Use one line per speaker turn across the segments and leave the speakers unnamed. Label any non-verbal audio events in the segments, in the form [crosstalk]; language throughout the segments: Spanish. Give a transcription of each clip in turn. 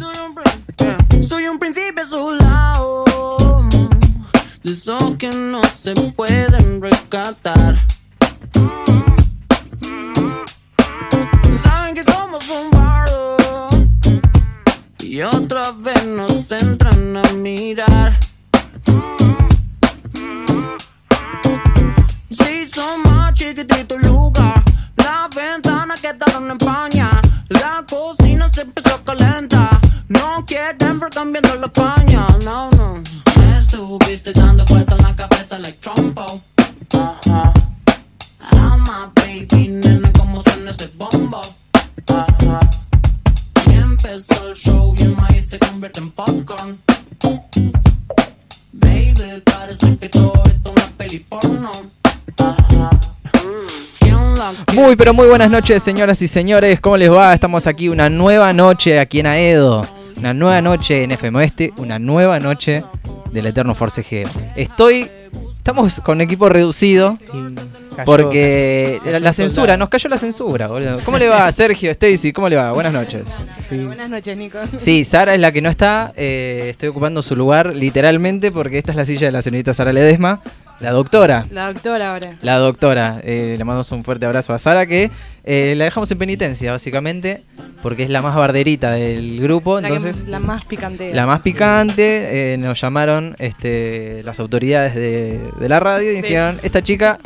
Soy un, príncipe, soy un príncipe azulado, de esos que no se pueden rescatar. Saben que somos un bardo y otra vez nos entran a mirar. Si son más chiquititos el lugar, las ventanas quedaron en paña, la cocina se empezó a calentar. No quieren ver cambiando la paña, no, no. Estuviste dando vueltas en la cabeza like trompo. Ah, my baby, nena, cómo suena ese bombo. Y empezó el show y el maíz se convierte en popcorn. Baby, parece que todo esto es una peli porno. ¿Quién la
Muy, pero muy buenas noches, señoras y señores. ¿Cómo les va? Estamos aquí una nueva noche aquí en Aedo. Una nueva noche en FM Oeste. Una nueva noche del Eterno Forcejeo. Estoy. Estamos con equipo reducido
Cayó-
porque la, la
un
censura,
soldado.
nos cayó la censura, boludo. ¿Cómo le
[laughs]
va, Sergio, Stacy? ¿Cómo le va? Buenas noches.
Sí.
Buenas noches, Nico.
Sí, Sara es la que no está. eh, estoy ocupando su lugar literalmente porque esta es la silla de la señorita Sara Ledesma, la doctora.
La doctora ahora.
La doctora, eh, le mandamos un fuerte abrazo a Sara, que eh, la dejamos en penitencia, básicamente, porque es la más barderita del grupo,
La, que-
entonces
la más picante.
la más picante, eh, nos llamaron este, las autoridades de, de la radio y dijeron, esta chica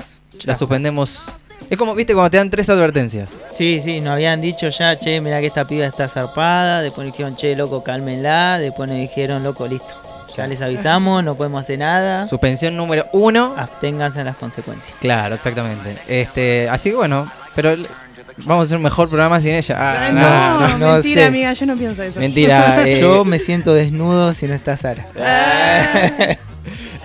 la suspendemos. Es como, viste, cuando te dan tres advertencias.
sí, sí, nos habían dicho ya, che, mirá que esta piba está zarpada, después nos dijeron, che, loco, cálmenla, después nos dijeron, loco, listo. Ya les avisamos, no podemos hacer
Ah.
nada,
Suspensión número uno.
absténganse a las consecuencias.
Claro, exactamente. Este, así que bueno, pero l- vamos a hacer un mejor programa sin ella. Ah,
Ay,
no,
no,
no, no
mentira,
sé.
amiga, yo no pienso eso. [laughs]
Mentira. eh,
Yo me siento desnudo si no está Sara.
Ah,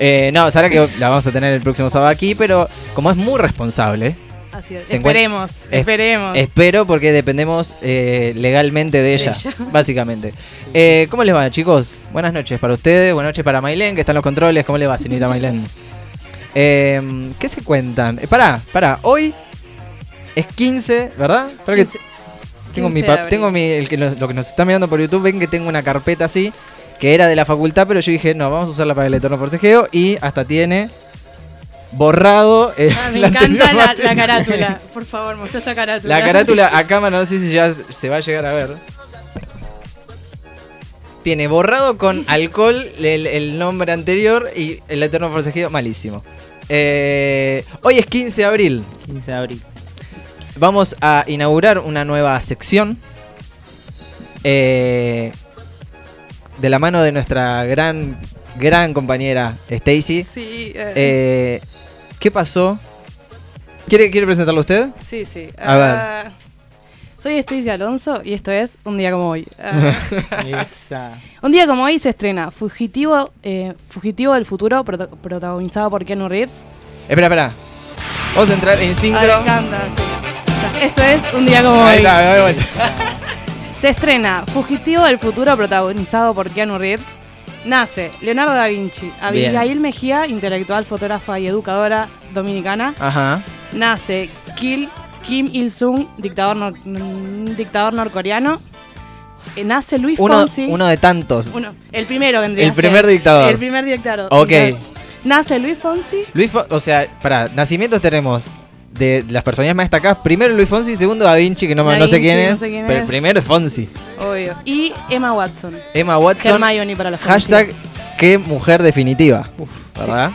Eh, no, Sara que la vamos a tener el próximo sábado aquí, pero como es muy responsable,
Así es.
Se encuent-
Esperemos, esperemos.
espero porque dependemos eh, legalmente de ella,
ella.
[laughs] básicamente. Eh, ¿Cómo les va, chicos? Buenas noches para ustedes, buenas noches para Mailén, que está en los controles. ¿Cómo le va, señorita Mailén? Eh, ¿Qué se cuentan? Eh, pará, pará, hoy es 15, ¿verdad? Pará que
15
tengo mi,
15 de
pa-
abril.
tengo mi, el que lo, lo que nos está mirando por YouTube, ven que tengo una carpeta así, que era de la facultad, pero yo dije, no, vamos a usarla para el eterno forcejeo y hasta tiene borrado. eh,
Ah,
[laughs]
me
la anterior
encanta la, la
materia.
carátula. Por favor, mostrá esa carátula.
La carátula a cámara, no sé si ya se va a llegar a ver. Tiene borrado
[laughs]
con alcohol el, el nombre anterior y el eterno forcejeo malísimo. Eh, hoy es 15 de abril.
15 de abril.
Vamos a inaugurar una nueva sección. eh, de la mano de nuestra gran, gran compañera Stacy.
[laughs] Sí, eh,
Eh, ¿Qué pasó? ¿Quiere, ¿Quiere presentarlo usted?
sí, sí.
a
Ah, Soy Stacy Alonso y esto es Un día como hoy.
[laughs]
Ah.
Esa.
Un día como hoy se estrena Fugitivo, eh, Fugitivo del Futuro, prota- protagonizado por Keanu Reeves.
Espera, espera. Vamos a entrar en
Ah,
sincro.
me encanta, sí. O sea, Esto es Un día como
Ahí
hoy.
está, me doy vuelta.
Se estrena Fugitivo del Futuro protagonizado por Keanu Reeves. Nace Leonardo da Vinci,
Bien.
Abigail Mejía, intelectual, fotógrafa y educadora dominicana.
Ajá.
Nace Kim, Kim Il-sung, dictador, nor- mm, dictador norcoreano. Eh, Nace Luis
Uno,
Fonsi.
uno de tantos.
Uno- el primero vendría
El
a ser.
primer dictador.
El primer dictador.
Ok.
dictador. Nace Luis Fonsi.
Luis Fon- o sea, para nacimientos tenemos de las personas más destacadas. Primero Luis Fonsi, segundo Da Vinci, que no, me-
Da
no sé
Vinci,
quién
no
es.
sé quién
pero
es.
el primero es Fonsi.
Obvio. Y Emma Watson.
Emma Watson.
Hermione para los
Hashtag
conocidos.
qué mujer definitiva. ¿Verdad?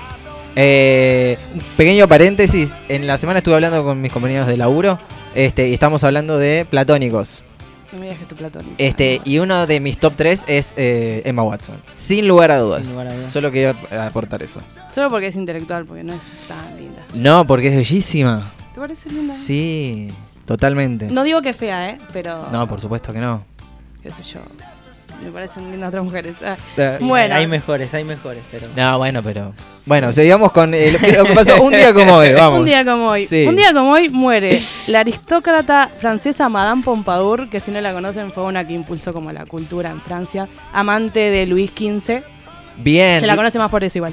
Eh, un pequeño paréntesis. En la semana estuve hablando con mis compañeros de laburo. Este, y estamos hablando de platónicos.
No me digas tu platónico.
Este, y uno de mis top 3 es eh, Emma Watson. Sin lugar a dudas.
Sin lugar a dudas.
Solo quería ap- aportar eso.
Solo porque es intelectual, porque no es tan linda.
No, porque es bellísima.
¿Te parece linda?
Sí, totalmente.
No digo que es fea, ¿eh? Pero,
No, por supuesto que no.
qué sé yo, me parecen lindas otras mujeres. Ah,
Eh,
Sí,
Bueno.
Hay mejores, hay mejores, pero...
No, bueno, pero. Bueno, seguimos con eh, lo, que, lo que
[laughs]
pasó un día como hoy, vamos.
Un día como hoy.
Sí.
Un día como hoy muere la aristócrata francesa Madame Pompadour, que si no la conocen fue una que impulsó como la cultura en Francia, amante de Luis XV.
Bien.
Se la conoce más por eso igual.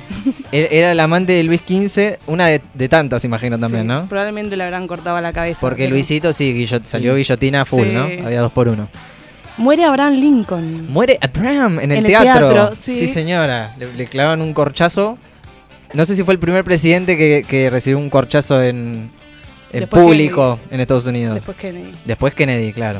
Él Era el amante de Luis XV, una de, de tantas, imagino también,
Sí,
¿no?
Probablemente le habrán cortado la cabeza.
Porque
pero-
Luisito sí, guillot- salió guillotina full,
Sí.
¿no? Había dos por uno.
Muere Abraham Lincoln.
Muere Abraham en el,
En el
teatro.
teatro,
sí.
sí.
señora. Le, le clavan un corchazo. No sé si fue el primer presidente que, que recibió un corchazo en, en
Después
público en Estados Unidos. Después.
Después Kennedy.
Kennedy, claro.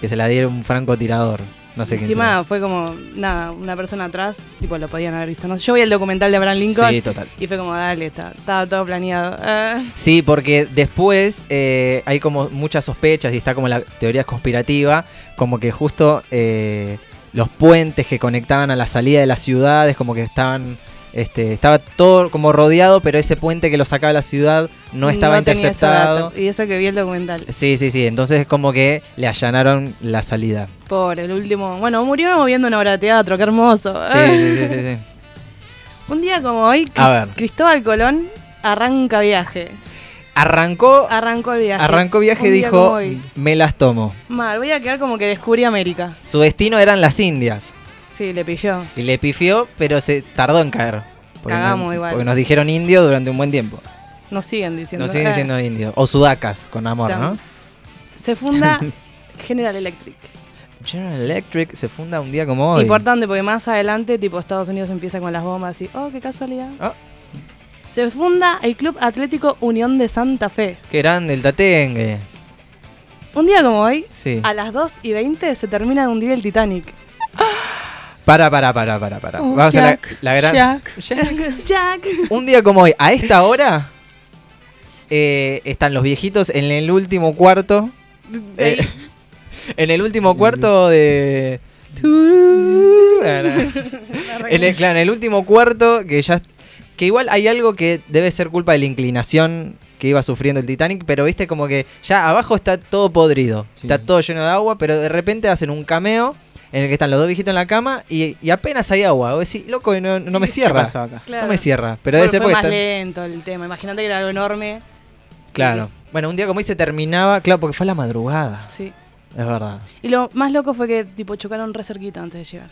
Que se la dieron un francotirador. No sé quién
Encima fue como, nada, una persona atrás, tipo, lo podían haber visto. No sé, Yo vi el documental de Abraham
será.
Lincoln
Sí, total.
y fue como, dale, está, estaba todo planeado. Eh,
Sí, porque después eh, hay como muchas sospechas y está como la teoría conspirativa, como que justo eh, los puentes que conectaban a la salida de las ciudades, como que estaban, este, estaba todo como rodeado, pero ese puente que lo sacaba a la ciudad no estaba
tenía esa data.
interceptado.
Y eso que vi el documental.
Sí, sí, sí, entonces como que le allanaron la salida.
Pobre, el último. Bueno, murió viendo una obra de teatro, qué hermoso. Ah,
Sí, sí, sí, sí. sí.
Un día como hoy, Cris-
A ver.
Cristóbal Colón arranca viaje.
Arrancó,
Arrancó el viaje.
arrancó viaje
Un
y
día como
dijo,
hoy.
me las tomo.
Mal, voy a quedar como que descubrí América.
Su destino eran las Indias.
Sí, le pilló.
Y le pifió, pero se tardó en caer.
Cagamos
no-
igual.
Porque nos dijeron indio durante un buen tiempo.
Nos siguen diciendo.
Nos siguen
Eh.
diciendo indio. O sudacas, con amor, ¿no?
Tam-
[laughs]
Se funda General Electric.
General Electric se funda un día como hoy.
Importante porque más adelante, tipo, Estados Unidos empieza con las bombas y, oh, qué casualidad.
Ah.
Se funda el Club Atlético Unión de Santa Fe.
Qué grande el tatengue.
Un día como hoy,
Sí.
a las 2 y 20 se termina de hundir el Titanic.
Para, para, para, para, para.
Oh,
Ah, Vamos a la-
Jack,
la, gran. Eh,
Jack.
[laughs] Jack.
Un día como hoy, a esta hora, eh, están los viejitos en el último cuarto. eh, en el último cuarto de. En el, claro, en el último cuarto, que ya. Que igual hay algo que debe ser culpa de la inclinación que iba sufriendo el Titanic, pero viste como que ya abajo está todo podrido,
Sí.
está todo lleno de agua, pero de repente hacen un cameo en el que están los dos viejitos en la cama y, y apenas hay agua. Vos decís, loco, y no, no me
¿Qué
cierra.
pasó acá?
Claro.
No me cierra, pero
Bueno,
debe ser
fue
porque
más
están-
lento el tema. Imagínate que era algo enorme.
Claro. Bueno, un día como hoy se terminaba, claro, porque fue a la madrugada,
Sí.
es verdad.
Y lo más loco fue que tipo chocaron re cerquita antes de llegar.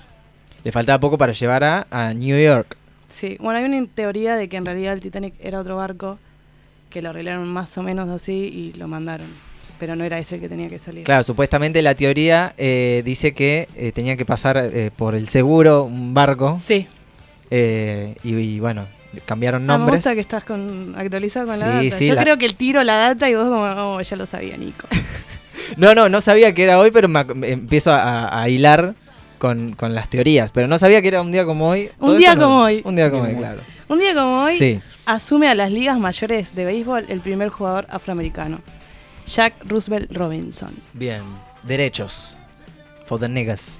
Le faltaba poco para llevar a, a New York.
Sí. Bueno, hay una teoría de que en realidad el Titanic era otro barco que lo arreglaron más o menos así y lo mandaron. Pero no era ese el que tenía que salir.
Claro, supuestamente la teoría eh, dice que eh, tenía que pasar eh, por el seguro un barco
Sí.
eh, y, y bueno, cambiaron
Ah, me
nombres.
gusta que estás con, actualizado con la
Sí,
data.
sí,
Yo
la-
creo que el tiro la data y vos como, oh, ya lo sabía, Nico.
No, no, no sabía que era hoy, pero me ac- me empiezo a, a hilar con, con las teorías. Pero no sabía que era un día como hoy.
Un
Todo
día
eso no-
como hoy.
Un día como hoy, claro.
Un día como hoy
Sí.
asume a las ligas mayores de béisbol el primer jugador afroamericano, Jack Roosevelt Robinson.
Bien. Derechos. For the niggas.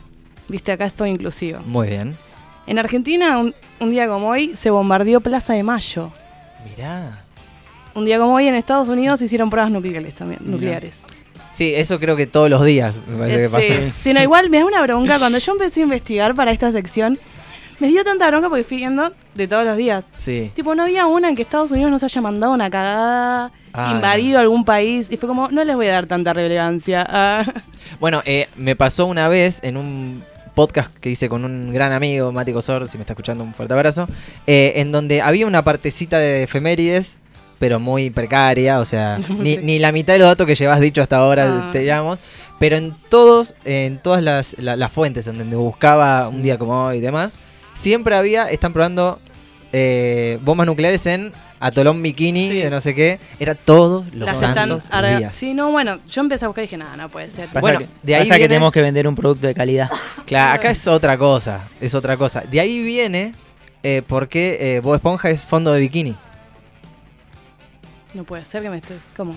Viste, acá estoy inclusivo.
Muy bien.
En Argentina, un, un día como hoy, se bombardeó Plaza de Mayo.
Mirá.
Un día como hoy en Estados Unidos hicieron pruebas nucleares también, nucleares.
Sí, eso creo que todos los días me parece que
Eh,
pasa.
sí. Sí, no, igual me da una bronca. Cuando yo empecé a investigar para esta sección, me dio tanta bronca porque fui viendo de todos los días.
Sí.
Tipo, no había una en que Estados Unidos nos haya mandado una cagada,
Ah,
invadido algún país. Y fue como, no les voy a dar tanta relevancia. Ah.
Bueno, eh, me pasó una vez en un podcast que hice con un gran amigo, Mati Cosor, si me está escuchando, un fuerte abrazo, eh, en donde había una partecita de efemérides, pero muy precaria, o
[laughs]
sea, ni, ni la mitad de los datos que llevas dicho hasta ahora
Ah.
teníamos, pero en todos, en todas las, la- las fuentes en donde buscaba un día como hoy y demás, siempre había, están probando eh, bombas nucleares en Atolón Bikini,
Sí.
de no sé qué, era todos los
Las están
santos
ahora-
días.
Sí, no, bueno, yo empecé a buscar y dije, nada, no puede ser.
Pasa
Bueno,
que,
de ahí
pasa
viene-
que tenemos que vender un producto de calidad.
Claro, acá es otra cosa, es otra cosa. De ahí viene eh, por qué eh, Bob Esponja es fondo de bikini.
No puede ser que me estés. ¿Cómo?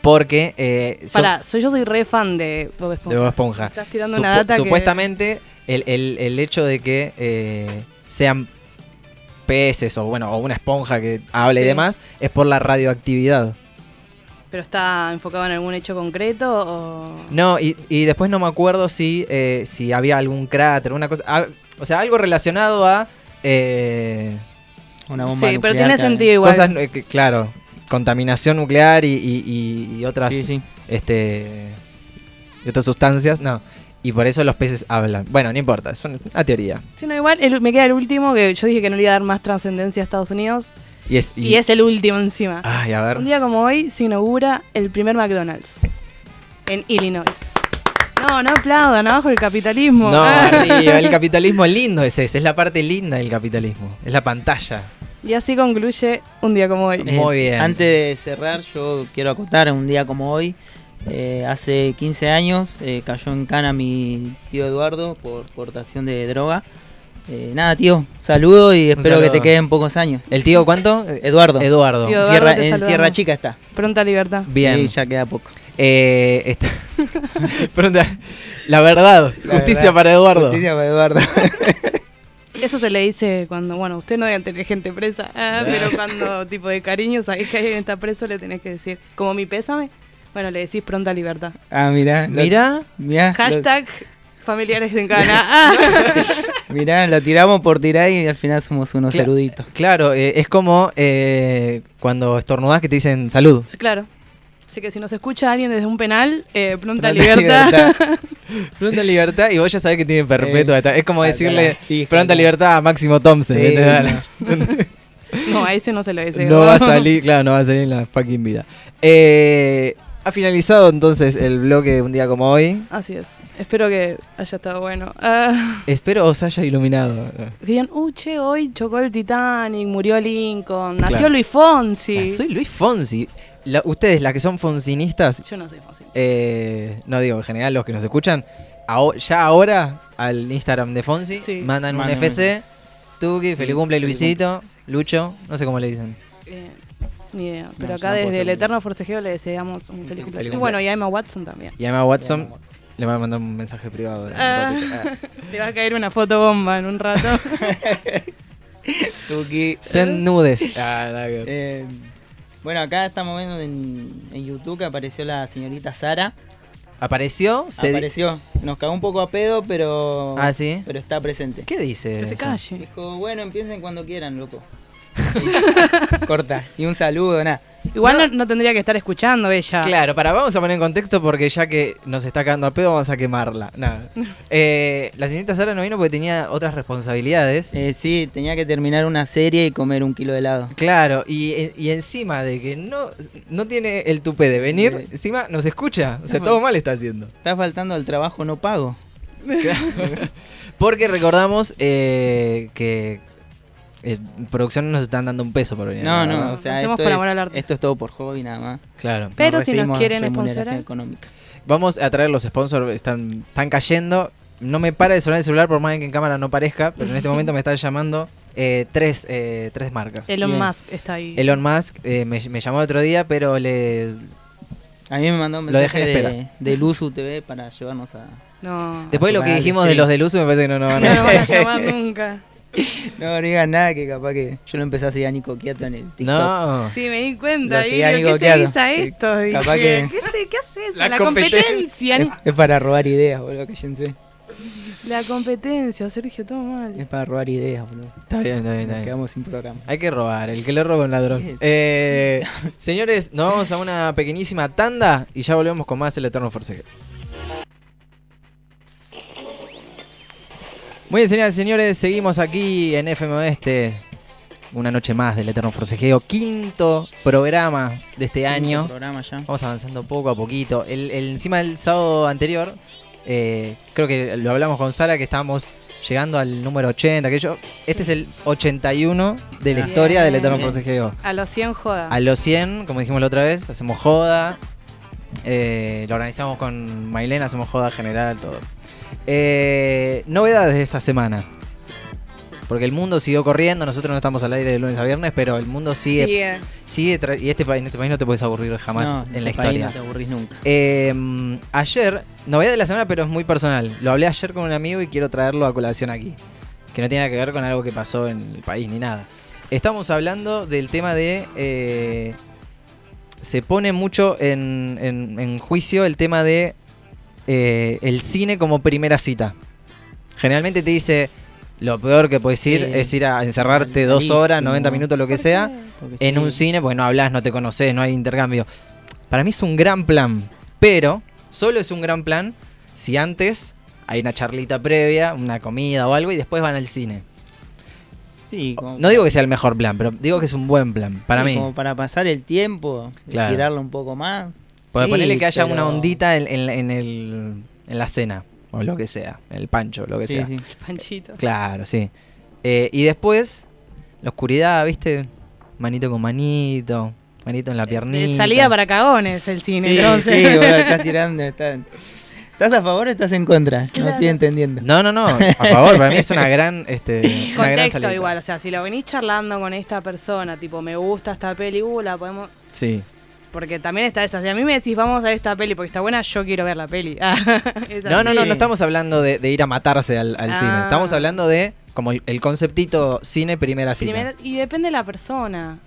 Porque eh, so-
Pará, soy, yo soy re fan de Bob Esponja.
de Bob Esponja.
Estás tirando una data que-
Supuestamente el, el- el hecho de que eh, sean peces o bueno o una esponja que hable y
Sí.
demás es por la radioactividad.
¿Pero está enfocado en algún hecho concreto o.?
No, y, y después no me acuerdo si, eh, si había algún cráter, una cosa. ah, o sea, algo relacionado a eh,
Una bomba
sí, pero
nuclear
tiene
que-
sentido igual.
cosas, eh, que- claro, contaminación nuclear y, y- y- y otras
Sí, sí.
este y otras sustancias, no. Y por eso los peces hablan. Bueno, no importa, es una una teoría.
Sí, no, igual el- me queda el último que yo dije que no le iba a dar más trascendencia a Estados Unidos.
Y es.
Y, es el último encima.
Ay, a ver.
Un día como hoy se inaugura el primer McDonald's en Illinois. No, no aplaudan, abajo el capitalismo.
[laughs] No,
Ah. [laughs]
arriba, el capitalismo lindo es ese, es la parte linda del capitalismo, es la pantalla.
Y así concluye un día como hoy.
Eh, Muy bien.
Antes de cerrar, yo quiero acotar un día como hoy. eh, hace 15 años eh, cayó en cana mi tío Eduardo por portación de droga. Eh, nada, tío, saludo y
Un
espero que
saludo.
te queden pocos años.
¿El tío cuánto?
[laughs] Eduardo.
Eduardo.
Tío.
En
Eduardo,
Sierra-
te
en
saludamos.
Sierra Chica está.
Pronta libertad.
Bien.
Y ya queda poco.
Eh, está- [laughs] Pregunta, la verdad,
La
justicia
verdad.
para Eduardo.
Justicia
[laughs]
para Eduardo.
Eso se le dice cuando, bueno, usted no debe tener gente presa, ah, pero cuando tipo de cariño sabés que alguien está preso le tenés que decir, como mi pésame, bueno, le decís pronta libertad.
ah, mirá. lo-
Mira,
mirá, lo-
Hashtag familiares en cana. Ah.
[laughs]
mirá, lo tiramos por tirar y al final somos unos
Claro.
eruditos.
claro, eh, es como eh, cuando estornudás que te dicen salud.
claro. Así que si nos escucha alguien desde un penal, eh,
Pronta
pronta, libertad.
libertad.
Pronta libertad y vos ya sabés que tiene perpetua.
Eh,
está- es como
acá
decirle
la hija,
pronta
acá.
libertad a Máximo Thompson.
Sí, [laughs]
¿viste?
[laughs] No, a ese no se
[laughs]
lo dice.
No va a salir, claro, no va a salir en la fucking vida. Eh, ha finalizado entonces el bloque de un día como hoy.
[laughs] Así es. Espero que haya estado bueno. Ah,
Espero os haya iluminado.
que digan, uh, che, hoy chocó el Titanic, murió Lincoln, nació
Claro.
Luis Fonsi.
Soy Luis Fonsi. La- ustedes, las que son fonsinistas,
Yo no soy Fonsi.
eh, no digo en general los que nos escuchan, aho- ya ahora al Instagram de Fonsi
Sí.
mandan un
Manden un-
FC. Tuki, feliz
Sí,
cumple
feliz
Luisito, Lucho, no sé cómo le dicen.
Eh, ni idea. Pero
yo
acá
no puedo
desde
ser
el
Luis.
Eterno Forcejeo le deseamos un feliz cumpleaños.
cumpleaños.
Y bueno, y a Emma Watson también.
Y además Watson le va a mandar un mensaje privado. de- Ah.
Le va a caer una fotobomba en un rato.
Tuki.
[laughs] Send nudes. Ah, nada que ver.
Eh, bueno, acá estamos viendo en, en YouTube que apareció la señorita Sara.
Apareció, se di-
apareció. Nos cagó un poco a pedo, pero.
Ah, ¿sí?
Pero está presente.
¿Qué dice?
que se
eso?
calle.
Dijo, bueno, empiecen cuando quieran, loco.
[laughs]
Corta. Y un saludo, nada.
Igual no, no tendría que estar escuchando ella.
Claro, para, vamos a poner en contexto porque ya que nos está cagando a pedo, vamos a quemarla. [laughs] Nada. Eh, la señorita Sara no vino porque tenía otras responsabilidades.
Eh, sí, tenía que terminar una serie y comer un kilo de helado.
Claro, y, y encima de que no, no tiene el tupé de venir, encima nos escucha. O sea, todo mal está haciendo.
Está faltando al trabajo no pago.
Porque recordamos eh, que eh, producciones nos están dando un peso por venir. ¿verdad?
No, no, o sea,
Hacemos
esto,
por
es,
amor al arte.
esto es todo por hobby nada más.
Claro.
Pero si nos
recibimos
quieren
remuneración
sponsorar.
económica.
Vamos a traer los sponsors, están, están cayendo. No me para de sonar el celular por más que en cámara no parezca, pero en este momento me están llamando eh, tres, eh, tres marcas.
Elon
Bien.
Musk está ahí.
Elon Musk eh, me, me llamó otro día, pero le...
A mí me mandó un
Lo dejé
mensaje
en
de, de Luzu TV para llevarnos a...
No.
Después de lo que
Azul,
dijimos
sí.
de los del uso me parece que no nos
no
van [laughs] a...
[laughs]
lo van a llamar nunca.
No, no digas nada que capaz que yo lo empecé a seguir a Nico Quieto en el TikTok.
No.
Sí, me di
Lo
cuenta. Y
siga
digo, ¿qué se
nigoteando.
guisa esto? Dije,
Capaz que-
¿Qué, se, ¿Qué hace eso?
La
La,
competencia.
competencia.
Es, es para robar ideas, boludo, cállense.
La competencia, Sergio, todo
Es
mal.
para robar ideas, boludo.
Está bien, está bien, está
Nos
bien.
quedamos sin programa.
Hay que robar, el que le roba es un ladrón. Eh, señores, nos vamos a una pequeñísima tanda y ya volvemos con más el Eterno Force. Muy bien, señoras y señores, seguimos aquí en FM Oeste. Una noche más del Eterno Forcejeo, quinto programa de este año.
Programa ya.
Vamos avanzando poco a poquito. El, el- encima del sábado anterior, eh, creo que lo hablamos con Sara, que estábamos llegando al número 80. Que yo, este es el 81 de la
Ah. Bien.
historia del Eterno Forcejeo.
A los 100 joda.
A los 100, como dijimos la otra vez, hacemos joda. eh, lo organizamos con Mailena, hacemos joda general, todo. Eh, novedades de esta semana. Porque el mundo siguió corriendo, nosotros no estamos al aire de lunes a viernes, pero el mundo sigue
Sigue.
Sigue tra- y este, pa- en este país no te puedes aburrir jamás
No,
en la
por ahí
historia.
No te aburrís nunca.
Eh, ayer, novedad de la semana, pero es muy personal. Lo hablé ayer con un amigo y quiero traerlo a colación aquí. Que no tiene nada que ver con algo que pasó en el país ni nada. Estamos hablando del tema de. eh, se pone mucho en, en- en juicio el tema de eh, el cine como primera cita. Generalmente te dice. Lo peor que puedes ir
Sí.
es ir a encerrarte dos
Malísimo.
horas, 90 minutos, lo que sea
Porque
en
sí,
un cine, pues no hablas, no te conoces, no hay intercambio. Para mí es un gran plan, pero solo es un gran plan si antes hay una charlita previa, una comida o algo, y después van al cine.
Sí, como-
No digo que sea el mejor plan, pero digo que es un buen plan para
sí,
mí.
Como para pasar el tiempo,
Claro.
tirarlo un poco más.
Porque
Sí,
ponerle que haya
pero-
una ondita en, en- en el- en la cena, o lo que sea, en el pancho, lo que
Sí,
sea.
sí.
Panchito.
Claro, sí. Eh, y después, la oscuridad, ¿viste? Manito con manito, manito en la
Eh,
piernita.
Salida para cagones el cine,
Sí,
entonces. [laughs]
sí, boludo, estás tirando. estás- ¿Estás a favor o estás en contra? No estoy entendiendo.
No, no, no, a favor, para mí es una gran, este, una gran
Contexto
salida.
igual, o sea, si lo venís charlando con esta persona, tipo, me gusta esta peli, uh, la podemos...
Sí.
Porque también está esa, si a mí me decís, vamos a esta peli porque está buena, yo quiero ver la peli. [laughs] Ah, es
No,
así.
no, no,
Sí.
no estamos hablando de, de ir a matarse al, al
Ah.
cine. Estamos hablando de como el, el conceptito cine primera cita.
Primero- y depende de la persona.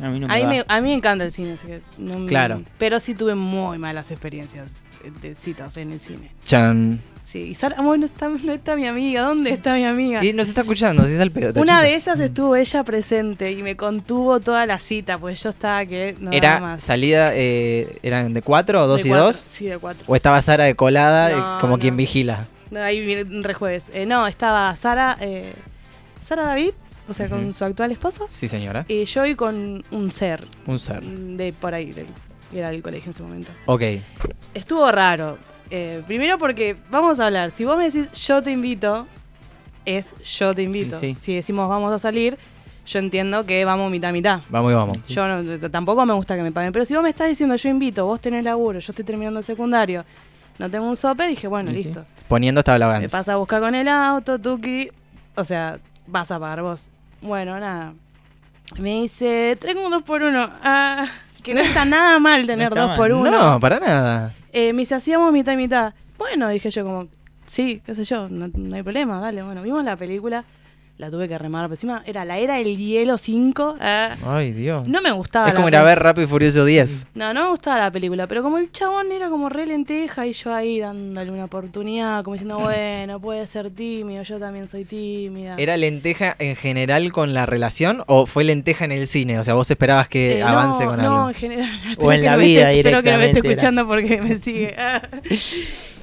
A mí no me
a, mí
va.
me, a mí me encanta el cine, así que no me-
Claro.
Pero sí tuve muy malas experiencias de citas en el cine.
Chan.
Sí, y Sara, bueno, no está, no está mi amiga, ¿dónde está mi amiga?
Y nos está escuchando, si está Mm. el pedo.
Una
Tachita.
de esas estuvo ella presente y me contuvo toda la cita, pues yo estaba que no daba
Era
más.
salida, eh, eran de cuatro, dos
De
y
cuatro,
dos.
Sí, de cuatro.
O estaba Sara de colada,
No,
eh, como
no.
quien vigila.
No, ahí viene un rejueves. Eh, no, estaba Sara, eh, Sara David, o sea, con
Ujú.
su actual esposo,
Sí, señora.
y yo y con un ser
Un ser.
mm, de por ahí, del, que era del colegio en su momento.
Ok.
Estuvo raro. Eh, primero porque, vamos a hablar, si vos me decís yo te invito, es yo te invito.
Sí.
Si decimos vamos a salir, yo entiendo que vamos mitad mitad.
Vamos y vamos.
Yo no- t- tampoco me gusta que me paguen. Pero si vos me estás diciendo, yo invito, vos tenés laburo, yo estoy terminando el secundario, no tengo un sope, dije, bueno,
Y sí.
listo.
Poniendo esta
Me
blavancia.
pasa a buscar con el auto, Tuki. O sea, vas a pagar vos. Bueno, nada. Me dice, tengo un 2 por 1 Ah,
[laughs]
que no está nada mal tener
está
2
mal.
por 1
No, para nada.
eh, me dice, hacíamos mitad y mitad. Bueno, dije yo como, sí, qué sé yo, no, no hay problema, dale. Bueno, vimos la película, la tuve que remar, pero encima era la era del hielo 5. ah.
Ay, Dios.
no me gustaba.
es como ir
la
a
peli.
ver Rápido y Furioso 10.
No, no me gustaba la película, pero como el chabón era como re lenteja y yo ahí dándole una oportunidad, como
[laughs]
diciendo, bueno, puede ser tímido, yo también soy tímida.
¿Era lenteja en general con la relación o fue lenteja en el cine? O sea, vos esperabas que
Eh,
avance
no,
con
no,
algo.
en general.
O
espero
en
que
la
no me
vida
esté- [laughs] Espero que no me esté
directamente era.
escuchando porque me sigue. [laughs] Ah.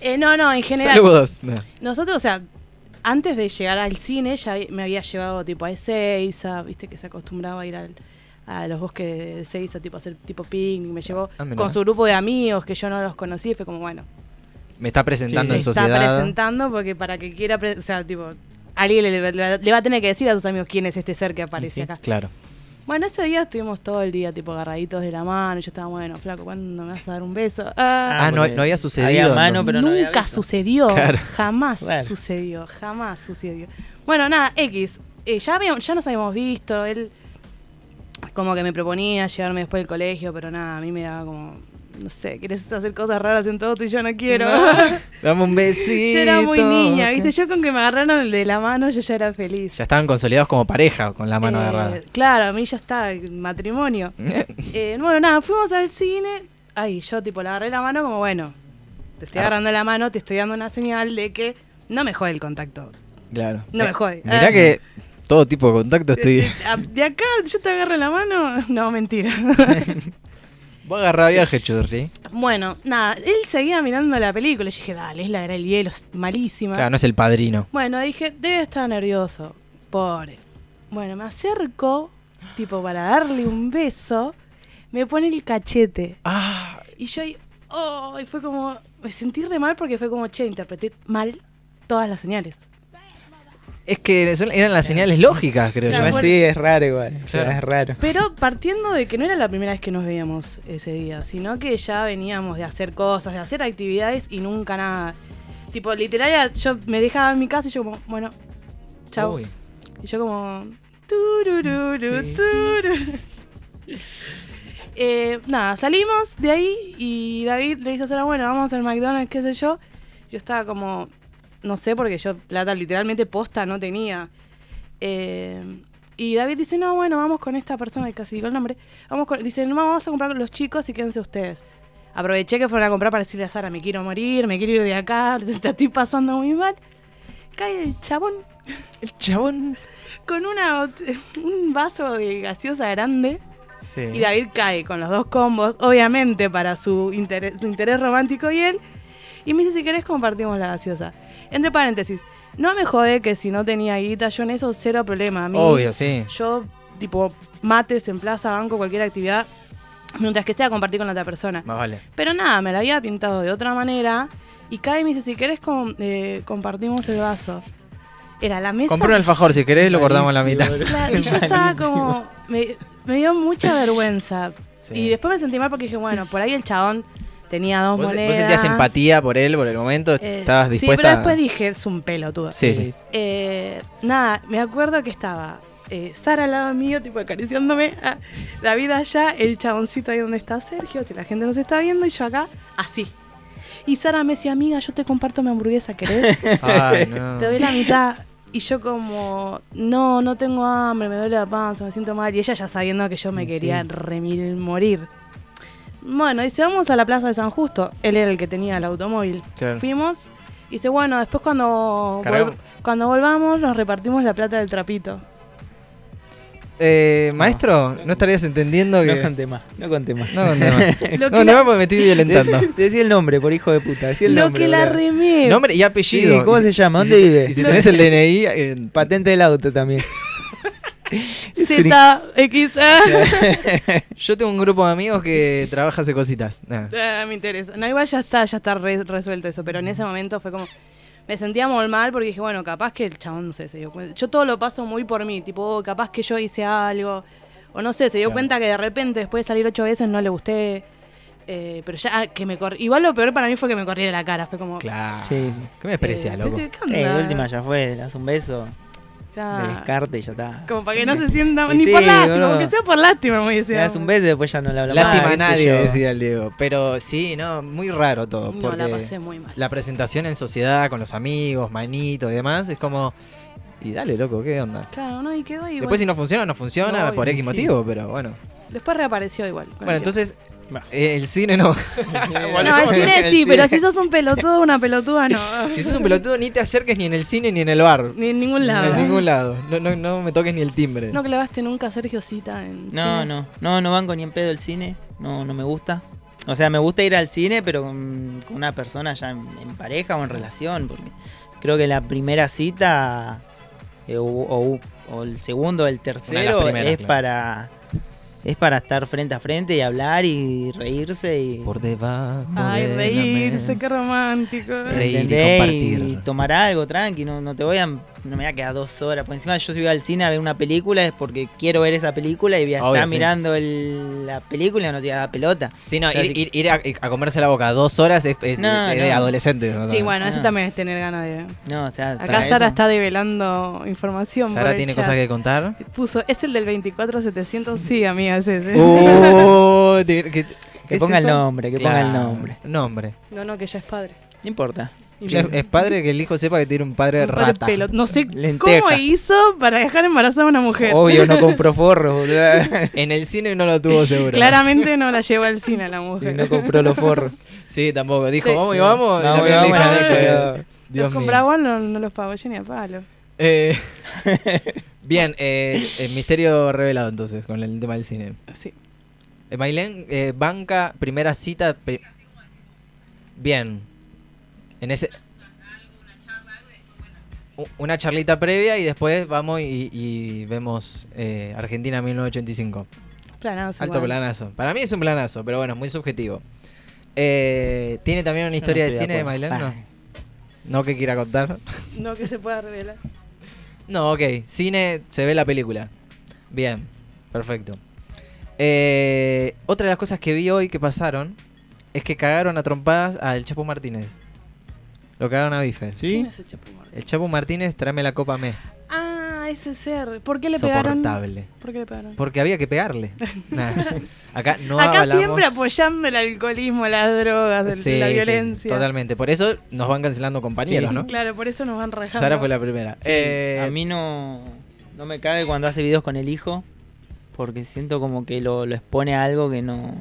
Eh, no, no, en general.
Saludos. No.
Nosotros, o sea, antes de llegar al cine ya me había llevado tipo a Ezeiza, viste que se acostumbraba a ir al- a los bosques de Ezeiza, tipo a hacer tipo picnic, me llevó
Ah, mirá.
con su grupo de amigos que yo no los conocí, y fue como bueno,
Me está presentando
Sí,
se
en
sí.
está
sociedad.
presentando porque para que quiera, pre- o sea, tipo, alguien le, le- le va a tener que decir a sus amigos quién es este ser que aparece
sí.
acá.
Claro.
Bueno, ese día estuvimos todo el día tipo agarraditos de la mano, y yo estaba bueno, flaco, ¿cuándo me vas a dar
[laughs]
un beso? Ah.
Ah, no-
porque
no había sucedido,
Había mano,
entonces.
pero no había
Nunca
beso.
sucedió.
Claro.
Jamás
Bueno.
sucedió. Jamás sucedió. Bueno, nada, X. Eh, ya, habíamos- ya nos habíamos visto. Él como que me proponía llevarme después del colegio, pero nada, a mí me daba como. No sé, quieres hacer cosas raras en todo tú y yo no quiero.
[laughs] Dame un besito.
[laughs] yo era muy niña,
ok.
¿viste? Yo con que me agarraron de la mano, yo ya era feliz.
Ya estaban consolidados como pareja con la mano
Eh, [laughs]
agarrada.
Claro, a mí ya está, el matrimonio. Eh, bueno, nada, fuimos al cine. Ay, yo tipo le agarré la mano como, bueno, te estoy
Ah.
agarrando la mano, te estoy dando una señal de que no me jode el contacto.
claro.
No me
Eh,
jode.
Mirá
Ah.
que todo tipo de contacto
[laughs]
estoy.
Ah, De acá yo te agarro la mano. [laughs] No, mentira.
[laughs] Vos agarrá viaje, churri.
bueno, nada, él seguía mirando la película. Yo dije, dale, es la era del hielo, es malísima.
Claro, no es el padrino.
Bueno, dije, debe estar nervioso. Pobre. Bueno, me acerco, tipo, para darle un beso. Me pone el cachete.
Ah,
Y yo ahí, oh, y fue como, me sentí re mal porque fue como, che, interpreté mal todas las señales.
es que son- eran las señales lógicas, creo
Claro,
yo.
Igual
bueno.
sí, es raro igual. o sea,
Claro.
Es raro.
Pero partiendo de que no era la primera vez que nos veíamos ese día, sino que ya veníamos de hacer cosas, de hacer actividades y nunca nada. Tipo, literal, era- yo me dejaba en mi casa y yo como, bueno, chau.
Uy.
Y yo como... turururu, [laughs] tururu. Eh, nada, salimos de ahí y David le dice a Sara, bueno, vamos al McDonald's, qué sé yo. Yo estaba como, no sé, porque yo plata literalmente posta no tenía. Eh, y David dice, no, bueno, vamos con esta persona, que casi digo el nombre. Vamos con- dice, no, vamos a comprar con los chicos y quédense ustedes. Aproveché que fueron a comprar para decirle a Sara, me quiero morir, me quiero ir de acá, [laughs] te estoy pasando muy mal. Cae el chabón
El chabón.
con una, bot- [laughs] un vaso de gaseosa grande.
Sí.
Y David cae con los dos combos, obviamente para su interés, su interés romántico y él. Y me dice, si querés compartimos la gaseosa. Entre paréntesis, no me jode que si no tenía guita, yo en eso cero problema. A mí,
Obvio, sí.
Yo, tipo, mates en plaza, banco, cualquier actividad, mientras que sea compartir con la otra persona.
Más vale.
Pero nada, me la había pintado de otra manera. Y cae y me dice, si querés com- eh, compartimos el vaso. Era la mesa.
Compré un alfajor, si querés lo cortamos la mitad.
Claro, y yo estaba como. Me, me dio mucha vergüenza.
[laughs] Sí.
Y después me sentí mal porque dije, bueno, por ahí el chabón tenía dos
¿Vos, vos
monedas.
sentías empatía por él por el momento?
eh,
¿Estabas
Sí, pero
dispuesta?
después dije, es un pelotudo.
Sí, sí.
Eh, nada, me acuerdo que estaba eh, Sara al lado mío, tipo acariciándome. ah, David allá, el chaboncito ahí donde está Sergio, que la gente nos está viendo, y yo acá, así. Y Sara me decía, amiga, yo te comparto mi hamburguesa, ¿querés? [laughs]
Ay, no.
Te doy
[laughs]
la mitad. Y yo como, no, no tengo hambre, me duele la panza, me siento mal. Y ella ya sabiendo que yo me
Sí.
quería remil morir. Bueno, dice, vamos a la plaza de San Justo. Él era el que tenía el automóvil.
Claro.
Fuimos. Y dice, bueno, después cuando,
Cargamos.
vol- cuando volvamos nos repartimos la plata
[laughs]
del trapito.
Eh, maestro, no estarías entendiendo
No
que.
conté más, no conté más. [laughs]
No, conté más.
Lo
No
que
conté
la,
más porque me estoy
[laughs]
violentando.
Decí el nombre, por hijo de puta. Decí el
lo
nombre.
que la
boludo.
remé.
Nombre y
Sí,
apellido.
¿Cómo se llama? ¿Dónde
Y si
vive?
tenés el DNI, eh,
[laughs] Patente del auto también. Es un hijo-
ZX.
yo tengo un grupo de amigos que trabaja hace cositas. Nah.
Ah, me interesa. No, igual ya está, ya está re- resuelto eso, pero en ese momento fue como. Me sentía muy mal porque dije, bueno, capaz que el chabón, no sé, se dio cuenta. Yo todo lo paso muy por mí, tipo, oh, capaz que yo hice algo. O no sé, se dio cuenta que de repente después de salir ocho veces no le gusté. Eh, pero ya ah, que me corri- Igual lo peor para mí fue que me corriera la cara. Fue como.
Claro.
Sí, sí.
¿Qué me desprecia,
eh,
loco?
¿viste? ¿Qué
Eh, de
onda?
última ya fue, le das un beso,
Claro.
te descarte y ya está.
Como para
[laughs]
que no se sienta.
Y
ni
sí,
por lástima,
boludo.
aunque sea por lástima, me
Le
dice.
das un beso y después ya no le hablo
Lástima a
más. qué sé
nadie,
yo. [laughs]
decía el Diego. Pero sí, no, muy raro todo.
No,
porque
la pasé muy mal.
la presentación en sociedad con los amigos, manito y demás, es como. Y dale, loco, ¿qué onda?
Claro, no, y quedó igual.
Después, si no funciona, no funciona
No,
por
y
X
sí.
motivo, pero bueno.
Después reapareció igual. con el
Bueno,
tiempo.
entonces,
Bah.
eh, el cine
[laughs]
no. Bueno,
No, el
¿cómo
cine
El
sí, pero si
cine.
sos un pelotudo, una pelotuda, no. [laughs]
Si sos un pelotudo, ni te acerques ni en el cine ni en el bar.
Ni en ningún
En
lado.
ningún lado. No, no, no me toques ni el timbre.
No clavaste nunca a Sergio Cita en
No,
cine?
no, no, no banco ni en pedo el cine, no, no me gusta. O sea, me gusta ir al cine, pero con, con una persona ya en, en pareja o en relación, porque creo que la primera cita eh, o, o- o el segundo, el tercero
primeras,
es
claro.
para es para estar frente a frente y hablar y reírse y
Por debajo.
Ay,
de la
reírse,
mesa.
qué romántico.
Reír y
¿entendés?
compartir.
Y tomar algo tranqui, no, no te voy a no me voy a quedar dos horas, por encima yo si voy al cine a ver una película es porque quiero ver esa película y voy a estar
Obvio, sí.
mirando el- la película y no te voy a dar pelota.
Sí, no,
O sea,
ir,
si-
ir- ir a, a comerse la boca dos horas es, es-
No,
es de
no.
adolescente. ¿no?
Sí, bueno, eso
Ah.
también es tener ganas de.
No, o sea, para
Acá
eso-
Sara está develando información. por
Sara
el
tiene
chat.
cosas que
[laughs]
contar.
Puso, ¿es el del 24700? Sí, amiga, es ese.
Oh, te- que,
Que ponga el nombre, que ponga el nombre.
Nombre.
No, no, que ya es padre.
No importa.
Ya es, es padre que el hijo sepa que tiene un padre
Un padre
rata.
pelo- No sé
Lenteja.
cómo hizo para dejar embarazada a una mujer.
Obvio,
[laughs]
no compró forros, boludo. [laughs]
En el cine no lo tuvo seguro.
Claramente no la llevó al cine a
Y
la mujer.
no compró los forros.
Sí, tampoco. Dijo,
Sí.
vamos y vamos. y
No,
la
bueno,
piba le
vamos a
dijo,
la
"Eh,
que-
Dios
los
mío".
compraba, no, no los pagó yo ni a palo.
Eh, bien, eh, el misterio revelado entonces con el tema del cine.
Sí.
Eh, Mailén, eh, banca, primera cita. pri- Bien. En ese. U- Una charlita previa y después vamos y, y vemos eh, Argentina 1985.
Planazo.
Alto
igual.
planazo. Para mí es un planazo, pero bueno, muy subjetivo. Eh, ¿Tiene también una historia
Yo no
de
estoy
cine de
acuerdo. Ah.
Mailén?
Pa.
No. ¿No que quiera contar?
No que se pueda revelar.
[laughs] No, ok. Cine, se ve la película. Bien, perfecto. Eh, otra de las cosas que vi hoy que pasaron es que cagaron a trompadas al Chapo Martínez. Lo cagaron a bife.
¿Quién
¿Sí?
es el Chapo Martínez?
El Chapo Martínez, tráeme la copa me.
Ah, ese ser. ¿Por qué le pegaron?
Soportable.
¿Por qué le pegaron?
Porque había que pegarle. Nah, Acá no
Acá
avalamos-
siempre apoyando el alcoholismo, las drogas, el-
Sí, sí,
la
sí,
violencia.
totalmente. Por eso nos van cancelando compañeros,
Sí, sí,
¿no?
Claro, por eso nos van rajando.
Sara fue la primera. Eh,
A mí no, no me cabe cuando hace videos con el hijo. Porque siento como que lo, lo expone a algo que no.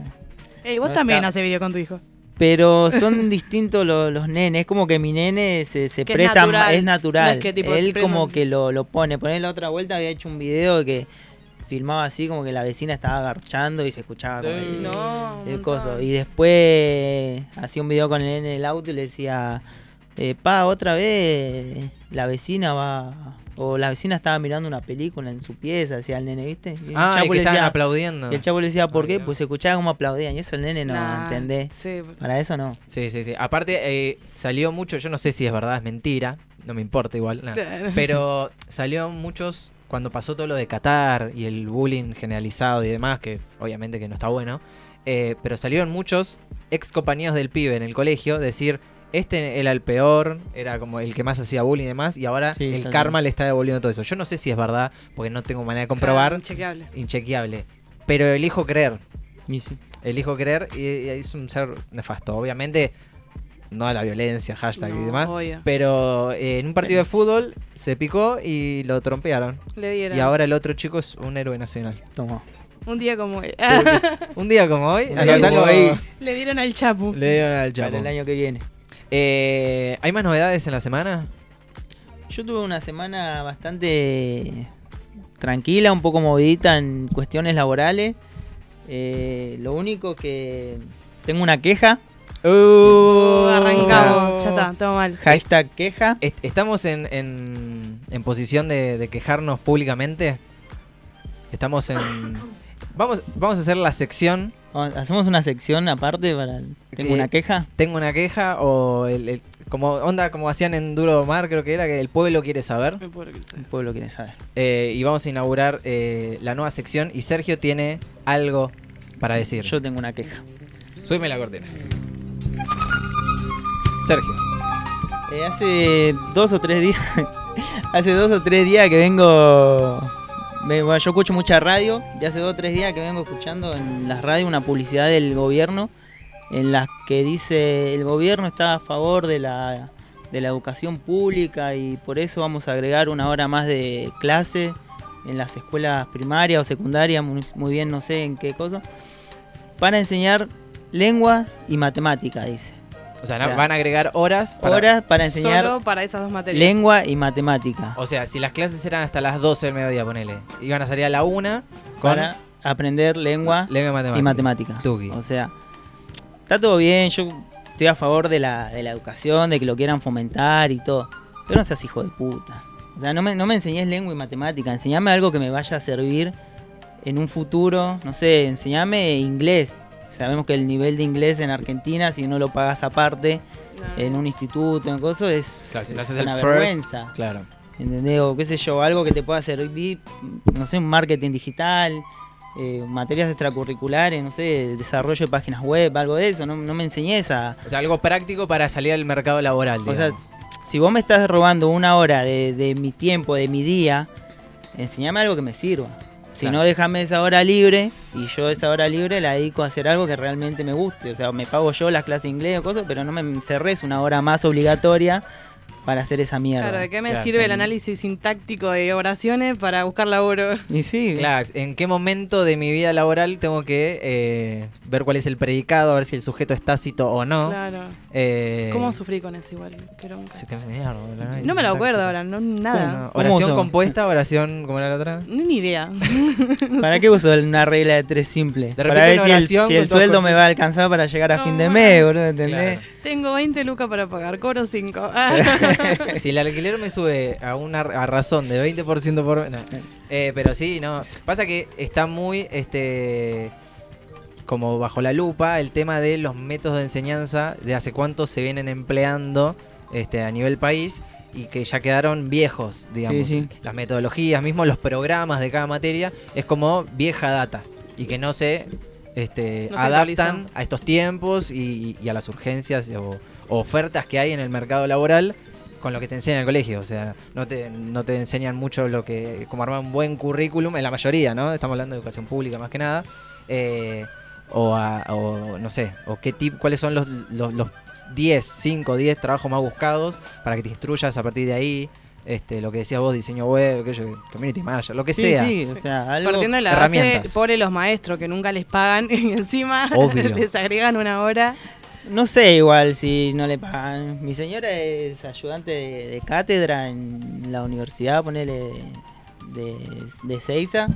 Ey, vos
No
también
está-
haces video con tu hijo.
Pero son [laughs] distintos lo- los nenes. Es como que mi nene se, se
Que es
presta. ma-
natural.
Es natural.
No es que tipo
Él
prende-
como que lo, lo pone. Poner la otra vuelta había hecho un video que filmaba así, como que la vecina estaba agarchando y se escuchaba como el,
No.
el
un
coso.
montón.
Y después hacía un video con el nene en el auto y le decía, eh, pa, otra vez la vecina va... O la vecina estaba mirando una película en su pieza, decía el nene, ¿viste? Y el
Ah, y
chapo
que
le
estaban
decía-
aplaudiendo.
y el chavo le decía, ¿por
Ah,
qué?
mirá.
Pues se escuchaba como aplaudían y eso el nene no
Nah,
entendés.
Sí.
Para eso no.
Sí, sí, sí. Aparte, eh, salió mucho, yo no sé si es verdad, es mentira, no me importa igual, nada. pero
[laughs]
salió muchos cuando pasó todo lo de Qatar y el bullying generalizado y demás, que obviamente que no está bueno, eh, pero salieron muchos ex compañeros del pibe en el colegio decir, este era el peor, era como el que más hacía bullying y demás, y ahora
Sí,
el
tal
karma
cual.
le está devolviendo todo eso. Yo no sé si es verdad, porque no tengo manera de comprobar,
Inchequeable.
inchequeable, pero elijo creer.
Y sí.
elijo creer y, y es un ser nefasto. Obviamente, no a la violencia, hashtag y
No,
demás.
obvio.
Pero eh, en un partido de fútbol se picó y lo trompearon.
Le dieron.
Y ahora el otro chico es un héroe nacional.
Tomó.
Un día como hoy.
Un día como hoy,
[laughs] Un día
anotalo,
como hoy.
[laughs] Le dieron al Chapu.
[laughs] le dieron al
Para
Chapo.
el año que viene.
Eh, ¿Hay más novedades en la semana?
Yo tuve una semana bastante tranquila, un poco movidita en cuestiones laborales. Eh, lo único que tengo una queja,
Uh, arrancamos.
O sea,
Ya está, todo mal.
hashtag queja.
est- ¿Estamos en, en- en posición de, de quejarnos públicamente? Estamos en...
[coughs]
Vamos, vamos a hacer la sección
Vamos, Hacemos una sección aparte para... el- Tengo
Eh,
una queja.
tengo una queja o el, el- como onda como hacían en Duro Mar creo que era que el pueblo quiere saber
Me puedo creer.
El pueblo quiere saber.
Eh, y vamos a inaugurar eh, la nueva sección y Sergio tiene algo para decir
Yo tengo una queja.
subime la cortina Sergio
Eh, hace dos o tres días. [laughs] hace dos o tres días que vengo. ve- bueno, yo escucho mucha radio. Y hace dos o tres días que vengo escuchando en las radios una publicidad del gobierno. En las que dice el gobierno está a favor de la, de la educación pública y por eso vamos a agregar una hora más de clase en las escuelas primarias o secundarias, muy, muy bien, no sé en qué cosa, para enseñar lengua y matemática, dice.
o sea,
O sea,
van a agregar horas para-
Horas para enseñar
Solo para esas dos materias.
Lengua y matemática.
o sea si las clases eran hasta las 12 del mediodía ponele iban a salir a la 1 con
Para aprender lengua
lengua y matemática,
y matemática.
Tuki.
O sea, está todo bien, yo estoy a favor de la, de la educación, de que lo quieran fomentar y todo. Pero no seas hijo de puta. O sea, no me, no me enseñes lengua y matemática, enseñame algo que me vaya a servir en un futuro. No sé, enseñame inglés. Sabemos que el nivel de inglés en Argentina, si no lo pagas aparte,
No.
en un instituto, en cosas, es,
Claro, si no
es
haces el
una
first,
vergüenza.
claro
¿Entendés? O qué sé yo, algo que te pueda servir, no sé, un marketing digital, eh, materias extracurriculares, no sé, desarrollo de páginas web, algo de eso. No, no me enseñes a.
o sea algo práctico para salir al mercado laboral
O sea,
digamos.
si vos me estás robando una hora de, de mi tiempo, de mi día, enseñame algo que me sirva. Si
Claro.
no, déjame esa hora libre y yo esa hora libre la dedico a hacer algo que realmente me guste. O sea, me pago yo las clases de inglés o cosas, pero no me encerres una hora más obligatoria para hacer esa mierda.
Claro, ¿de qué me
Claro,
sirve el
en-
análisis sintáctico de oraciones para buscar laburo?
Y sí,
Claro, ¿en qué momento de mi vida laboral tengo que eh, ver cuál es el predicado, a ver si el sujeto es tácito o no?
Claro.
Eh,
¿Cómo sufrí con eso igual? Pero un
sí,
cacho.
qué mierda, la nariz
No me lo
sintáctica.
acuerdo ahora, no
No,
nada.
¿Cómo
Oración
son?
compuesta, oración, ¿cómo era la otra? [laughs]
Ni ni idea. [laughs]
¿Para qué uso una regla de tres simple?
De
para
repente
ver
una
si el,
oración
si
con
el
todas
sueldo
cortitas.
me va a alcanzar para llegar a
No,
fin de
man.
mes, boludo, ¿entendés?
Tengo 20 lucas para pagar, cobro
[laughs]
Ah, 5.
Claro. si el alquiler me sube a una a razón de 20% por no. Eh, pero sí, no. Pasa que está muy este como bajo la lupa el tema de los métodos de enseñanza de hace cuánto se vienen empleando este a nivel país y que ya quedaron viejos, digamos.
sí.
Las metodologías, mismo los programas de cada materia, es como vieja data y que no se este,
No se
adaptan
actualizan.
a estos tiempos y, y a las urgencias o, o ofertas que hay en el mercado laboral con lo que te enseñan en el colegio. O sea, no te, no te enseñan mucho lo que como armar un buen currículum, en la mayoría, ¿no? Estamos hablando de educación pública más que nada. Eh, o, a- o no sé, o qué tip, cuáles son los, los, los 10, 5, 10 trabajos más buscados para que te instruyas a partir de ahí. Este, lo que decías vos, diseño web, que yo, community manager, lo que
Sí,
sea.
sí, o sea, algo.
Partiendo de la base,
herramientas.
pobre los maestros que nunca les pagan [laughs] y encima
Obvio.
[laughs] les agregan una hora.
No sé igual si no le pagan. Mi señora es ayudante de, de cátedra en la universidad, ponele de, de, de Ezeiza.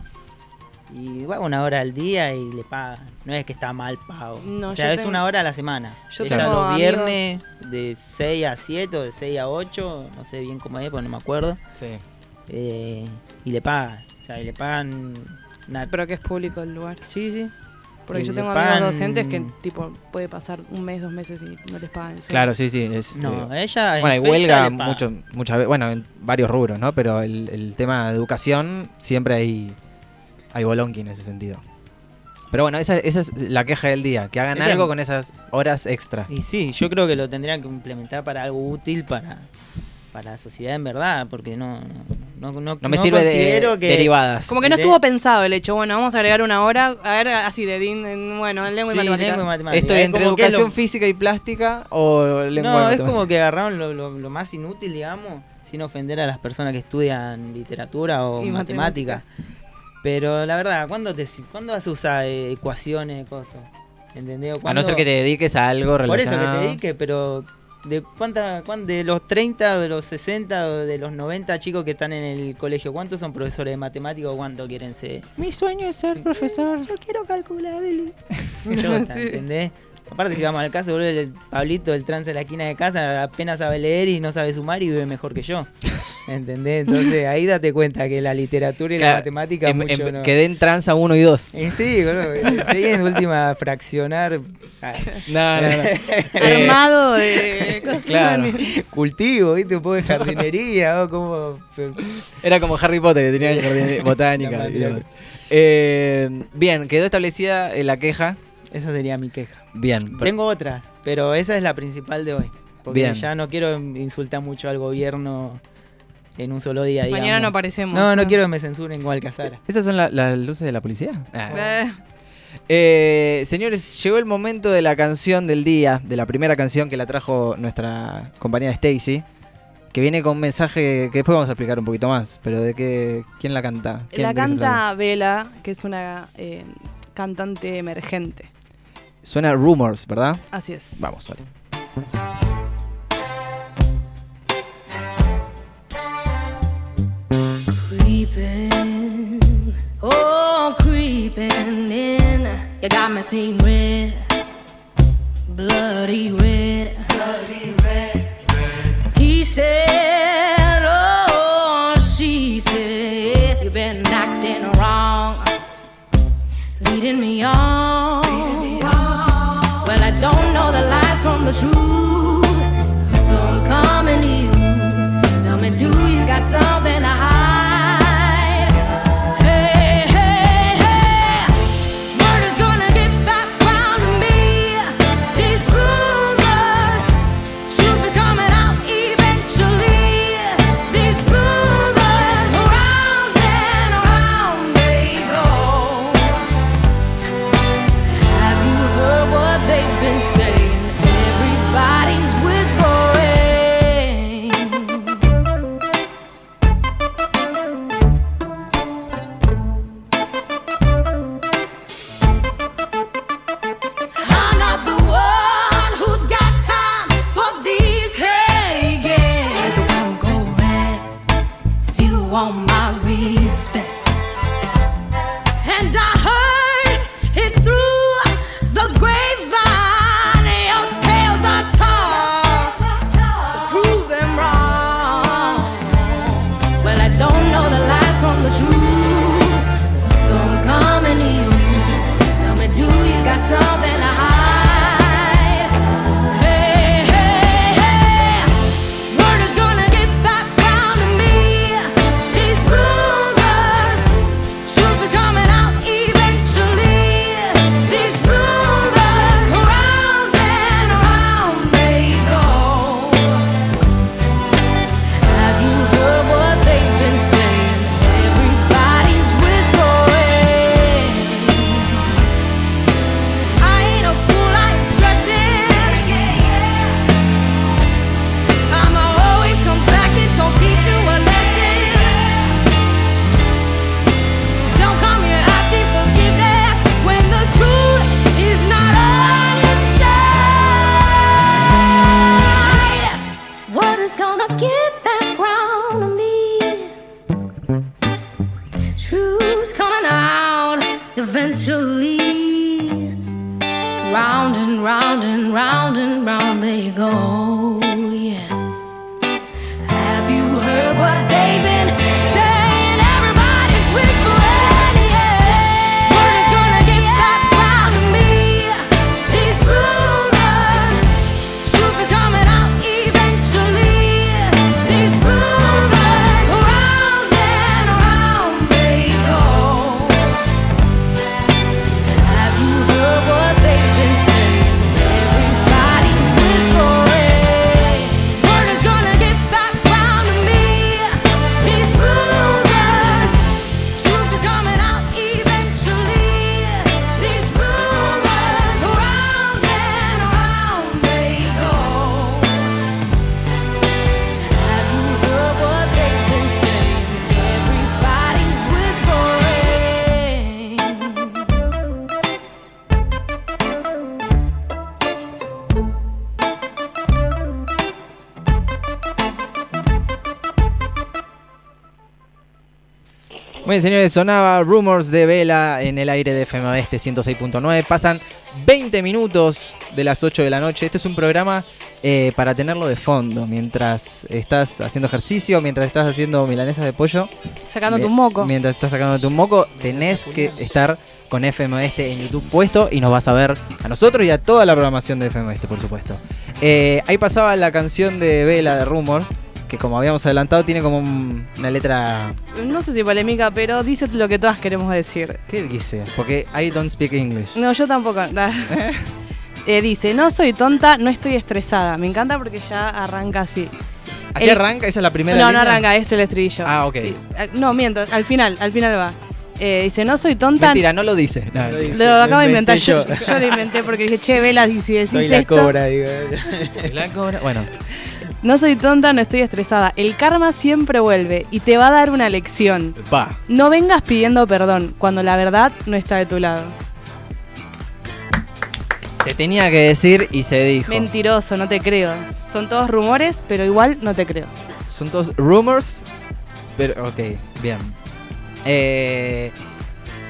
Y va una hora al día y le pagan. No es que está mal pago.
No,
o sea,
yo
es
tengo-
una hora a la semana.
Yo
Ella
tengo
los
amigos-
viernes de 6 a 7 o de 6 a 8, no sé bien cómo es, porque no me acuerdo.
Sí.
eh, y le pagan. O sea, y le pagan una...
Pero que es público el lugar.
Sí, sí.
Porque yo
Le
tengo
pagan-
amigos docentes que, tipo, puede pasar un mes, dos meses y no les pagan. el sueldo.
Claro, sí, sí. es, eh,
No, ella... en
Bueno, hay
fecha
huelga
le paga.
mucho, muchas veces, bueno, en varios rubros, ¿no? Pero el, el tema de educación siempre hay, hay bolonqui en ese sentido. Pero bueno, esa, esa es la queja del día, que hagan
Esa-
algo con esas horas extra.
Y sí, yo creo que lo tendrían que implementar para algo útil para, para la sociedad en verdad, porque no... No, no,
No me sirve de
considero que-
derivadas.
Como que no
De-
estuvo pensado el hecho, bueno, vamos a agregar una hora, a ver, así de din, en- bueno, en lengua
Sí,
y matemática.
lengua y matemática.
Esto
Es
entre
como que lo-
educación física y plástica o lengua
No, es
matemática?
como que agarraron lo, lo- lo más inútil, digamos, sin ofender a las personas que estudian literatura o
Y
matemática. Pero la verdad, ¿cuándo, te, si- ¿cuándo vas a usar eh, ecuaciones, cosas? ¿Entendido?
A no ser que te dediques a algo
Por eso que
relacionado.
te dedique, pero ¿de cuánta, cuán- de los 30, de los 60, o de los 90 chicos que están en el colegio, ¿cuántos son profesores de matemática o cuánto quieren ser?
Mi sueño es ser profesor.
Yo quiero calcular el... ¿entendés? Aparte, si vamos al caso, boludo, el Pablito, el trance de la esquina de casa, apenas sabe leer y no sabe sumar y vive mejor que yo. ¿Entendés? Entonces, ahí date cuenta que la literatura y
Claro,
la matemática
em-
mucho
em-
no...
Quedé en tranza 1 y
[laughs]
2.
Y sí, boludo, seguí en última a fraccionar ah,
No, no, no. Eh,
[laughs]
[laughs]
Armado de cosas.
claro.
cultivo, ¿viste? Un poco de jardinería o como...
Era como Harry Potter, que tenía el jardín botánica.
La
y demás.
mandioca.
Eh, bien, quedó establecida eh, la queja.
Esa sería mi queja.
Bien. Em- per-
Tengo otra, pero esa es la principal de hoy. Porque
Bien.
ya no quiero insultar mucho al gobierno en un solo día, digamos.
Mañana no aparecemos.
No, no quiero que me censuren igual que a Sara.
¿Esas son la- las luces de la policía? Ah.
Eh,
Eh, señores, llegó el momento de la canción del día, de la primera canción que la trajo nuestra compañera Stacy, que viene con un mensaje que después vamos a explicar un poquito más, pero de qué, quién la canta. ¿Quién- de
La
qué se trata?
canta Vela, que es una eh, cantante emergente.
Suena Rumors, ¿verdad?
Así es.
Vamos, dale.
Creeping, oh, creeping in. You got me seeing red, bloody red. Bloody red, He said, oh, she said, you've been acting wrong, leading me on. Well, I don't know the lies from the truth, so I'm coming to you. Tell me, do you got something to hide? Hey, hey, hey. Murder's gonna get back round to me. These rumors, truth is coming out eventually. These rumors, round and round they go. Have you heard what they've been saying? Everybody's whispering. I'm not the one who's got time for these play games. So don't go red if you want my respect. And I heard it through the grapevine. Your tales are tall, so prove them wrong. Well, I don't know the lies from the truth, so I'm coming to you. Tell me, do you got something to hide? Hey, hey, hey. Murder's gonna get back round to me. These rumors, truth is coming out eventually. These rumors, round and round they go. Have you heard what they've been saying? Everybody's whispering. I round and round and round and round they go. Yeah. Have you heard what they've been saying? Everybody's whispering. Yeah. Word is gonna get back out of me. These rumors. Truth is coming out eventually. These rumors. Round and round they go. Have you heard what they've been saying? Everybody's whispering. Word is gonna get back round to me. These rumors, truth is coming out eventually. These rumors, round and round they go. Have you heard what they've been saying? Everybody's whispering.
Muy bien, señores, sonaba Rumors de Vela en el aire de FM Oeste 106.9. Pasan 20 minutos de las 8 de la noche. Este es un programa eh, para tenerlo de fondo mientras estás haciendo ejercicio, mientras estás haciendo milanesas de pollo.
Sacando
Mi-
tu moco.
Mientras estás sacando tu moco, tenés que estar con FM Oeste Este en YouTube puesto y nos vas a ver a nosotros y a toda la programación de FM Oeste, por supuesto. Eh, ahí pasaba la canción de Vela de Rumors, que como habíamos adelantado, tiene como un- una letra.
No sé si polémica, pero dice lo que todas queremos decir.
¿Qué dice? Porque I don't speak English.
No, yo tampoco. [laughs] nah. Eh, dice, no soy tonta, no estoy estresada. Me encanta porque ya arranca así.
¿Así
El-
arranca? ¿Esa es la primera
no,
línea?
no arranca, es el estribillo.
Ah, ok.
Y- ah, No, miento, al final, al final va. Eh, dice, no soy tonta.
Mentira, no lo dice. No,
Lo
mentira.
dice.
Lo acabo de
Lo
inventar
inventé
yo.
Este, [laughs] yo.
Yo lo inventé porque dije, che, velas, y si decís
Soy la
esto-
cobra, digo.
La cobra- Bueno,
No soy tonta, no estoy estresada. El karma siempre vuelve y te va a dar una lección. [laughs]
va.
No vengas pidiendo perdón cuando la verdad no está de tu lado.
Se tenía que decir y se dijo.
Mentiroso, no te creo. Son todos rumores, pero igual no te creo.
Son todos rumors. Pero, ok, bien. Eh,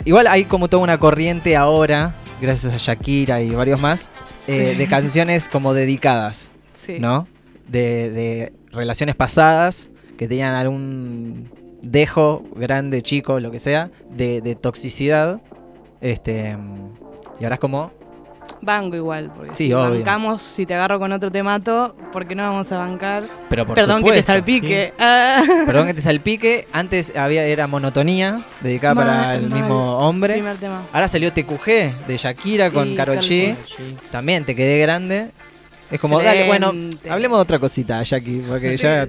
igual hay como toda una corriente ahora, gracias a Shakira y varios más, eh,
[laughs]
de canciones como dedicadas,
Sí.
¿no? De, de relaciones pasadas que tenían algún dejo grande, chico, lo que sea, de, de toxicidad. Este, y ahora es como,
Banco igual. Porque
Sí,
si
obvio.
Bancamos, si te agarro con otro te mato, porque no vamos a bancar.
pero por
perdón que te
supuesto.
salpique. Ah.
[laughs] Perdón que te salpique. Antes había, era monotonía, dedicada
Mal,
para el
mal.
mismo hombre.
Primer tema.
Ahora salió TQG de Shakira con
Y
Karol
Karol
G. También te quedé grande. Es como, dale, bueno,
Excelente.
hablemos de otra cosita, Jackie, porque
[laughs]
ya,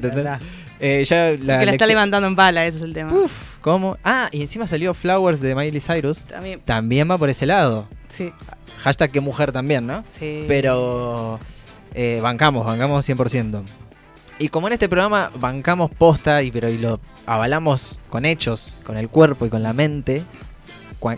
eh, ya la,
que la está
lección-
levantando en pala, ese es el tema.
Puf, ¿cómo? Ah, y encima salió Flowers de Miley Cyrus.
También,
También va por ese lado.
sí,
Hashtag que mujer también, ¿no?
sí.
Pero eh, bancamos, bancamos 100%. Y como en este programa bancamos posta y, pero, y lo avalamos con hechos, con el cuerpo y con la mente, cuac,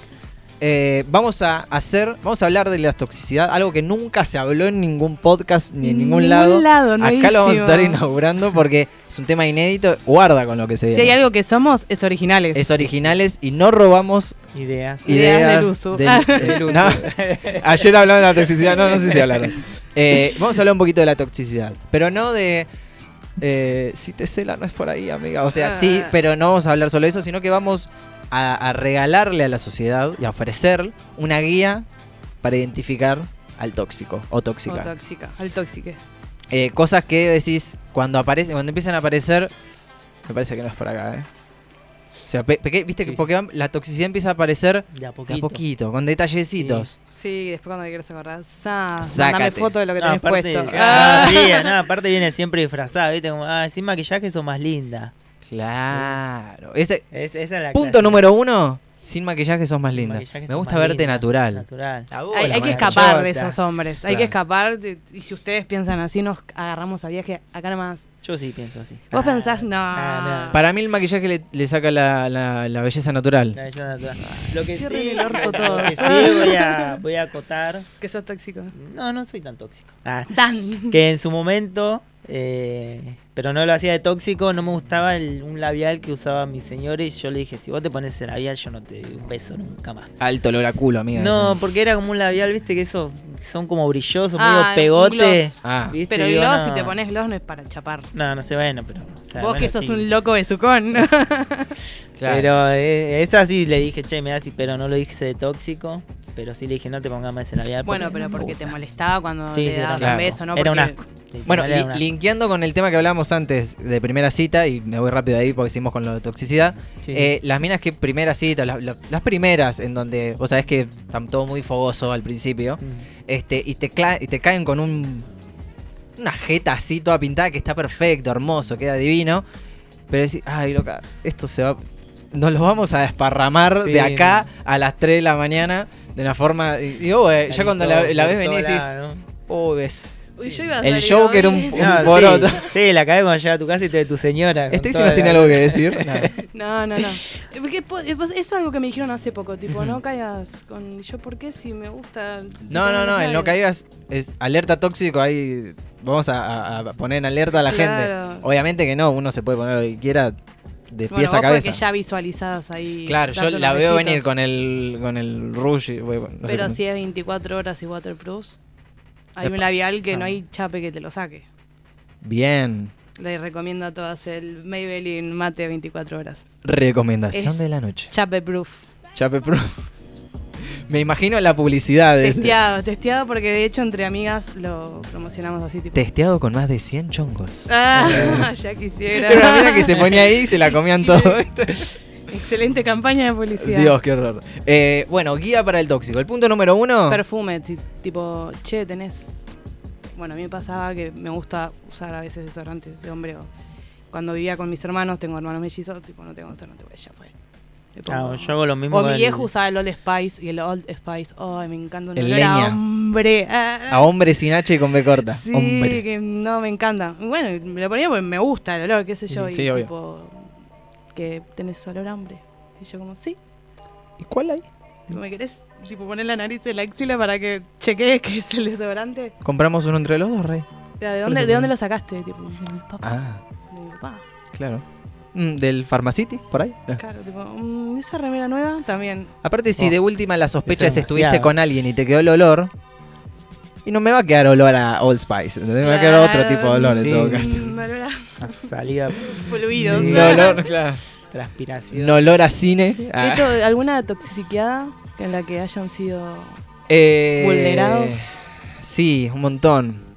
eh, vamos a hacer, vamos a hablar de la toxicidad, algo que nunca se habló en ningún podcast ni en ningún lado. Acá lo vamos a estar
nuevísimo.
inaugurando porque es un tema inédito, guarda con lo que se
Si hay
viene.
algo que somos, es originales.
Es originales y no robamos
Ideas.
Ideas
ideas
del uso. Ah.
del-
Del uso.
no, Ayer hablaban de la toxicidad, no, no sé si hablaron. Eh, vamos a hablar un poquito de la toxicidad, pero no de... eh, si te cela no es por ahí, amiga. O
Ah.
sea, sí, pero no vamos a hablar solo de eso, sino que vamos a, a regalarle a la sociedad y a ofrecer una guía para identificar al tóxico o
O
tóxica.
tóxica, al tóxique.
Eh, cosas que decís cuando aparece, cuando empiezan a aparecer, me parece que no es por acá, ¿eh? O sea, pe- peque- viste
Sí,
que
sí.
porque van- la toxicidad empieza a aparecer
De a
de
poquito.
a poquito, con detallecitos.
Sí, después cuando te quieras acordar, sa,
Sácate.
mandame foto de lo que
No,
tenés
aparte,
puesto.
ah,
Ah.
sí, no, aparte viene siempre disfrazada, ¿viste? Como, ah, sin maquillaje sos más linda.
Claro. Ese,
Es, esa es la
punto
clásica.
número uno. Sin maquillaje sos más
Sin
linda.
maquillaje
Me
sos
gusta
más
verte
linda,
natural.
Natural.
La bola,
Hay, hay que
maestro.
escapar de
chota.
esos hombres, hay que escapar. de- y si ustedes piensan así, nos agarramos a viaje acá nomás.
Yo sí pienso así.
Vos
Ah,
pensás, no.
ah, no.
Para mí el maquillaje le, le saca la, la- la belleza natural.
La belleza natural. Lo que
Cierren
sí,
el orto todo.
Lo que sí voy
[laughs]
a, voy a acotar.
Que sos tóxico.
No, no soy tan tóxico. Ah,
Dan.
que en su momento, eh, pero no lo hacía de tóxico, no me gustaba el- un labial que usaba mi señora y yo le dije, si vos te pones ese labial yo no te doy un beso nunca más.
Alto olor a culo, amiga.
No,
Ese.
porque era como un labial, viste, que eso que son como brillosos,
Ah,
medio pegote.
gloss.
Ah.
¿viste?
Pero el
Digo,
gloss,
no.
si te pones gloss, no es para chapar.
No, no sé, bueno, pero. o sea,
Vos
bueno,
que sos
sí.
un loco
[laughs]
de sucón.
Claro.
Pero eh, esa sí le dije, che, me así, pero no lo dije de tóxico. Pero sí le dije, no te pongas más el labial.
[laughs] bueno, pero porque te
Puta.
molestaba cuando
Sí,
le
sí,
dabas
claro.
un beso, ¿no?
Era un
Porque-
asco.
Bueno,
Literal, era
li-
un asco.
linkeando con el tema que hablábamos antes de primera cita, y me voy rápido ahí porque seguimos con lo de toxicidad.
Sí.
eh, las minas que primera cita, las, las- las primeras en donde vos sabés que están todo muy fogoso al principio,
Mm.
este, y, te cla- y te caen con un, una jeta así toda pintada que está perfecto, hermoso, queda divino. Pero decís, ay, loca, esto se va. Nos los vamos a desparramar
Sí,
de acá a las 3 de la mañana de una forma. Y, y, oh, eh, ya
Ahí
cuando
todo-
la, la ves
por
venir
todo
decís,
lado, ¿no?
oh, ves.
Uy, yo iba a
El
salir
show que era
hoy.
un- Ah. un-
No, sí,
poroto.
[laughs] Sí, la cae cuando llega a tu casa y te ve tu señora. con
Este sí
toda
nos tiene
la-
algo que decir.
[laughs]
Nada.
[laughs] No, no, no. Eh, porque po- eh, pues, eso es algo que me dijeron hace poco, tipo,
[laughs]
no caigas con... Yo, ¿por qué? Si me gusta...
No, no, no, el no
caigas.
caigas es alerta tóxico, ahí vamos a, a- a poner en alerta a la
Claro.
gente. Obviamente que no, uno se puede poner lo que quiera de
Bueno,
pies
vos
a cabeza.
porque ya visualizadas ahí.
Claro, yo
dando
la
los
veo
besitos.
venir con el con el rouge, y, bueno, no sé
Pero
cómo-
si es 24 horas y waterproof, hay
Epa.
un labial que no
Ah.
hay chape que te lo saque.
Bien.
Le recomiendo a todas el Maybelline Mate 24 horas.
Recomendación
Es-
de la noche.
Chape proof.
Chape Pro. [laughs] Me imagino la publicidad de ese-
Testeado, testeado porque de hecho entre amigas lo promocionamos así tipo.
Testeado con más de 100
[laughs]
chongos. [laughs]
Ah, ya quisiera.
Era una mina que se ponía ahí y se la
[laughs]
comían todo.
Excelente campaña de publicidad.
Dios, qué horror. Eh, bueno, guía para el tóxico. El punto número [laughs] uno.
Perfume, ti- tipo, che, tenés. Bueno, a mí me pasaba que me gusta usar a veces desodorantes de hombre. o- Cuando vivía con mis hermanos, tengo hermanos mellizos, tipo, no tengo desodorante, pues ya fue. Le
Ah,
pongo-
yo hago lo mismo.
o
con
mi
el-
viejo usaba el Old Spice y el Old Spice, ay, me encanta un
El
olor a
leña.
hombre. Ah,
A hombre sin H y con B corta.
sí,
hombre.
que no, me encanta. Bueno, y me lo ponía porque me gusta el olor, qué sé yo.
Mm,
y
sí, obvio.
tipo, que tenés olor a hombre. Y yo como, sí,
¿Y cuál hay?
tipo, ¿me querés tipo, poner la nariz en la axila para que chequees que es el desodorante?
¿Compramos uno entre los dos, Rey?
Ya, ¿De
Por
dónde,
eso
¿De dónde
también.
lo sacaste? Tipo, de mi papá.
Ah,
De mi papá.
claro. Mm, ¿Del Pharmacity? ¿Por ahí? Ah.
Claro, tipo, mm, esa remera nueva también.
Aparte, si
Oh,
de última la sospecha
eso
es
es
estuviste
demasiado.
con alguien y te quedó el olor, y no me va a quedar olor a Old Spice, ¿entendés? me va a quedar otro tipo de olor en
Sí.
todo caso.
Un Mm, olor a
A salida,
fluidos. [laughs]
Un olor, [laughs] claro.
transpiración.
Un olor a cine. Ah.
Tito, ¿Alguna toxiqueada en la que hayan sido
Eh,
vulnerados?
Sí, un montón.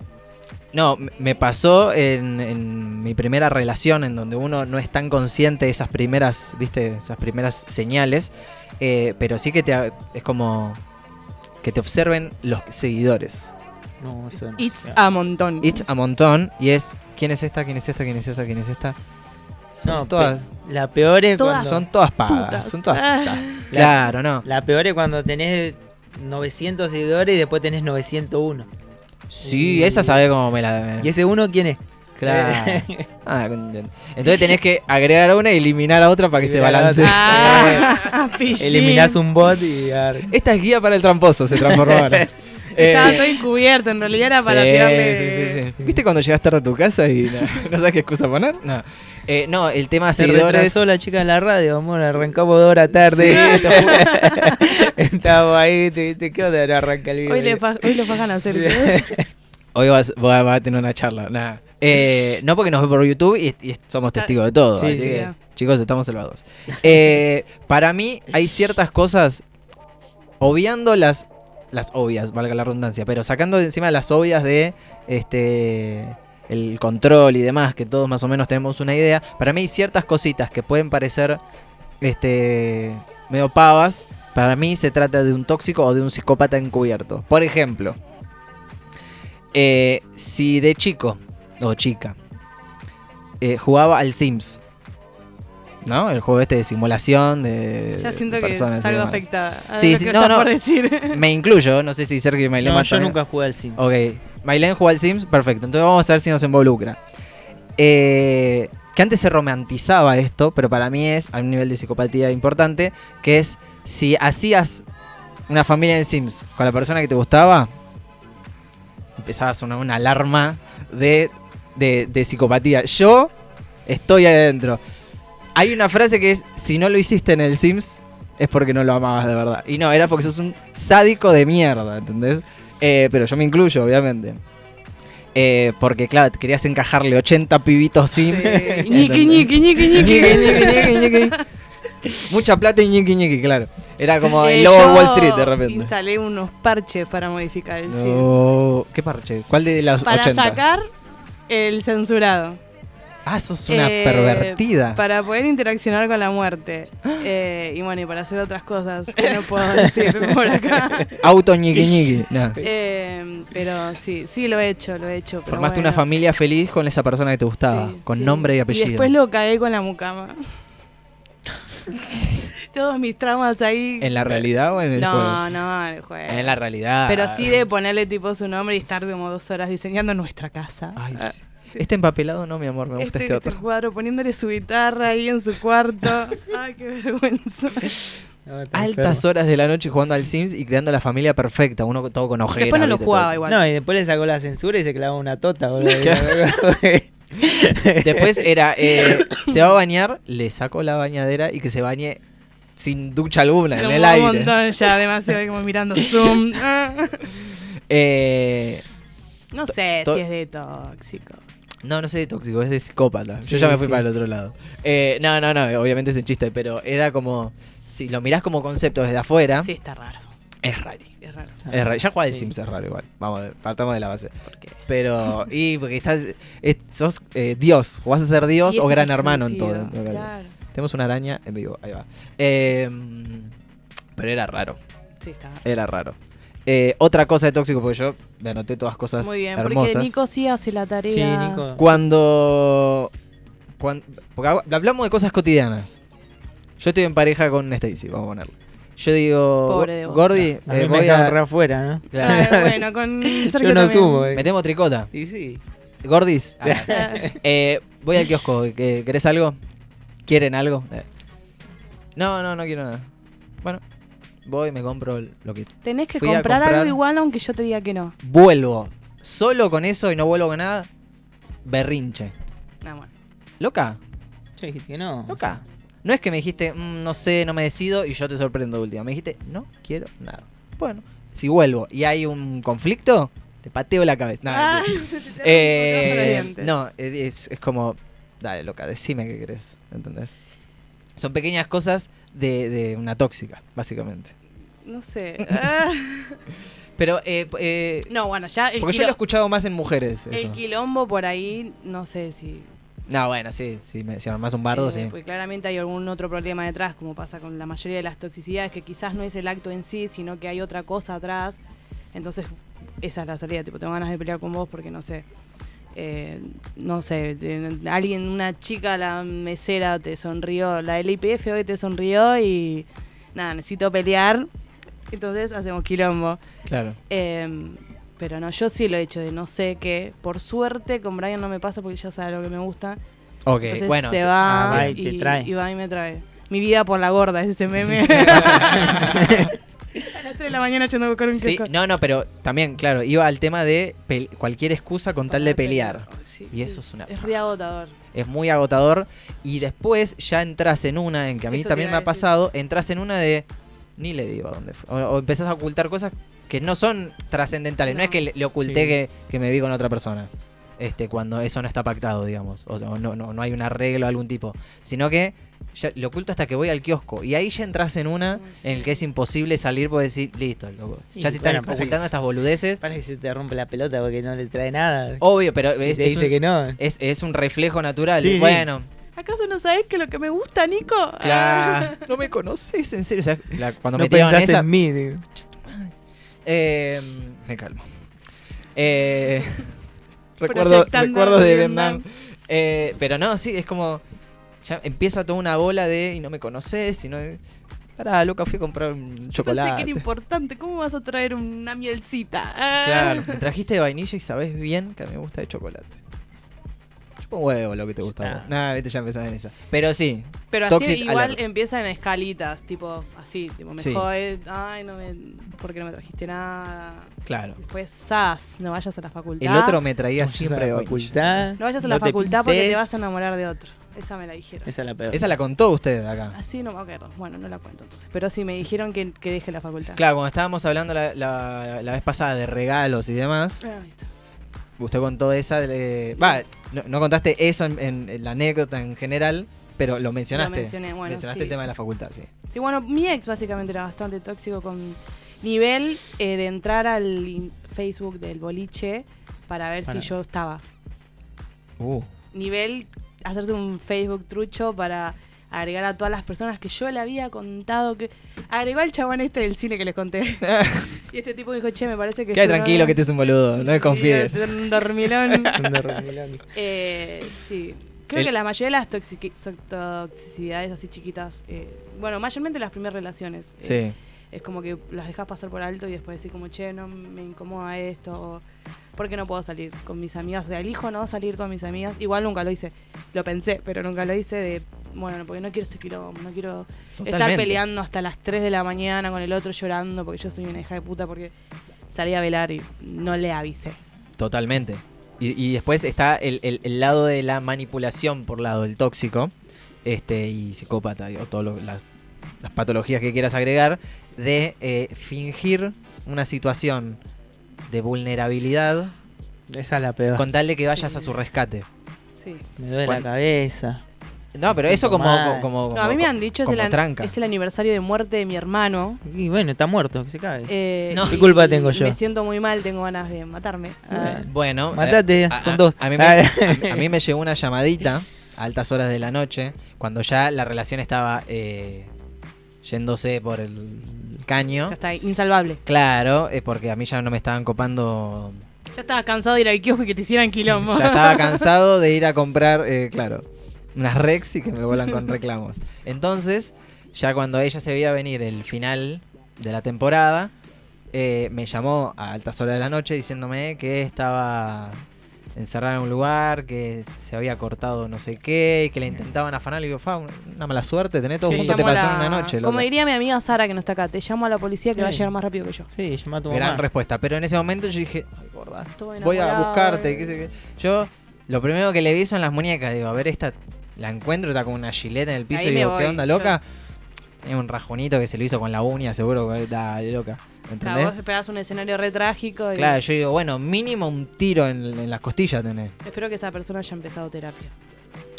No, m- me pasó en, en mi primera relación, en donde uno no es tan consciente de esas primeras, viste, esas primeras señales, eh, pero sí que te, a- es como que te observen los seguidores.
No, eso no.
It's a montón.
It's a montón y es quién es esta, quién es esta, quién es esta, quién es esta. Son
No,
todas,
La peor es
Todas
cuando.
son todas pagas,
Putas.
son todas
Ah.
putas.
[laughs]
Claro, no.
La peor es cuando tenés 900 seguidores y después tenés 901.
Sí, esa sabe cómo me la
¿Y ese uno quién es? [laughs]
Claro. [laughs] Ah, con- entonces tenés que agregar a una y eliminar a otra para que se
Eliminar a
balancee.
[laughs] Ah, pillín.
Eliminás un bot y. ar-
Esta es guía para el tramposo, se transformó ahora. Eh,
Estaba todo encubierto, en realidad era para
sí,
tirarle.
sí, sí, sí. ¿Viste cuando llegas tarde a tu casa y no, no sabes qué excusa poner? No. Eh, no, el tema de
Se
seguidores.
retrasó la chica de la radio, amor. Arrancamos dos horas
Sí,
tarde.
te juro.
[laughs] Estamos ahí, te, te quedo de arranca el video.
Hoy, le fa- hoy lo
[laughs]
pagan a hacer. ¿eh?
Hoy vas, va, va a tener una charla. nah. Eh, no porque nos ve por YouTube y, y somos testigos de todo.
Sí,
así
sí.
que, chicos, estamos salvados. Eh, para mí hay ciertas cosas, obviando las, las obvias, valga la redundancia, pero sacando de encima las obvias de este el control y demás, que todos más o menos tenemos una idea. Para mí hay ciertas cositas que pueden parecer este medio pavas. Para mí se trata de un tóxico o de un psicópata encubierto. Por ejemplo, eh, si de chico o chica eh, jugaba al Sims, ¿no? El juego este de simulación de,
Ya siento
de
que
personas y
salgo
demás.
afectada. a
Sí,
lo
sí,
que
no,
está
no. [laughs]
por decir.
Me incluyo, no sé si Sergio y Mailén
No,
más
yo
también.
nunca jugué al sim.
Ok, Mailén juega al Sims, perfecto. Entonces vamos a ver si nos involucra. Eh, que antes se romantizaba esto, pero para mí es, a un nivel de psicopatía importante, que es si hacías una familia en Sims con la persona que te gustaba, empezaba a sonar una alarma de, de- de psicopatía. Yo estoy adentro. Hay una frase que es, si no lo hiciste en el Sims, es porque no lo amabas de verdad. Y no, era porque sos un sádico de mierda, ¿entendés? Eh, pero yo me incluyo, obviamente. Eh, porque, claro, te querías encajarle 80 pibitos [laughs] Sims.
Eh, ñiqui, ñiqui, ñiqui, ñiqui.
Ñiqui, ñiqui, ñiqui, ñiqui. Mucha plata y ñiqui, ñiqui, claro. Era como
Eh,
el lobo de
yo
Wall Street de repente.
Instalé unos parches para modificar el film.
No, ¿Qué parche? ¿Cuál de las
Para
80?
sacar el censurado.
Ah, sos una
Eh,
pervertida.
Para poder interaccionar con la muerte. Eh, y bueno, y para hacer otras cosas que
[laughs]
no puedo decir por acá.
Auto ñiqui,
[laughs]
ñiqui. No.
Eh, pero sí, sí lo he hecho, lo he hecho. pero
Formaste
bueno.
una familia feliz con esa persona que te gustaba,
Sí,
con
sí.
nombre y apellido.
Y después lo cagué con
[laughs]
la mucama. Todos mis tramas ahí.
¿En la realidad o en el
no,
juego?
no, en el juego.
En la realidad.
Pero sí de ponerle tipo su nombre y estar como dos horas diseñando nuestra casa.
Ay, sí. Este empapelado no, mi amor, me gusta
Este,
este,
este
otro.
cuadro, poniéndole su guitarra ahí en su [laughs] cuarto. Ay, qué vergüenza.
No, está
Altas
enfermo.
horas de la noche jugando al Sims y creando la familia perfecta, uno todo con ojeras.
Después no lo
¿viste?
jugaba
Todo.
igual.
No, y después le sacó la censura y se clavó una
[laughs]
tota, boludo.
[laughs]
Después era, eh, se va a bañar, le saco la bañadera y que se bañe sin ducha alguna, en
Como
el
un
aire.
montón ya, demasiado como mirando
[laughs]
Zoom. Ah.
Eh,
No sé
to-
si es de tóxico.
No, no sé de tóxico, es de psicópata. Yo
Sí,
ya me fui
sí.
para el otro lado. Eh, no, no, no, obviamente es en chiste, pero era como. Si lo mirás como concepto desde afuera,
Sí, está raro.
¿Ah? es raro.
Es raro.
Es raro. Ya jugaba de
Sí.
Sims es raro igual. Vamos, de- partamos de la base.
¿Por qué?
Pero, y porque estás. es- sos eh, Dios, jugás a ser Dios
Y
o
ese
gran
es el
hermano en
sentido,
todo. en todo caso.
Claro.
Tenemos una araña en vivo, ahí va. Eh, pero era raro,
Sí, está raro.
era raro. Eh, otra cosa de tóxico, porque yo me anoté todas cosas
Muy bien,
hermosas.
porque Nico sí hace la tarea.
Sí, Nico.
Cuando. cuan- porque hab- hablamos de cosas cotidianas. Yo estoy en pareja con Stacy, vamos a ponerle. Yo digo.
Pobre de vos.
Gordi,
A
eh,
mí me
voy
dejaron re
a.
afuera, ¿no?
Claro,
[laughs]
Ay,
[laughs]
bueno, con Sergio
Yo no
también.
subo, eh.
metemos tricota.
Y sí. [laughs]
Gordis. Ah, eh, voy al kiosco. eh, ¿Querés algo? ¿Quieren algo? Eh. No, no, no quiero nada. Bueno, voy, me compro el- lo que.
Tenés que
Fui a
comprar,
comprar-
algo igual aunque yo te diga que no.
Vuelvo. Solo con eso y no vuelvo con nada. Berrinche.
No, bueno.
¿Loca?
Yo dije que no.
Loca. No es que me dijiste, "Mm, no sé, no me decido y yo te sorprendo de última. Me dijiste, no quiero nada. Bueno, si vuelvo y hay un conflicto, te pateo la cabeza. No,
Ay, [laughs]
mentira.
se Ah, te está
Eh,
rompiendo los dientes.
no, es, es como, dale, loca, decime qué querés. ¿Entendés? Son pequeñas cosas de, de una tóxica, básicamente.
No sé. Ah.
Pero, eh, eh,
no, bueno, ya el,
porque yo
quilo-
lo he escuchado más en mujeres.
el
Eso.
quilombo por ahí, no sé si.
No, bueno, sí, sí, me, si armás un bardo,
eh,
sí.
Porque claramente hay algún otro problema detrás, como pasa con la mayoría de las toxicidades, que quizás no es el acto en sí, sino que hay otra cosa atrás. Entonces, esa es la salida. Tipo, tengo ganas de pelear con vos porque no sé. eh, no sé, te- alguien, una chica, la mesera te sonrió, la del IPF hoy te sonrió y nada, necesito pelear. Entonces hacemos quilombo.
Claro.
Eh, pero no, yo sí lo he hecho de no sé qué. Por suerte con Brian no me pasa porque ya sabe lo que me gusta.
Ok,
Entonces
bueno.
se
sí.
va,
ah, va y
y,
te trae.
y va y me trae. Mi vida por la gorda, es
[laughs]
ese meme. a las 3 de la mañana yendo a buscar [laughs] un
Sí,
kiosco.
no, no, pero también, claro, iba al tema de pel- cualquier excusa con tal de pelear.
Oh, Sí,
Y eso es una
Es reagotador.
Es muy agotador. Y después ya entras en una, en que a mí
Eso te
también
iba
me
a
ha
decir.
pasado, entras en una de ni le digo a dónde fue. O, o empezás a ocultar cosas que no son trascendentales. No,
No.
es que le, le oculté
Sí.
que, que me vi con otra persona. Este, cuando eso no está pactado, digamos. O sea, no, no, no hay un arreglo de algún tipo. Sino que ya lo oculto hasta que voy al kiosco. Y ahí ya entras en una en el que es imposible salir por decir, listo, loco.
Sí,
Ya si están
bueno, pasa que
ocultando
sí.
estas boludeces.
Pasa que se te rompe la pelota porque no le trae nada.
Obvio, pero
Y
Oh, es,
te
es
dice
un,
que no.
es- es un reflejo natural.
Sí, sí.
bueno,
¿Acaso no sabés que lo que me gusta, Nico? [laughs]
claro. No me conoces, en serio. O sea, la- cuando
No
me tiraron
pensás
esa.
en mí, digo.
eh, me calmo. Eh, recuerdo,
Proyectando
recuerdos de
Vietnam.
Vietnam. Eh, pero no, sí, es como. Ya empieza toda una bola de. Y no me conoces, y no. Pará, loca, fui a comprar un
Pensé que
chocolate.
era importante. ¿Cómo vas a traer una mielcita?
Claro, me trajiste de vainilla y sabes bien que a mí me gusta de chocolate. Chupa un huevo lo que te gusta. a vos.
Nah.
Nah, viste, ya empezás en esa. Pero sí,
Pero
Toxic
así igual
alert.
empieza en escalitas, tipo así, tipo me
Sí.
jode, ay, no me, ¿por qué no me trajiste nada?
claro.
Después, sas, no vayas a la facultad.
El otro me traía
Vayas a
siempre
la
vainilla.
facultad.
No vayas a la
te
facultad porque
pintes.
te vas a enamorar de otro. Esa me la dijeron.
Esa es la peor.
Esa la contó usted acá.
Así no me acuerdo. Bueno, no la cuento entonces. Pero sí, me dijeron que, que deje la facultad.
Claro, cuando estábamos hablando la, la- la vez pasada de regalos y demás,
Ah, listo.
usted contó esa. de- Va, no, no contaste eso en, en- en la anécdota en general, pero lo mencionaste.
Lo mencioné, bueno,
mencionaste
sí.
el tema de la facultad, sí.
Sí, bueno, mi ex básicamente era bastante tóxico con nivel eh, de entrar al in- Facebook del boliche para ver
Para-
si yo estaba.
Uh,
Nivel hacerse un Facebook trucho para agregar a todas las personas que yo le había contado que agregó al chabón este del cine que
[laughs]
les conté. y este tipo dijo, "Che, me parece que
Quédate
estoy
tranquilo
novia". [laughs]
que este es un boludo, no
Sí,
te confíes.
es
[laughs]
un dormilón.
Son de remilón.
Eh, sí. Creo
El-
que la mayoría de las toxiqui- so- toxicidades así chiquitas, eh, bueno, mayormente las primeras relaciones. eh,
Sí.
es como que las dejas pasar por alto y después decís como, che, no me incomoda esto, o, ¿por qué no puedo salir con mis amigas? O sea, elijo no salir con mis amigas. Igual nunca lo hice, lo pensé, pero nunca lo hice de, bueno, no, porque no quiero este quilombo, no quiero
Totalmente.
estar peleando hasta las 3 de la mañana con el otro llorando porque yo soy una hija de puta porque salí a velar y no le avisé.
Totalmente. Y, y después está el, el- el lado de la manipulación por lado del tóxico este y psicópata y- o todas las, las patologías que quieras agregar de eh, fingir una situación de vulnerabilidad
Esa es la peor.
con tal de que vayas a su rescate.
Sí.
Me duele
Cuando-
la cabeza.
No, pero
Sí,
eso como,
mal.
como, como-
No, a mí me han dicho es
como
el, an-
tranca.
es el aniversario de muerte de mi hermano.
Y bueno, está muerto, que se cague.
eh,
No.
y-
¿Qué culpa tengo
y
yo?
Me siento muy mal, tengo ganas de matarme. Ah,
Bueno.
Bueno,
Matate,
eh, a-
son
a-
dos.
A mí, me,
Ah.
a- a mí me llegó una llamadita a altas horas de la noche, cuando ya la relación estaba eh, yéndose por el caño.
Ya está, insalvable.
Claro, eh, porque a mí ya no me estaban
[laughs]
copando.
Ya estaba cansado de ir al kiosco y que te hicieran quilombo.
Ya estaba cansado de ir a comprar, eh, claro, unas Rex y que me vuelan
[laughs]
con reclamos. Entonces, ya cuando ella se veía venir el final de la temporada, eh, me llamó a altas horas de la noche diciéndome que estaba encerrada en un lugar, que se había cortado no sé qué, y que le intentaban afanar. Le digo, fa, una mala suerte, tenés todo
Te
junto, te
llamo a
pasó
la-
una noche.
Como
loca".
diría mi amiga Sara, que no está acá, te llamo a la policía que va a
Sí.
llegar más rápido que yo.
[laughs] Sí, llama a tu
Gran
mamá.
respuesta. Pero en ese momento yo dije, "Ay, gorda,
Estoy
voy a
enamorado,
buscarte.
eh.
qué sé qué". Yo lo primero que le vi son las muñecas. Digo, a ver, esta la encuentro, está con una chileta en el piso
Ahí
y
me
digo, ¿qué
voy,
onda,
yo-
loca? Es un rajonito que se lo hizo con la uña, seguro que dale, loca.
Claro,
¿Entendés?
vos esperás un escenario re trágico y
Claro, yo digo, bueno, mínimo un tiro en, en las costillas tenés.
espero que esa persona haya empezado terapia.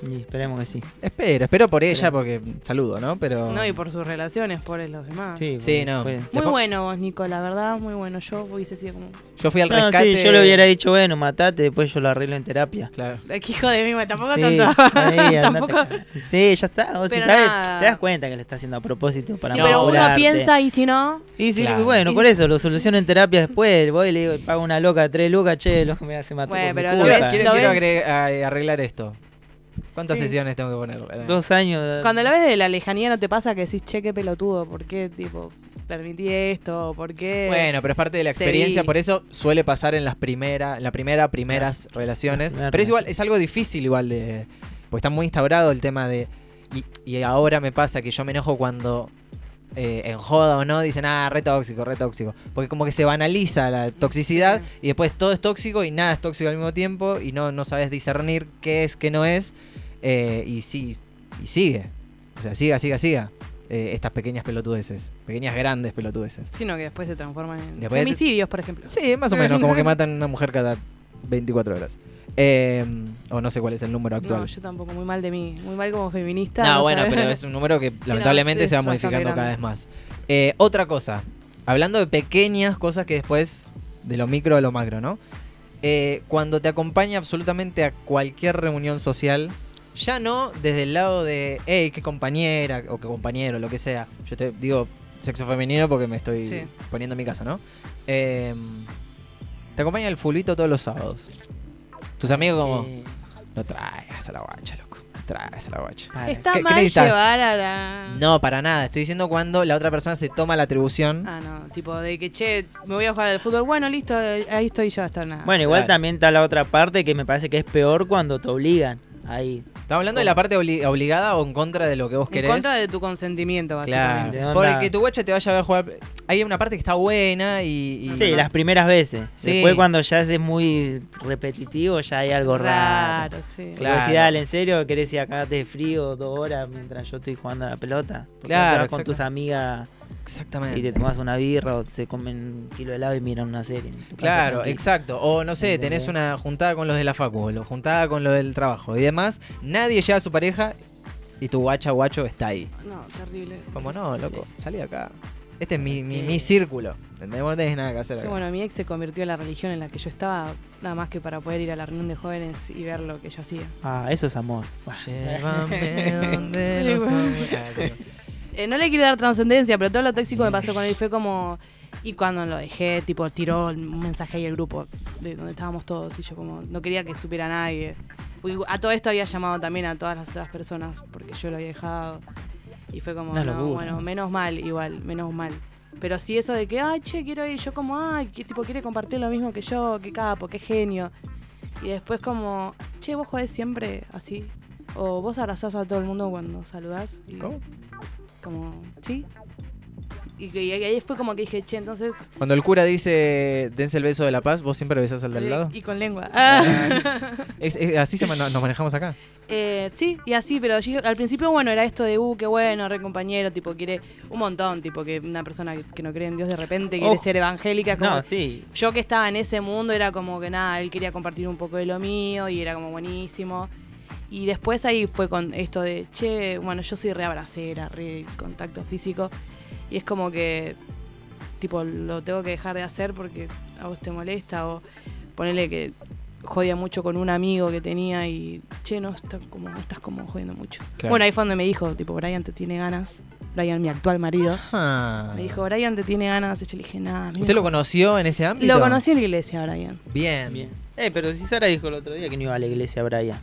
Y esperemos que sí.
Espero, espero por ella porque saludo, ¿no? Pero.
No, y por sus relaciones, por los demás.
Sí,
Oh. Sí,
porque
no.
fue-
Muy
Después-
bueno vos, Nico, la verdad, muy bueno. Yo hubiese sido como...
Yo fui al
No,
rescate.
sí, yo le hubiera dicho, bueno, matate, después yo lo arreglo en terapia.
Claro.
Qué hijo de mí, tampoco
Sí,
tanto. [laughs]
ahí, andate
tampoco...
a cagar. Sí, ya está. Vos si
Pero
sabes,
nada.
te das cuenta que le está haciendo a propósito para
Sí, pero uno
manipularte.
piensa y si no...
Y sí,
Claro.
bueno, por eso, lo soluciono en terapia después. Voy y le digo, pago una loca, tres lucas, che, lo que me hace matar.
Bueno, pero lo
Quiero,
ves,
quiero-
lo
quiero
ves.
agregar- a- arreglar esto. ¿Cuántas
Sí.
sesiones tengo que poner?
Dos años.
Cuando lo ves de la lejanía no te pasa que decís, che, qué pelotudo, ¿por qué, tipo, permití esto? ¿Por qué?
Bueno, pero es parte de la
Sí.
experiencia, por eso suele pasar en las primera, en la primera, primeras relaciones.
Las primeras
Pero es igual, es algo difícil igual de. Porque está muy instaurado el tema de. Y, y ahora me pasa que yo me enojo cuando eh, en joda o no dicen, ah, re tóxico, re tóxico. Porque como que se banaliza la toxicidad y después todo es tóxico y nada es tóxico al mismo tiempo y no, no sabes discernir qué es, qué no es. eh, y sí, y sigue. O sea, siga, siga, siga. eh, estas pequeñas pelotudeces, pequeñas grandes pelotudeces.
Sino que después se transforman en
Después te-
femicidios, por ejemplo.
Sí, más o menos, como que matan a una mujer cada 24 horas. Eh, o no sé cuál es el número actual.
No,
No,
yo tampoco, muy mal de mí. Muy mal como feminista.
bueno,
sabés.
pero es un número que
no,
lamentablemente
es-
se va
es bastante
modificando cada
grande.
vez más. Eh, otra cosa, hablando de pequeñas cosas que después, de lo micro a lo macro, ¿no? Eh, cuando te acompaña absolutamente a cualquier reunión social, ya no desde el lado de, hey, qué compañera o qué compañero, lo que sea. Yo te digo sexo femenino porque me estoy
Sí.
poniendo en mi casa, ¿no? Eh, te acompaña el fulito todos los sábados. Tus amigos como,
Eh,
no traes a la guacha, loco, no traes a la guacha.
para.
[laughs] Está
¿Qué- qué
mal
necesitas?
llevar a la...
No, para nada. Estoy diciendo cuando la otra persona se toma la atribución.
Ah, no, tipo de que, che, me voy a jugar al fútbol. Bueno, listo, eh, ahí estoy yo hasta nada.
Bueno, igual
Claro.
también está la otra parte que me parece que es peor cuando te obligan. ahí.
Estamos hablando de la parte obli- obligada o en contra de lo que vos
En
querés.
contra de tu consentimiento, básicamente.
Claro.
Onda-
Porque tu guacha te vaya a ver jugar. Hay una parte que está buena y. y-
Sí, las primeras veces.
Sí.
Después cuando ya es muy repetitivo, ya hay algo raro.
Raro, sí.
Claro.
Claro. ¿en serio querés ir acá de frío dos horas mientras yo estoy jugando a la pelota? Porque
Claro,
vas con
exacto.
tus amigas
Exactamente.
y te tomás una birra o se comen un kilo de helado y miran una serie. en tu casa
Claro,
tranquilo.
exacto. O no sé, tenés
¿Entendés?
una juntada con los de la facu, o juntada con los del trabajo y demás. Nadie lleva a su pareja y tu guacha guacho está ahí.
No, terrible.
Como no, loco, salí de acá. Este es mi, mi, mi círculo. ¿Entendés? Vos no tenés nada que hacer.
Sí,
acá.
bueno, mi ex se convirtió en la religión en la que yo estaba, nada más que para poder ir a la reunión de jóvenes y ver lo que yo hacía.
Ah, eso es amor.
Llévame
[laughs]
donde
Sí,
los
bueno.
hombres- Ah, sí, no.
Eh, no le quiero dar trascendencia, pero todo lo tóxico que me pasó con él fue como. Y cuando lo dejé, tipo, tiró un mensaje ahí al grupo de donde estábamos todos. Y yo, como, no quería que supiera a nadie. Porque a todo esto había llamado también a todas las otras personas, porque yo lo había dejado. Y fue como,
Una
no,
locura.
bueno, menos mal, igual, menos mal. Pero sí, eso de que, ay, che, quiero ir. Yo, como, ay, que, tipo, quiere compartir lo mismo que yo, qué capo, qué genio. Y después, como, che, vos jodés siempre así. O vos abrazás a todo el mundo cuando saludás. y-
¿Cómo?
como, sí. Y, que- y ahí fue como que dije, che, entonces.
Cuando el cura dice, dense el beso de la paz, vos siempre besás al del lado.
eh, Y con lengua. [laughs] Ah.
[laughs] Es- es- así se man- nos manejamos acá.
Eh, sí, y así, pero yo- al principio, bueno, era esto de, uh, qué bueno, re compañero, tipo, quiere un montón, tipo, que una persona que, que no cree en Dios de repente quiere
Ojo.
ser evangélica. Como,
No, sí.
Yo que estaba en ese mundo era como que nada, él quería compartir un poco de lo mío y era como buenísimo. Y después ahí fue con esto de, che, bueno, yo soy re abracera, re contacto físico. Y es como que, tipo, lo tengo que dejar de hacer porque a vos te molesta o ponerle que jodía mucho con un amigo que tenía y, che, no, está como, estás como jodiendo mucho.
Claro.
Bueno, ahí fue donde me dijo, tipo, Brian te tiene ganas. Brian, mi actual marido,
Ah.
me dijo, Brian te tiene ganas. Y yo le dije, nada,
¿Usted lo conoció en ese ámbito?
lo conocí en la iglesia, Brian.
Bien.
Bien. Eh, pero si Sara dijo el otro día que no iba a la iglesia, Brian.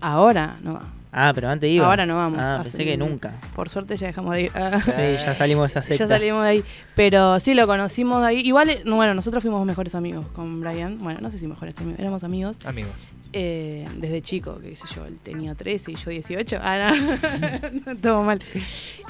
Ahora no va.
Ah, pero antes iba.
Ahora no vamos.
Ah,
Hace-
pensé que nunca.
Por suerte ya dejamos de ir. Ah,
Sí, ya salimos de esa secta.
ya salimos de ahí. Pero sí, lo conocimos de ahí. Igual, eh, bueno, nosotros fuimos mejores amigos con Brian. Bueno, no sé si mejores amigos. Éramos amigos
Amigos.
eh, desde chico, que qué sé yo, él tenía 13 y yo 18. Ah, no. [laughs] No, todo mal.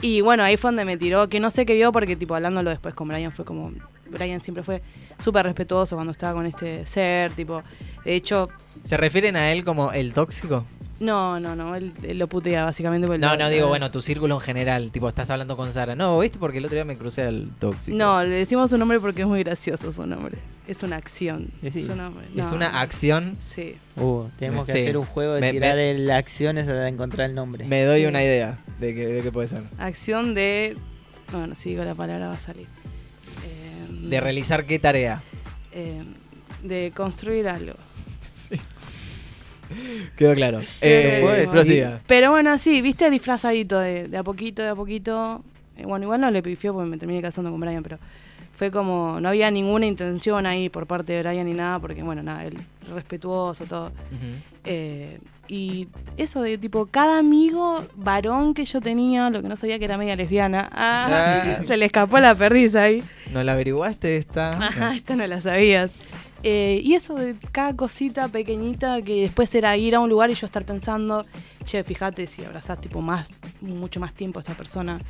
Y bueno, ahí fue donde me tiró, que no sé qué vio, porque tipo hablándolo después con Brian fue como. Brian siempre fue súper respetuoso cuando estaba con este ser, tipo. De hecho,
¿Se refieren a él como el tóxico?
no, no, no, él, él lo putea básicamente. porque
No,
lo-
no, digo, bueno, tu círculo en general. Tipo, estás hablando con Sara. No, ¿viste? Porque el otro día me crucé al tóxico.
No, le decimos su nombre porque es muy gracioso su nombre. Es una acción.
Decí.
Su nombre.
Eh, Es
No,
una acción.
Sí.
Uh, tenemos que
Sí.
hacer un juego de
Me-
tirar
me-
el- acciones hasta encontrar el nombre.
Me doy
Sí.
una idea de que, de que puede ser.
Acción de. Bueno, si digo la palabra va a salir. Eh,
De realizar qué tarea.
eh, de construir algo.
Sí. Quedó claro. Eh,
¿puedo decir?
prosiga.
Pero bueno, sí, viste disfrazadito de, de a poquito, de a poquito. Eh, bueno, igual no le pifió porque me terminé casando con Brian, pero fue como. No había ninguna intención ahí por parte de Brian ni nada, porque bueno, nada, él respetuoso, todo.
Ujú.
Eh, y eso de tipo, cada amigo varón que yo tenía, lo que no sabía que era media lesbiana, ah,
Ah.
se le escapó la perdiz ahí.
¿No la averiguaste esta?
Ajá, esta no la sabías. Eh, y eso de cada cosita pequeñita que después era ir a un lugar y yo estar pensando, che, fíjate si abrazás tipo más, mucho más tiempo a esta persona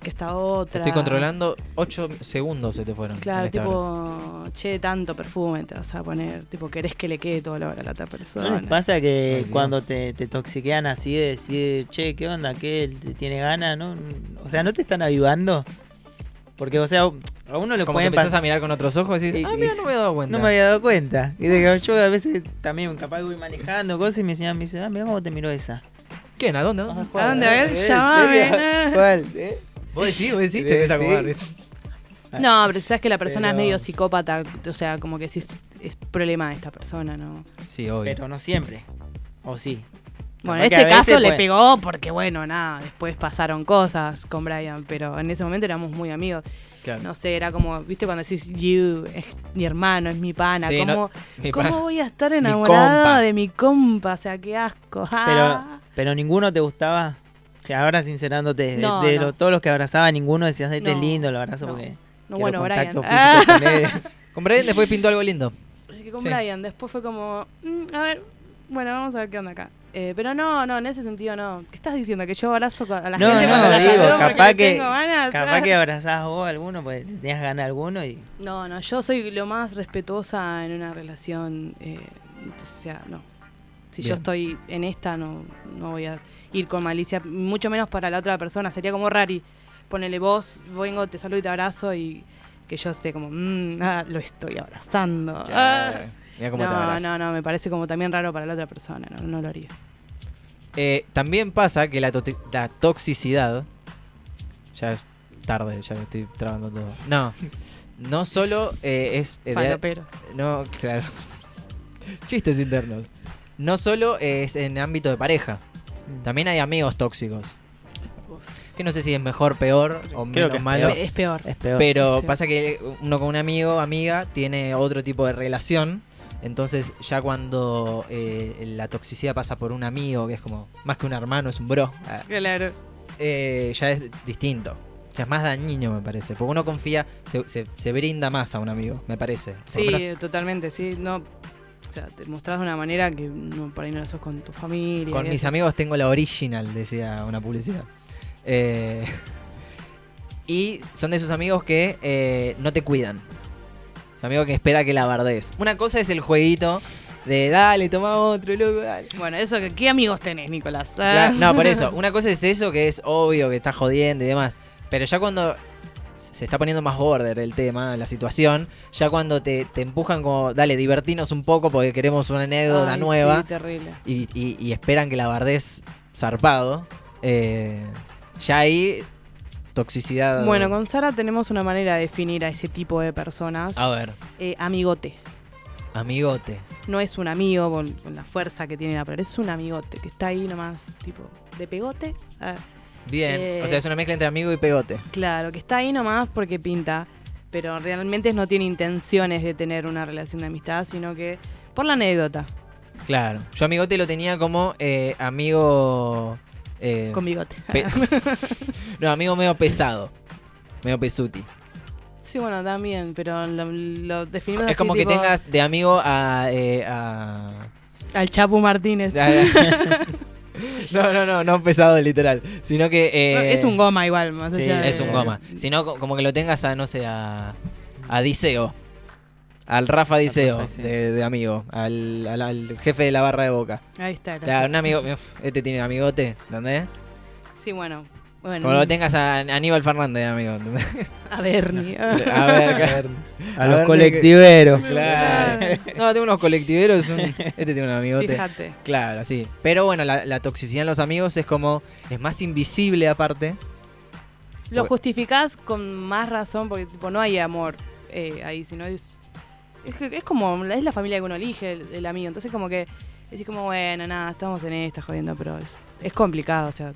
que a esta
Te
otra.
Estoy controlando. Ocho segundos se te fueron. en
Claro,
esta frase.
tipo, che, tanto perfume te vas a poner, tipo, querés que le quede todo olor a la otra persona.
¿No les pasa que
Ay, Dios.
cuando te, te toxiquean así de decir, che, ¿qué onda? ¿Qué él te tiene ganas? ¿No? O sea, ¿no te están avivando? Porque, o sea, a uno lo
Como que
pueden
empezás
pasar.
a mirar con otros ojos y dices,
Sí,
ah, mira,
sí.
no me había dado cuenta.
No me había dado cuenta. Y de que yo a veces también capaz voy manejando cosas y mi señora me dice, ah, mira cómo te miró esa.
¿Quién? ¿A dónde? ¿A dónde?
¿A dónde? A ver,
¿Eh? ¿En
llamame.
serio? ¿Cuál? ¿Eh?
Vos decís, vos decís,
Sí,
te empezás a
sí.
acomodar. ¿viste?
No, pero sabes que la persona
Pero-
es medio psicópata, o sea, como que sí es, es problema de esta persona, ¿no?
Sí, obvio.
Pero no siempre. O sí.
Bueno,
Capaz
en
que
este
a veces,
caso le
pues,
pegó porque, bueno, nada, después pasaron cosas con Brian, pero en ese momento éramos muy amigos.
Claro.
No sé, era como, viste, cuando decís, you, es mi hermano, es mi pana,
Sí, no- [laughs]
¿cómo,
mi
cómo
pana.
voy a estar
Mi
enamorada
compa.
de mi compa? O sea, qué asco.
Pero,
ah.
pero ninguno te gustaba. O sea, ahora sincerándote, de,
No,
de
no.
lo- todos los que abrazaba, ninguno decías, este es
No,
lindo, lo abrazo
no.
porque.
No,
quiero
bueno, Brian. [laughs]
contacto
Ah.
físico con él.
Con Brian después pintó algo lindo.
Es que con
Sí.
Brian después fue como, "Mm, a ver, bueno, vamos a ver qué onda acá. Eh, pero no, no, en ese sentido no. ¿Qué estás diciendo? ¿Que yo abrazo a la
No,
gente cuando
no,
la
digo,
saludo porque
capaz
le
que,
tengo ganas?
[laughs] capaz que abrazás vos a alguno, pues le tenías ganas a alguno y.
[laughs] No, no, yo soy lo más respetuosa en una relación. eh, o sea, no. Si yo
Bien.
estoy en esta, no, no voy a ir con malicia, mucho menos para la otra persona. Sería como Rari. Ponele vos, vengo, te saludo y te abrazo y que yo esté como, mm, ah, lo estoy abrazando. Ah.
Mira cómo te
No,
abraza.
no, no, me parece como también raro para la otra persona, no, no lo haría.
Eh, también pasa que la, to- la toxicidad. Ya es tarde, ya me estoy trabando todo. No. No solo eh, es. eh, de-
Falopero.
no, claro. Chistes internos. No solo es en ámbito de pareja.
Mm.
También hay amigos tóxicos. Que no sé si es mejor, peor o
Creo
menos
que es
malo.
Es peor.
Es peor. [laughs]
Pero
Sí.
pasa que uno con un amigo, amiga, tiene otro tipo de relación. Entonces ya cuando eh, la toxicidad pasa por un amigo, que es como más que un hermano, es un bro, ah,
Claro.
eh, ya es distinto. Ya es más dañino, me parece. Porque uno confía, se, se- se brinda más a un amigo, me parece. Por lo
Sí,
menos-
eh, totalmente, sí. No, o sea, te mostrás de una manera que no, por ahí no lo sos con tu familia.
Con
y
mis
eso.
amigos tengo la original, decía una publicidad. Eh, [laughs] y son de esos amigos que eh, no te cuidan. Es amigo que espera que la bardees. Una cosa es el jueguito de dale, toma otro, loco, dale.
Bueno, eso, que- ¿qué amigos tenés, Nicolás?
Claro,
Ah.
no, por eso. Una cosa es eso que es obvio que está jodiendo y demás. Pero ya cuando se está poniendo más border el tema, la situación, ya cuando te, te empujan como, dale, divertinos un poco porque queremos una
[laughs]
anécdota
Ay,
nueva
sí, terrible.
y, y- y esperan que la bardes zarpado, eh, ya ahí toxicidad.
Bueno, con Sara tenemos una manera de definir a ese tipo de personas.
A ver,
Eh, amigote.
amigote.
No es un amigo con, con la fuerza que tiene la palabra, es un amigote que está ahí nomás, tipo, de pegote. Ah.
Bien,
Eh.
o sea, es una mezcla entre amigo y pegote.
Claro, que está ahí nomás porque pinta, pero realmente no tiene intenciones de tener una relación de amistad, sino que por la anécdota,
Claro. Yo amigote lo tenía como eh, amigo... eh,
con bigote.
pe- [laughs] no, amigo medio pesado. Medio pesuti.
Sí, bueno, también, pero lo, lo definimos
es
así,
como que
tipo,
tengas de amigo a... eh,
[laughs]
a- [laughs]
Al Chapu Martínez.
no, no, no, no pesado literal. Sino que...
No,
eh,
es un goma igual, más
sí,
allá de-
Es un goma. Si no, co- como que lo tengas a, no sé, a, a Diceo. Al Rafa Diceo,
Rafa, sí.
de, de amigo. Al, al- al jefe de la barra de boca.
Ahí está.
Claro,
gracias.
un amigo. uf, este tiene amigote, ¿entendés?
Sí, bueno. bueno
Como lo tengas a Aníbal Fernández, de amigo. ¿entendés?
A Bernie.
A ver,
[laughs]
claro.
A,
A
los
ver,
colectiveros.
[laughs] Claro. No, tengo unos colectiveros. un- este tiene un amigote.
Fíjate.
Claro, sí. Pero bueno, la, la toxicidad en los amigos es como. Es más invisible, aparte.
Lo
Bueno.
justificás con más razón porque tipo no hay amor eh, ahí, sino es, es, que- es como es la familia que uno elige, el, el amigo. Entonces como que decís como bueno, nada, estamos en esta jodiendo, pero es, es complicado, o sea,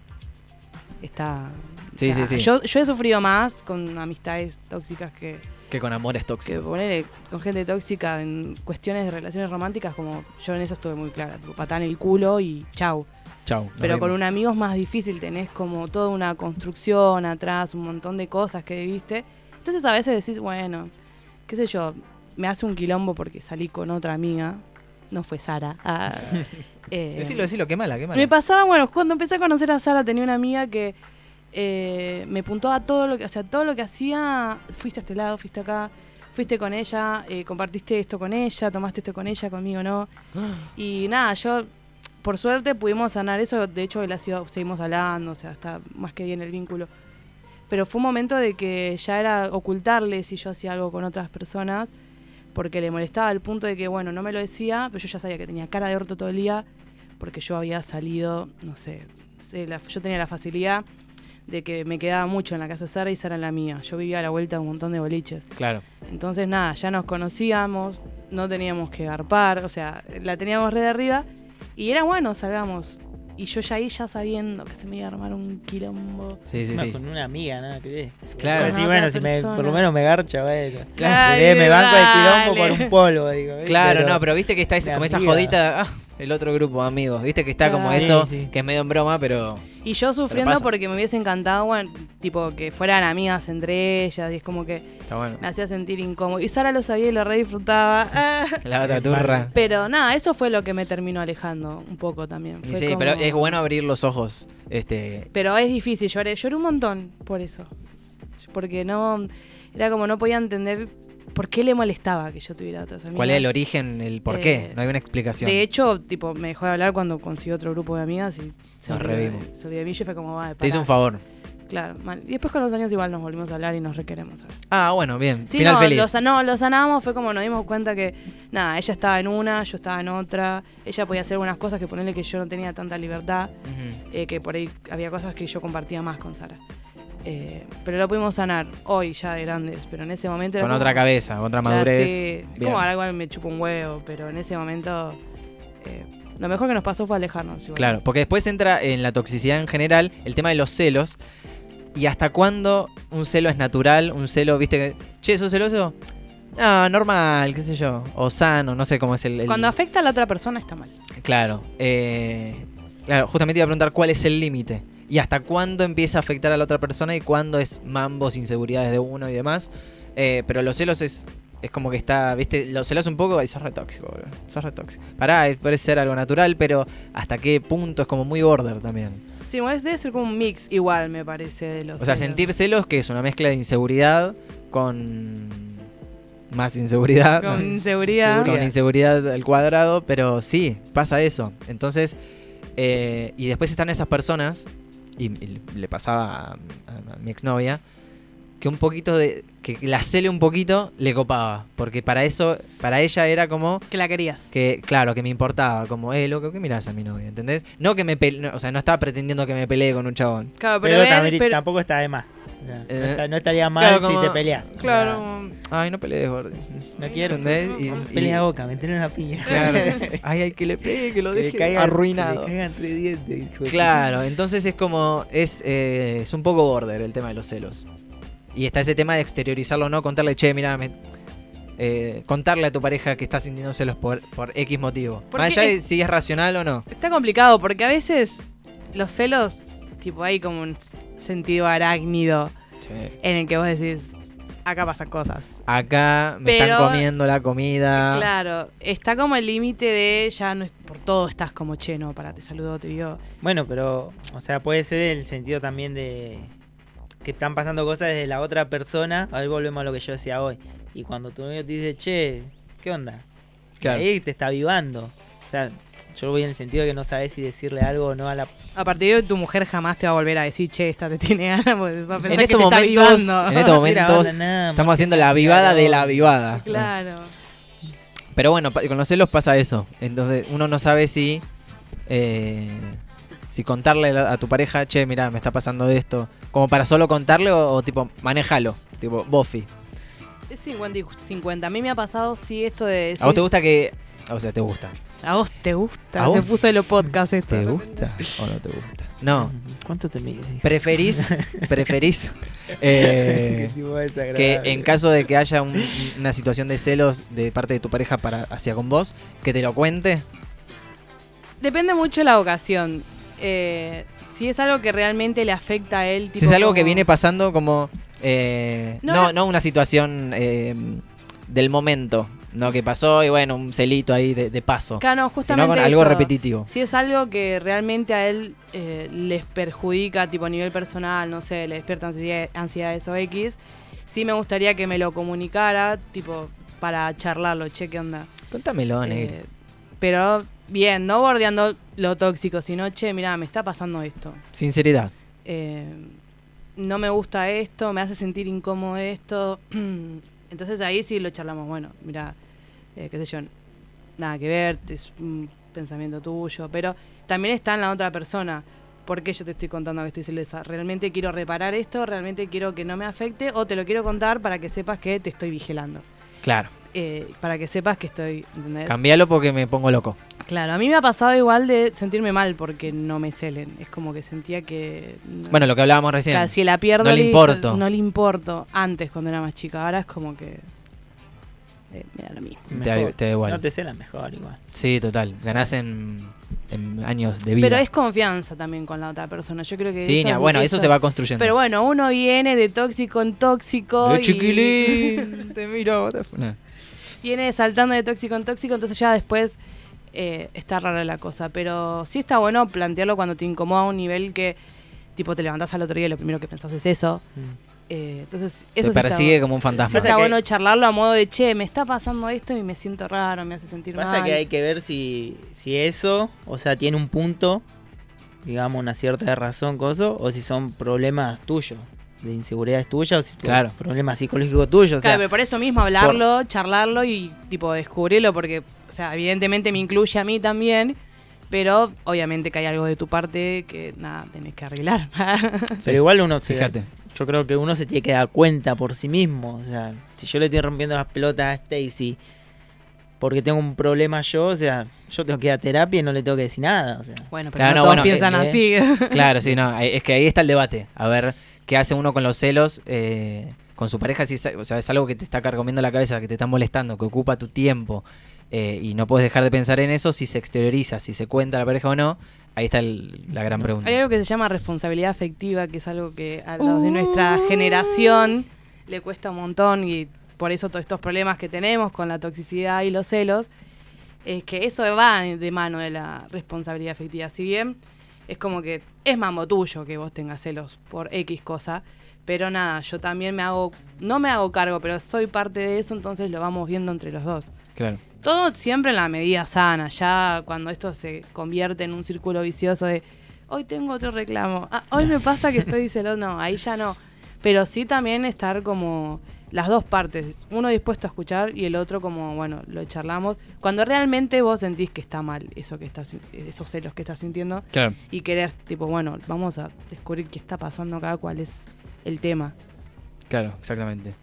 está o
Sí,
sea,
sí, sí.
Yo, yo he sufrido más con amistades tóxicas que,
Que con amores
que
tóxicos.
poner con gente tóxica en cuestiones de relaciones románticas, como yo en eso estuve muy clara, tipo patá en el culo y chau.
Chau. nos
Pero con
vemos.
un amigo es más difícil, tenés como toda una construcción atrás, un montón de cosas que viviste. Entonces a veces decís, bueno, qué sé yo, me hace un quilombo porque salí con otra amiga, no fue Sara. Ah, eh,
Decilo, decilo, qué mala, qué mala.
me pasaba, bueno, cuando empecé a conocer a Sara tenía una amiga que eh, me puntuaba todo lo que, o sea, todo lo que hacía, fuiste a este lado, fuiste acá, fuiste con ella, eh, compartiste esto con ella, tomaste esto con ella,
[gasps]
conmigo no. Y nada, yo, por suerte pudimos sanar eso, de hecho la sigo- seguimos hablando, o sea, está más que bien el vínculo. Pero fue un momento de que ya era ocultarle si yo hacía algo con otras personas, porque le molestaba al punto de que, bueno, no me lo decía, pero yo ya sabía que tenía cara de orto todo el día, porque yo había salido, no sé, sé, la- yo tenía la facilidad de que me quedaba mucho en la casa de Sara y Sara en la mía. Yo vivía a la vuelta de un montón de boliches.
Claro.
Entonces, nada, ya nos conocíamos, no teníamos que garpar, o sea, la teníamos re de arriba. Y era bueno, salgamos. Y yo ya ahí, ya sabiendo que se me iba a armar un quilombo.
Sí, sí,
Más
sí.
Con una amiga, nada que ver.
Claro.
Pero sí,
Con
bueno,
otra
si me, por lo
persona.
menos me garcha, bueno.
Claro.
Eh, me banco el quilombo
dale.
por un polvo, digo. ¿viste?
Claro, no, pero viste que está ese-
de
como esa
amiga.
jodita. ah, el otro grupo de amigos. Viste que está como
Claro.
eso,
Sí, sí.
que es medio en broma, pero.
Y yo sufriendo
pasa.
porque me hubiese encantado, bueno, tipo, que fueran amigas entre ellas. Y es como que
Está bueno.
me hacía sentir incómodo. Y Sara lo sabía y lo re disfrutaba. [laughs] Ah.
La otra turra.
Pero nada, eso fue lo que me terminó alejando un poco también.
Y
Fue
sí,
como-
pero es bueno abrir los ojos. Este.
Pero es difícil, lloré, lloré un montón por eso. Porque no, era como no podía entender por qué le molestaba que yo tuviera otras amigas.
¿Cuál es el origen, el por qué?
Eh,
No hay una explicación.
De hecho, tipo, me dejó de hablar cuando consiguió otro grupo de amigas y se
Nos
olvidó de-
revimos.
Se olvidó de mí y fue como, va,
Te hizo un favor.
Claro, mal. Y después con los años igual nos volvimos a hablar y nos requeremos. ahora.
Ah, bueno, bien.
Sí,
Final
no,
feliz.
Lo, sa- no, lo sanamos, fue como nos dimos cuenta que, nada, ella estaba en una, yo estaba en otra, ella podía hacer algunas cosas que ponerle que yo no tenía tanta libertad,
Ujú.
eh, que por ahí había cosas que yo compartía más con Sara. Eh, pero lo pudimos sanar hoy ya de grandes, pero en ese momento... era
Con
como-
otra cabeza, con otra
Claro,
madurez.
sí. Es
Bien.
como ahora igual me chupo un huevo, pero en ese momento eh, lo mejor que nos pasó fue alejarnos. igual.
Claro, porque después entra en la toxicidad en general el tema de los celos. ¿Y hasta cuándo un celo es natural? Un celo, viste que. Che, ¿sos celoso? Ah, normal, qué sé yo. O sano, no sé cómo es el. el-
Cuando afecta a la otra persona está mal.
Claro. eh, claro, justamente iba a preguntar cuál es el límite. Y hasta cuándo empieza a afectar a la otra persona y cuándo es mambos, inseguridades de uno y demás. Eh, pero los celos es. Es como que está, viste, los celos un poco y sos re tóxico, boludo. Sos re tóxico. Pará, eh, puede ser algo natural, pero hasta qué punto es como muy border también.
Sí, igual es- debe ser como un mix igual, me parece, de los...
O sea,
celos.
sentir celos que es una mezcla de inseguridad con más inseguridad.
Con inseguridad.
Con inseguridad al cuadrado, pero sí, pasa eso. Entonces, eh, y después están esas personas, y, y le pasaba a, a- a mi exnovia, que un poquito de. que la cele un poquito le copaba. Porque para eso, para ella era como.
Que la querías.
Que, claro, que me importaba, como, eh, loco, ¿qué mirás a mi novia? ¿Entendés? No que me pele- no, o sea, no estaba pretendiendo que me pelee con un chabón.
Claro,
Pero,
pero, ver,
también-
pero-
tampoco está de más. O sea, no,
Eh,
está- no estaría mal
claro,
si
como-
te peleas.
Claro.
O
como-
Ay, no pelees, gordi.
sea, No quiero.
¿Entendés? Y-
No,
y-
pelea boca, me en una piña. [laughs]
Claro. Ay, hay que le pegue, [laughs] que lo
Que le
deje
caigan-
arruinado.
que le caigan tres dientes, hijo de-
Claro, entonces es como. Es, eh, es un poco border el tema de los celos. Y está ese tema de exteriorizarlo o no, contarle, che, mira, me- eh, contarle a tu pareja que estás sintiendo celos por, por X motivo.
Porque
Más allá de
es-
si es racional o no.
Está complicado porque a veces los celos, tipo, hay como un sentido arácnido en el que vos decís, acá pasan cosas.
Acá me están
Pero-
comiendo la comida.
Claro, está como el límite de ya no es por todo estás como cheno para te saludo, te digo.
Bueno, pero, o sea, puede ser el sentido también de que están pasando cosas desde la otra persona. Ahí volvemos a lo que yo decía hoy. Y cuando tu novio te dice, che, ¿qué onda?
Claro.
Ahí te está avivando. O sea, yo voy en el sentido de que no sabes si decirle algo o no a la.
A partir de hoy tu mujer jamás te va a volver a decir, che, esta te tiene ganas, porque va a pensar
En
que
estos,
te está
momentos, eh. en este
avivando".
estos
[laughs] Mira,
momentos
hola, nada,
estamos haciendo la avivada de la avivada.
Claro.
Pero bueno, pa- con los celos pasa eso. Entonces uno no sabe si. eh, si contarle la- a tu pareja, che, mirá, me está pasando esto. Como para solo contarle o, o tipo, manejalo. Tipo, Buffy.
Es 50 y 50. A mí me ha pasado, sí, esto de decir,
¿A vos te gusta que.? O sea, ¿te gusta?
"A vos te gusta.
¿A vos?
Se puso este. de los podcasts esto.
¿Te gusta o no te gusta? No.
¿Cuánto te mides?
Preferís. [laughs] Preferís.
[laughs]
eh, que en caso de que haya un- una situación de celos de parte de tu pareja para hacia con vos, que te lo cuente.
Depende mucho de la ocasión. Eh, si es algo que realmente le afecta a él.
Si
tipo
es algo que
como-
viene pasando como... eh, no,
No,
no,
no.
una situación eh, del momento, ¿no? Que pasó y bueno, un celito ahí de, de paso.
Claro, no,
Sino
justamente
con algo
eso.
repetitivo.
Si es algo que realmente a él eh, les perjudica, tipo a nivel personal, no sé, le despierta ansiedad- ansiedades o X, sí me gustaría que me lo comunicara, tipo, para charlarlo, che, ¿qué onda?
Contámelo, Ah, negro.
Eh, pero bien, no bordeando lo tóxico, sino, che, mirá, me está pasando esto.
Sinceridad.
eh, no me gusta esto, me hace sentir incómodo esto. [clears throat] Entonces ahí sí lo charlamos, bueno, mira, qué sé yo, nada que ver, es un pensamiento tuyo, pero también está en la otra persona. ¿Por qué yo te estoy contando que estoy celesa? ¿Realmente quiero reparar esto? ¿Realmente quiero que no me afecte? ¿O te lo quiero contar para que sepas que te estoy vigilando?
Claro.
Eh, para que sepas que estoy... ¿entendés?
Cambialo porque me pongo loco.
Claro, a mí me ha pasado igual de sentirme mal porque no me celen. Es como que sentía que...
Bueno, lo que hablábamos recién.
Claro, si la pierdo,
No le importo.
No le importo. Antes, cuando era más chica. Ahora es como que. eh, me da lo mismo.
Te da-
Mejor.
te da igual.
No te sé la mejor igual.
Sí, total. Ganás en, en años de vida.
Pero es confianza también con la otra persona. Yo creo que.
Sí, ya, bueno, eso se va construyendo.
Pero bueno, uno viene de tóxico en tóxico.
Lo
y-
chiquilín. te miro. what the fu- No.
[laughs] viene saltando de tóxico en tóxico, entonces ya después eh, está rara la cosa. Pero sí está bueno plantearlo cuando te incomoda a un nivel que, tipo, te levantás al otro día y lo primero que pensás es eso. Eh, entonces, eso
Te
sí
persigue
está,
como un
sí
fantasma.
está
Pasa que-
bueno charlarlo a modo de, che, me está pasando esto y me siento raro, me hace sentir
Pasa
mal.
que hay que ver si, si eso, o sea, tiene un punto, digamos, una cierta razón, coso, o si son problemas tuyos, de inseguridades tuyas, o si
Claro.
problemas psicológicos tuyos. O sea,
Claro, pero por eso mismo hablarlo, charlarlo y tipo descubrirlo, porque, o sea, evidentemente me incluye a mí también, pero obviamente que hay algo de tu parte que nada, tenés que arreglar. [laughs]
Sí,
Pero igual uno se,
Fíjate.
Yo creo que uno se tiene que dar cuenta por sí mismo. O sea, si yo le estoy rompiendo las pelotas a Stacy porque tengo un problema yo, o sea, yo tengo que ir a terapia y no le tengo que decir nada. O sea,
bueno, pero
Claro,
no
no,
todos
bueno,
piensan
eh,
así.
Claro, sí, no. ahí- Es que ahí está el debate. A ver, ¿qué hace uno con los celos eh, con su pareja? Si es, o sea, es algo que te está carcomiendo la cabeza, que te está molestando, que ocupa tu tiempo eh, y no puedes dejar de pensar en eso, si se exterioriza, si se cuenta a la pareja o no. Ahí está el- la gran pregunta.
Hay algo que se llama responsabilidad afectiva, que es algo que a los de nuestra generación le cuesta un montón y por eso todos estos problemas que tenemos con la toxicidad y los celos, es que eso va de mano de la responsabilidad afectiva. Si bien es como que es mambo tuyo que vos tengas celos por X cosa, pero nada, yo también me hago, no me hago cargo, pero soy parte de eso, entonces lo vamos viendo entre los dos.
Claro.
Todo siempre en la medida sana, ya cuando esto se convierte en un círculo vicioso de hoy tengo otro reclamo, ah, hoy me pasa que estoy celoso, no, ahí ya no. Pero sí también estar como las dos partes, uno dispuesto a escuchar y el otro como, bueno, lo charlamos. Cuando realmente vos sentís que está mal eso que estás, esos celos que estás sintiendo
Claro.
y querer, tipo, bueno, vamos a descubrir qué está pasando acá, cuál es el tema.
Claro, exactamente.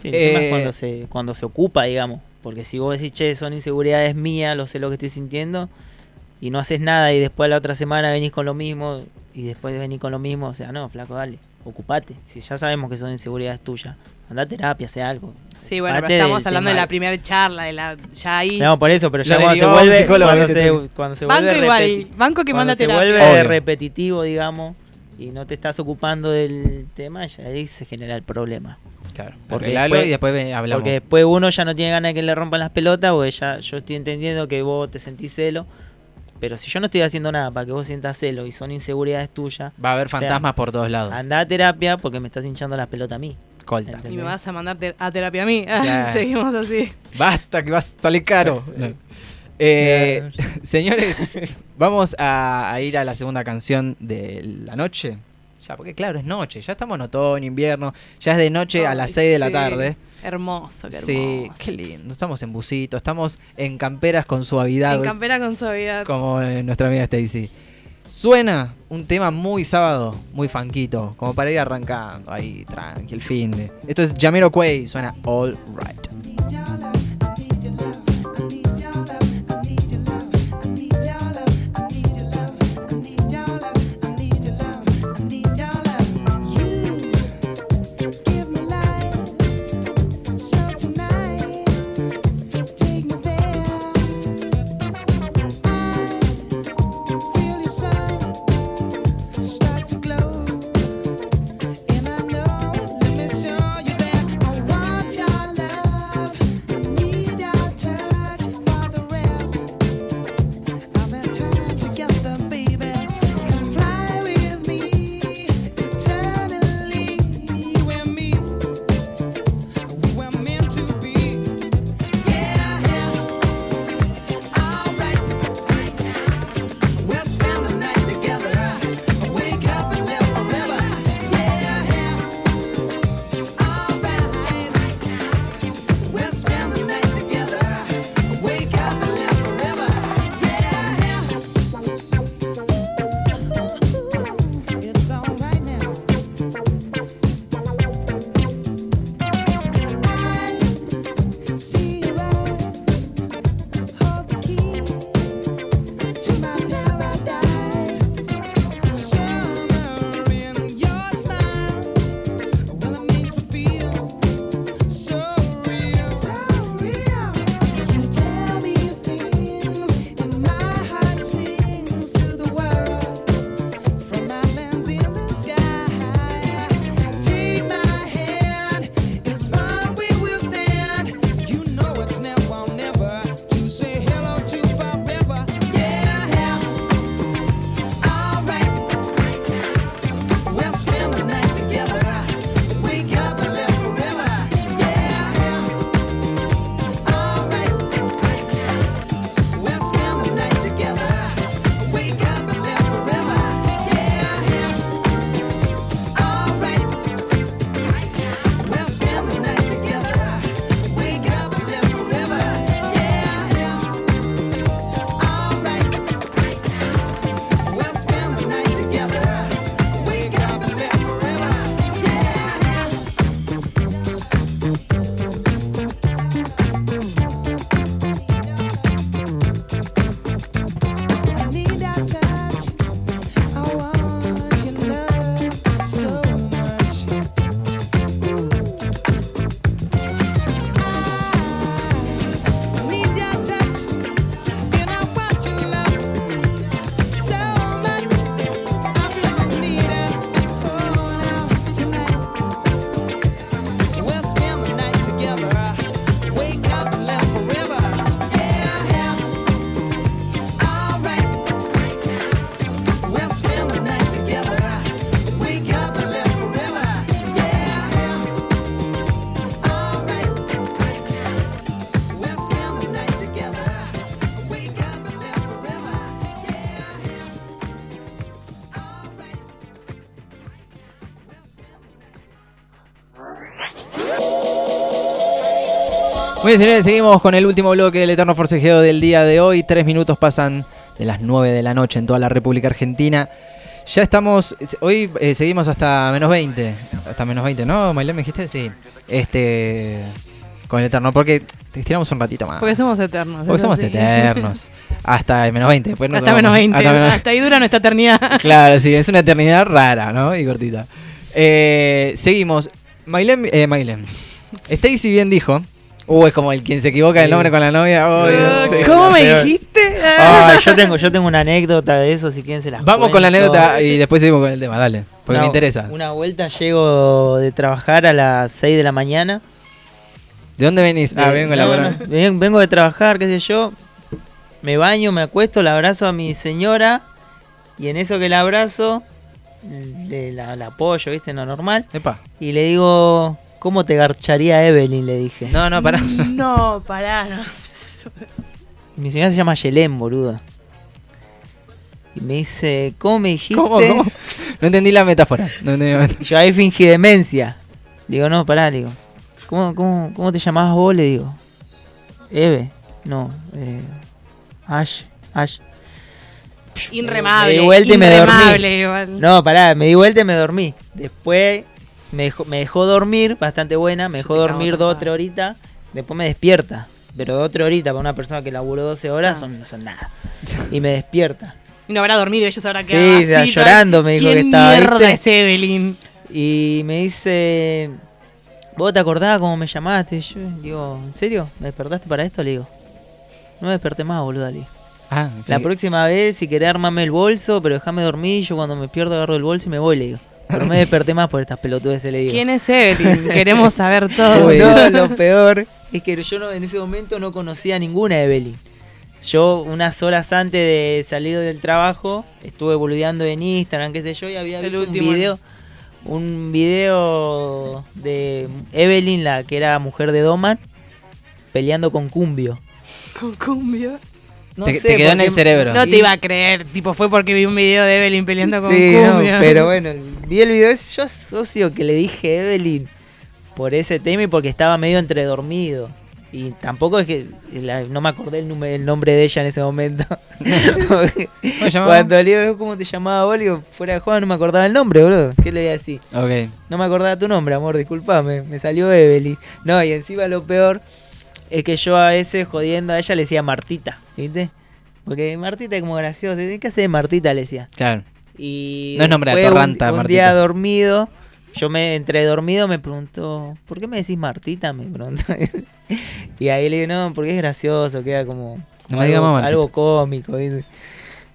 sí, el tema
Eh,
es cuando se, cuando se ocupa, digamos. Porque si vos decís, che, son inseguridades mías, lo sé lo que estoy sintiendo, y no haces nada y después la otra semana venís con lo mismo, y después venís con lo mismo, o sea, no, flaco, dale, ocupate. Si ya sabemos que son inseguridades tuyas, anda a terapia, hace algo.
Sí, bueno,
Parte
pero estamos
del
hablando de
tema.
la primera charla, de la ya ahí.
No, por eso, pero ya
Lo
cuando se
derivó a un
vuelve.
psicólogo,
Cuando
¿viste?
se, cuando se
banco
vuelve
igual,
repeti-
banco que
cuando
manda
se
terapia.
vuelve
Obvio.
repetitivo, digamos, y no te estás ocupando del tema, ya ahí se genera el problema.
Claro.
Porque
Arreglalo
después-
y después ve- hablamos.
Porque después uno ya no tiene ganas de que le rompan las pelotas, porque ya yo estoy entendiendo que vos te sentís celo. Pero si yo no estoy haciendo nada para que vos sientas celo y son inseguridades tuyas,
Va a haber
o sea,
fantasmas por todos lados.
andá a terapia porque me estás hinchando las pelotas a mí.
Colta.
Y me vas a mandar ter- a terapia a mí. [laughs]
Claro.
Seguimos así.
Basta, que vas, sale caro.
Pues,
No.
eh,
Eh,
[laughs] ya,
[laughs] señores, vamos a, a ir a la segunda canción de la noche. Ya, porque claro, es noche. Ya estamos en otoño, invierno. Ya es de noche a las
Ay,
6 de la
sí.
tarde.
Hermoso, qué
Sí,
hermoso.
qué lindo. Estamos en busito, estamos en camperas con suavidad,
En campera con suavidad.
como eh, nuestra amiga Stacy. Suena un tema muy sábado, muy fanquito, como para ir arrancando ahí, tranqui, el fin de. Esto es Jamiro Quay, suena All Right.
Let me show you that I want your love.
Muy bien, señores, seguimos con el último bloque del Eterno Forcejeo del día de hoy. Tres minutos pasan de las nueve de la noche en toda la República Argentina. Ya estamos, hoy eh, seguimos hasta menos 20. Hasta menos 20, ¿no? Maylén, me dijiste, sí. Este, con el Eterno, porque te estiramos un ratito más.
Porque somos eternos.
Porque
eso
somos
[laughs] sí.
eternos. Hasta el menos 20. después nos
Hasta
vamos.
menos 20.
Hasta menos-
Hasta ahí dura nuestra eternidad.
[laughs]
Claro, sí, es una eternidad rara, ¿no? Y cortita. Eh, seguimos. Maylem, eh, Maylem. Stacy bien dijo. Uh, es como el quien se equivoca del nombre con la novia. Ay,
[laughs]
Eh,
sí.
¿Cómo
la
me
peor.
dijiste?
Ah, yo tengo, yo tengo una anécdota de eso, si quieren se las
Vamos con la
cuento.
anécdota y después seguimos con el tema, dale. Porque
Una-
me interesa.
Una vuelta llego de trabajar a las 6 de la mañana.
¿De dónde venís? Ah,
Eh,
vengo
no,
laburando.
no, ven- Vengo de trabajar, qué sé yo. Me baño, me acuesto, la abrazo a mi señora. Y en eso que la abrazo, le- la, la apoyo, ¿viste? No normal.
Epa.
Y le digo, ¿cómo te garcharía Evelyn? Le dije.
No, no,
[laughs]
pará.
[laughs] No, pará, no.
Mi señora se llama Yelén, boluda. Y me dice, ¿cómo me dijiste?
[laughs] ¿Cómo, cómo? No entendí la metáfora. No entendí la metáfora.
Yo ahí fingí demencia. Digo, no, pará, le digo. ¿Cómo, cómo, cómo te llamabas vos? Le digo. Eve. No. Eh, Ash. Ash.
Inremable.
Me di vuelta y me dormí.
inremable igual.
No, pará, me di vuelta y me dormí. Después me dejó, me dejó dormir, bastante buena, me
Yo
dejó
te cago
dormir
atrapada.
dos o tres horitas. Después me despierta. Pero dos o tres horitas para una persona que laburó 12 horas
Ah.
son, no son nada. Y me despierta.
Y no habrá dormido, ella se habrá
Sí,
quedado
o sea,
así,
llorando me dijo
¿Quién
que estaba,
mierda
¿viste?
es Evelyn?
Y me dice, ¿vos te acordás cómo me llamaste? Y yo digo, ¿en serio? ¿Me despertaste para esto? Le digo, no me desperté más, boluda, le digo.
Ah,
La
sí.
próxima vez, si querés, armame el bolso, pero déjame dormir. Yo cuando me pierdo agarro el bolso y me voy, le digo. Pero me desperté más por estas pelotudes, le digo.
¿Quién es
[laughs]
Evelyn? Queremos saber [laughs] todo.
Uy.
No,
[laughs]
lo peor es que yo no- en ese momento no conocía a ninguna Evelyn. Yo, unas horas antes de salir del trabajo, estuve boludeando en Instagram, qué sé yo, y había
El
visto un
último.
video, un video de Evelyn, la que era mujer de Doman, peleando con Cumbio.
Con cumbia.
No
te,
sé,
te quedó en
porque-
el cerebro.
No te iba a creer, tipo, fue porque vi un video de Evelyn peleando con
Sí, no,
cumbia. [laughs]
pero bueno, vi el video, ese, yo asocio que le dije a Evelyn por ese tema y porque estaba medio entredormido. Y tampoco es que la- no me acordé el, nume- el nombre de ella en ese momento.
se llamaba?
Cuando le digo cómo te llamaba vos, le digo, fuera de juego no me acordaba el nombre, boludo. ¿Qué le voy a decir?
Ok.
No me acordaba tu nombre, amor, disculpame, me salió Evelyn. No, y encima lo peor es que yo a veces jodiendo a ella le decía Martita, ¿viste? Porque Martita es como graciosa, ¿qué hace de Martita? Le decía.
Claro.
Y
No es nombre de
después
torranta,
un, un
Martita.
día dormido, yo me entre dormido me preguntó, ¿por qué me decís Martita? Me preguntó. [laughs] y ahí le digo, no, porque es gracioso, queda como, como
me digas
algo,
más Martita.
algo cómico. dice.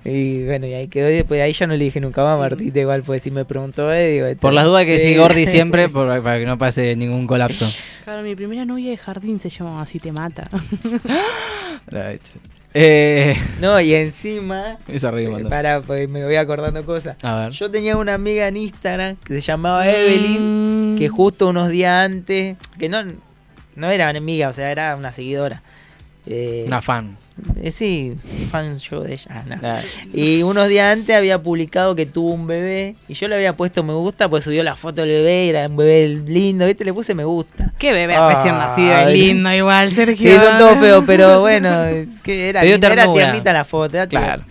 Y bueno, y ahí quedó, y después de ahí ya no le dije nunca más Martita, igual, pues si me preguntó, eh, digo, este,
Por las dudas que
sí.
sí, Gordi siempre, por- para que no pase ningún colapso.
Claro, mi primera novia de jardín se llamaba así, te [laughs] mata.
Right. Eh,
[laughs]
[laughs]
No, y encima,
es horrible,
eh,
mando.
pará, pues me voy acordando cosas.
A ver. Mm.
Yo tenía una amiga en Instagram que se llamaba Evelyn. que justo unos días antes, que no, no era enemiga, o sea, era una seguidora. Eh,
Una fan.
eh, sí, fan yo de ella. ah, no. Y unos días antes había publicado que tuvo un bebé y yo le había puesto me gusta, pues subió la foto del bebé, era un bebé lindo, ¿viste? Le puse me gusta.
Qué bebé
Ah, Ay.
recién nacido, es lindo igual,
Sí,
Sergio.
son todos feos,
[laughs]
pero bueno, es que era,
Te dio
linda, era
ternura.
tiernita la foto, era
Claro.
tierna.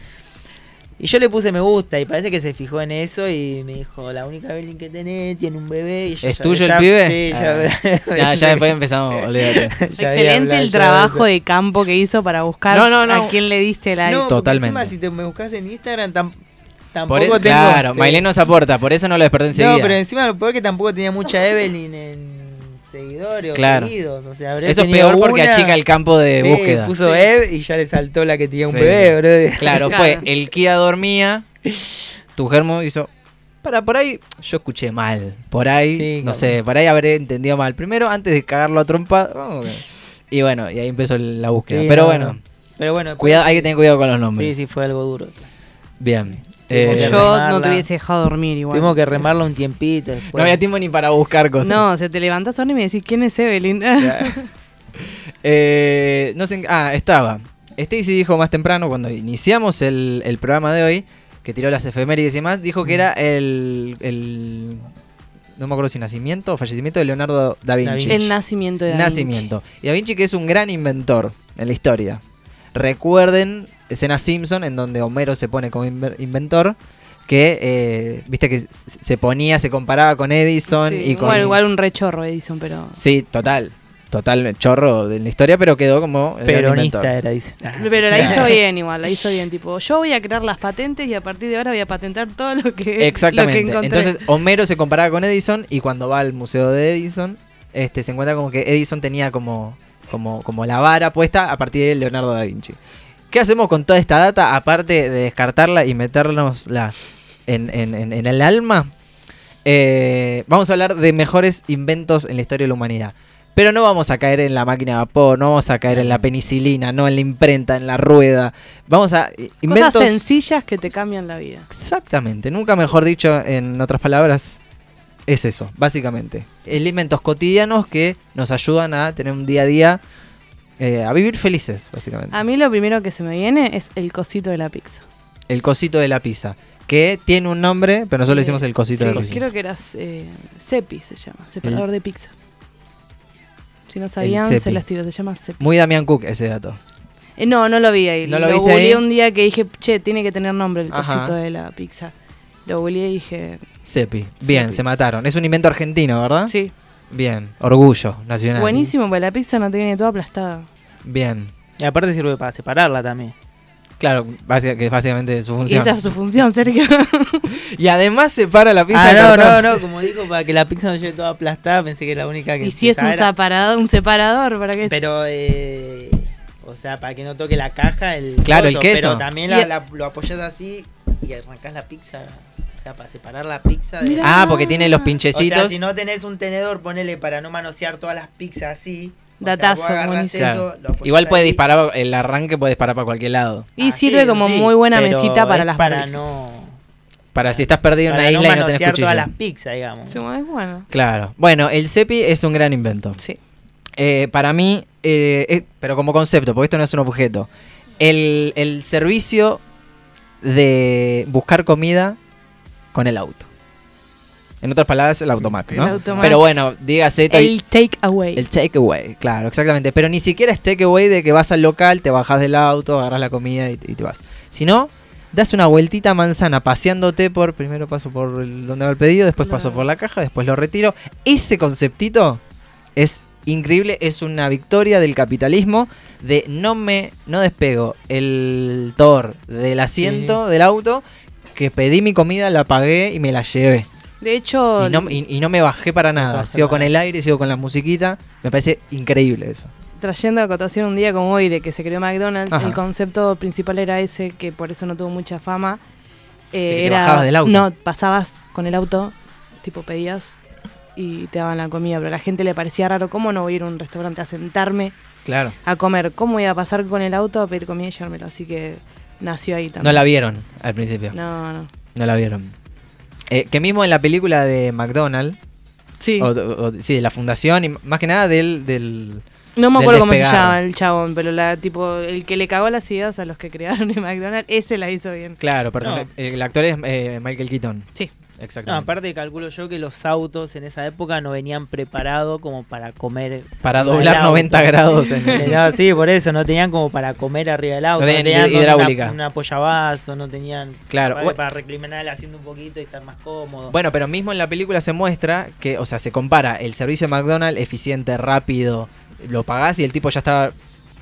Y yo le puse me gusta y parece que se fijó en eso y me dijo, la única Evelyn que tenés tiene un bebé. Y yo
¿Es
ya-
tuyo el
ya-
pibe?
Sí,
Ah. [laughs] Ya,
[laughs]
ya después empezamos, olvídate.
Ya había
Excelente
hablado
el
yo
trabajo
de
de campo que hizo para buscar
No, no, no.
a quién le diste
eso.
la
No,
Totalmente.
totalmente. Encima, si te me buscas en Instagram, tam-
Por
tampoco
eso-
tengo.
claro,
sí.
Mailén nos aporta, por eso no lo desperté enseguida.
No, pero encima lo peor que tampoco tenía mucha Evelyn en seguidores
Claro.
o seguidos. O sea, habría
eso es
tenido
peor porque
una-
achica el campo de
Sí,
búsqueda.
Puso
Sí.
Ev y ya le saltó la que tenía un
Sí.
bebé, bro. [laughs]
Claro, fue el Kia dormía, tu germo hizo. Para por ahí, yo escuché mal. Por ahí,
Sí,
no
capaz.
sé, por ahí habré entendido mal. Primero, antes de cagarlo a trompa. oh,
[laughs]
ok. y bueno, y ahí empezó la búsqueda.
Sí,
pero
no,
bueno,
no. Pero bueno,
cuidado, hay que tener cuidado con los
sí,
nombres.
sí, fue algo duro.
Bien.
Tuvimos que
Eh,
Yo no
remarla.
te hubiese dejado dormir igual.
Tuvimos que remarlo un tiempito. después.
no había tiempo ni para buscar cosas.
No, se te levantás ahora y me decís quién es Evelyn. [laughs]
Eh, no sé, en- ah, estaba. Stacy dijo más temprano, cuando iniciamos el, el programa de hoy, que tiró las efemérides y demás, dijo que era el, el no me acuerdo si nacimiento o fallecimiento de Leonardo da Vinci.
Da Vinci.
El nacimiento de Da Vinci.
Nacimiento. Y Da Vinci que es un gran inventor en la historia. Recuerden escena Simpson en donde Homero se pone como inver- inventor, que eh, viste que s- se ponía, se comparaba con Edison
Sí,
y con...
Bueno, igual un rechorro Edison, pero...
Sí, total. Total chorro de la historia, pero quedó como el gran
Peronista
inventor.
era, dice. Ah.
Pero la hizo bien igual, la hizo bien. Tipo, yo voy a crear las patentes y a partir de ahora voy a patentar todo lo que,
Exactamente.
lo que encontré.
Entonces, Homero se comparaba con Edison y cuando va al museo de Edison, este, se encuentra como que Edison tenía como, como, como la vara puesta a partir de Leonardo da Vinci. ¿Qué hacemos con toda esta data, aparte de descartarla y meternosla en, en- en- en el alma? Eh, vamos a hablar de mejores inventos en la historia de la humanidad. Pero no vamos a caer en la máquina de vapor, no vamos a caer en la penicilina, no en la imprenta, en la rueda. Vamos a... eh,
Cosas
Inventos...
sencillas que te cambian la vida.
Exactamente, nunca mejor dicho en otras palabras, es eso, básicamente. Elementos cotidianos que nos ayudan a tener un día a día, eh, a vivir felices, básicamente.
A mí lo primero que se me viene es el cosito de la pizza.
El cosito de la pizza, que tiene un nombre, pero nosotros le decimos el cosito
Sí,
de la pizza.
Creo que era eh, cepi, se llama, separador
El-
de pizza. Si no sabían, se
cepi.
las tiro, se llama cepi.
Muy Damián Cook ese dato.
Eh, no, no lo vi ahí.
¿No lo
lo
viste
googleé
ahí?
un día que dije, che, tiene que tener nombre el
Ajá.
cosito de la pizza. Lo googleé y dije,
Sepi. Bien,
Cepi.
se mataron. Es un invento argentino, ¿verdad?
sí,
Bien, orgullo nacional.
buenísimo, porque la pizza no te viene toda aplastada.
Bien.
Y aparte sirve para separarla también.
Claro, básica- que es básicamente su
Y
función.
esa es
[laughs]
su función, Sergio.
Y además separa la pizza
Ah,
del
no,
cartón.
no, no, como dijo, para que la pizza no lleve toda aplastada, pensé que la única que...
y si es
quizá
un,
era-
separado, un separador, ¿para qué?
[laughs] Pero, eh, o sea, para que no toque la caja, el
Claro, el queso.
Pero también la-
Y-
la- lo apoyas así y arrancas la pizza. O sea, para separar la pizza de...
Mira.
Ah, porque tiene los
O
pinchecitos.
sea, si no tenés un tenedor, ponele para no manosear todas las pizzas así. O sea,
Datazo,
vos agarrás
buenísimo.
Claro.
eso, lo apoyás
Igual puede
ahí.
disparar, el arranque puede disparar para cualquier lado.
Y
Ah,
sirve
sí,
como
sí,
muy buena
pero
mesita para
es
las
Para
pizzas.
no...
Para si estás perdido en
para
una
no
isla y no tenés
manosear
cuchillo.
todas las pizzas, digamos.
Sí, bueno, es bueno.
Claro. Bueno, el CEPI es un gran invento.
Sí.
Eh, para mí, eh, es- pero como concepto, porque esto no es un objeto. El, el servicio de buscar comida con el auto. En otras palabras, el automac, ¿no?
El automac.
Pero bueno, dígase... to-
El take away.
El takeaway, claro, exactamente. Pero ni siquiera es takeaway de que vas al local, te bajas del auto, agarras la comida y, y te vas. Sino, das una vueltita a manzana paseándote por. Primero paso por el- donde va el pedido, después paso
Claro.
por la caja, después lo retiro. Ese conceptito es increíble, es una victoria del capitalismo de no me no despego el tor del asiento del auto que pedí mi comida, la pagué y me la llevé.
De hecho,
Y no, y- y no me bajé para nada.
bajé
Sigo
para
con el aire, sigo con la musiquita. Me parece increíble eso.
trayendo a cotación un día como hoy de que se creó McDonald's,
Ajá.
el concepto principal era ese, que por eso no tuvo mucha fama. Eh,
De que te
era,
bajabas del auto.
No, pasabas con el auto, tipo pedías y te daban la comida, pero a la gente le parecía raro, ¿cómo no voy a ir a un restaurante a sentarme
Claro.
a comer? ¿Cómo iba a pasar con el auto a pedir comida y llevármelo? Así que nació ahí
No
también.
la vieron al principio. No,
No, no.
la vieron. Eh, que mismo en la película de McDonald's,
Sí,
o, o- o- sí, de la fundación, y más que nada del, del...
no me
del
acuerdo cómo se
despegar.
llama el chabón, pero la tipo el que le cagó las ideas a los que crearon el McDonald's, ese la hizo bien.
Claro, persona-
No.
el, el actor es eh, Michael Keaton.
Sí.
Exactamente.
No, aparte calculo yo que los autos en esa época no venían preparados como para comer.
Para
arriba del
doblar
auto.
90 grados en el-
No, sí, por eso, no tenían como para comer arriba del auto.
No tenían hid-
una-
hidráulica.
Una, apoyabazo, no tenían
Claro,
para,
bueno.
para reclinar el asiento un poquito y estar más cómodo.
Bueno, pero mismo en la película se muestra que, o sea, se compara el servicio de McDonald's, eficiente, rápido, lo pagás y el tipo ya estaba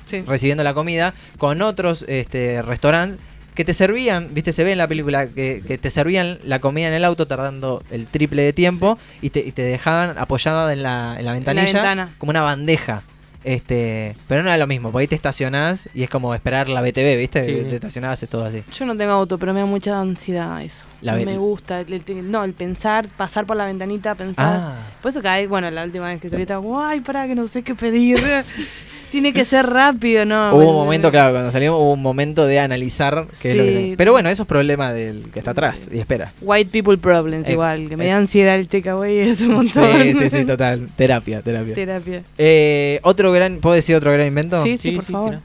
Sí.
recibiendo la comida con otros este, restaurantes que te servían, viste, se ve en la película que, que te servían la comida en el auto tardando el triple de tiempo y, te, y te dejaban apoyado en la, en la ventanilla
ventana.
como una bandeja. Este, pero no era lo mismo, porque ahí te estacionás y es como esperar la BTV, ¿viste?
Sí.
Te estacionabas, es todo así.
Yo no tengo auto, pero me da mucha ansiedad eso.
La
no
ve-
me gusta. el- el- no, el pensar, pasar por la ventanita, pensar.
Ah.
Por eso cae, bueno, la última vez que salí estaba, guay, pará, que no sé qué pedir. [laughs] Tiene que ser rápido, ¿no?
hubo
me-
un momento, claro, cuando salimos hubo un momento de analizar. qué es lo que
Sí.
tenés. Pero bueno, eso es problema del que está atrás y espera.
White people problems,
Ex-
igual. Que me da
ex-
ansiedad el takeaway, es un montón.
Sí, sí,
[laughs]
sí, total. Terapia, terapia.
Terapia.
Eh, otro gran, ¿puedo decir otro gran invento?
Sí, sí, por favor.
tira.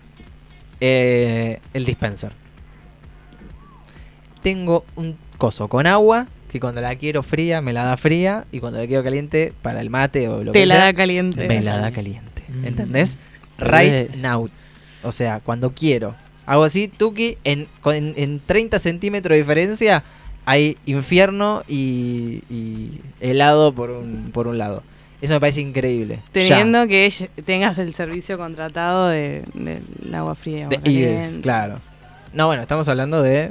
Eh, el dispenser. Tengo un coso con agua que cuando la quiero fría me la da fría y cuando la quiero caliente para el mate o lo
Te
que
la
sea,
da caliente.
me la da caliente.
Mm.
¿Entendés?
Re.
Right now. O sea, cuando quiero. Hago así, Tuki, en, con- en, en 30 centímetros de diferencia hay infierno y, y helado por un, por un lado. Eso me parece increíble. Ya.
Teniendo que ll- tengas el servicio contratado de- del agua fría. y agua
De Ives,
caliente.
claro. No, bueno, estamos hablando de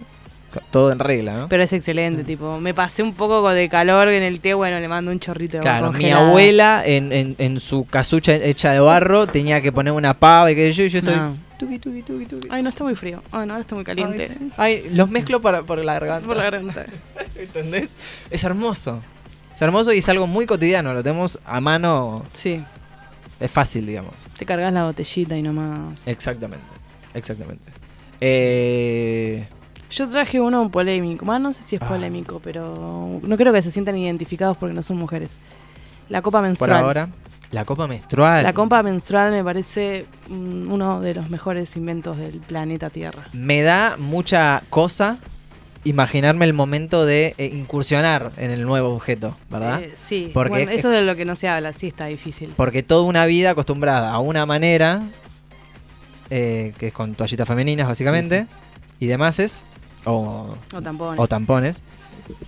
ca- todo en regla, ¿no?
Pero es excelente, tipo, me pasé un poco de calor en el té, bueno, le mando un chorrito de agua
Claro, mi
congelada.
abuela en, en- en su casucha hecha de barro tenía que poner una pava y que yo, y yo estoy...
No.
tuqui, tuqui, tuqui, tuqui.
Ah. Ay, no está muy frío. Ay, no, ahora está muy caliente.
Ay, los mezclo para, por la garganta.
Por la garganta.
[laughs] ¿Entendés? Es hermoso. Es hermoso y es algo muy cotidiano. Lo tenemos a mano.
Sí,
Es fácil, digamos.
te cargas la botellita y nomás.
Exactamente. Exactamente. Eh,
Yo traje uno polémico. Más no sé si es
Ah.
polémico, pero no creo que se sientan identificados porque no son mujeres. La copa
por
menstrual.
ahora, la copa menstrual.
La copa menstrual me parece mm, uno de los mejores inventos del planeta Tierra.
Me da mucha cosa imaginarme el momento de eh, incursionar en el nuevo objeto, ¿verdad?
Eh, sí,
Porque
bueno,
es-
eso de lo que no se habla, sí está difícil.
Porque toda una vida acostumbrada a una manera, eh, que es con toallitas femeninas básicamente, y demás es, o,
O tampoco.
o tampones,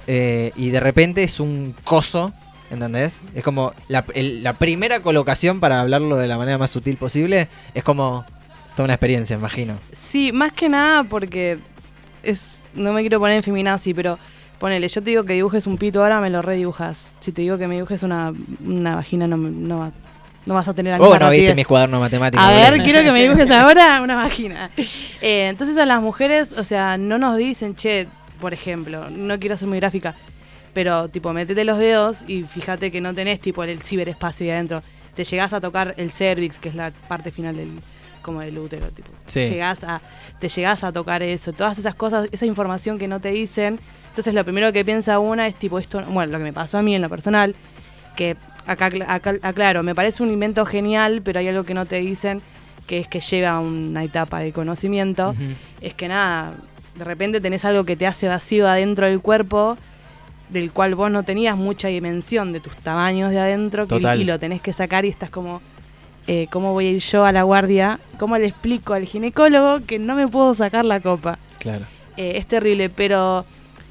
eh, y de repente es un coso, ¿entendés? Es como la, el- la primera colocación, para hablarlo de la manera más sutil posible, es como toda una experiencia, imagino.
Sí, más que nada porque es no me quiero poner en feminazi, pero ponele, yo te digo que dibujes un pito ahora, me lo redibujas. Si te digo que me dibujes una, una vagina, no, me- no, va- no vas a tener la misma
Oh, no viste
rapidez.
mis cuadernos matemáticos.
A ver, quiero que me dibujes ahora una vagina. Eh, entonces a las mujeres, o sea, no nos dicen, che, por ejemplo, no quiero ser muy gráfica, pero tipo, métete los dedos y fíjate que no tenés tipo el ciberespacio ahí adentro. Te llegás a tocar el cervix, que es la parte final del como del útero, tipo.
Sí.
Llegás a, te llegás a tocar eso, todas esas cosas, esa información que no te dicen. Entonces lo primero que piensa una es tipo esto, bueno, lo que me pasó a mí en lo personal, que acá, acla- acá- aclaro, me parece un invento genial, pero hay algo que no te dicen, que es que lleva a una etapa de conocimiento.
Ujú.
Es que nada, de repente tenés algo que te hace vacío adentro del cuerpo, del cual vos no tenías mucha dimensión de tus tamaños de adentro, que-
Total.
y lo tenés que sacar y estás como, eh, ¿cómo voy a ir yo a la guardia? ¿Cómo le explico al ginecólogo que no me puedo sacar la copa?
Claro.
Eh, es terrible, pero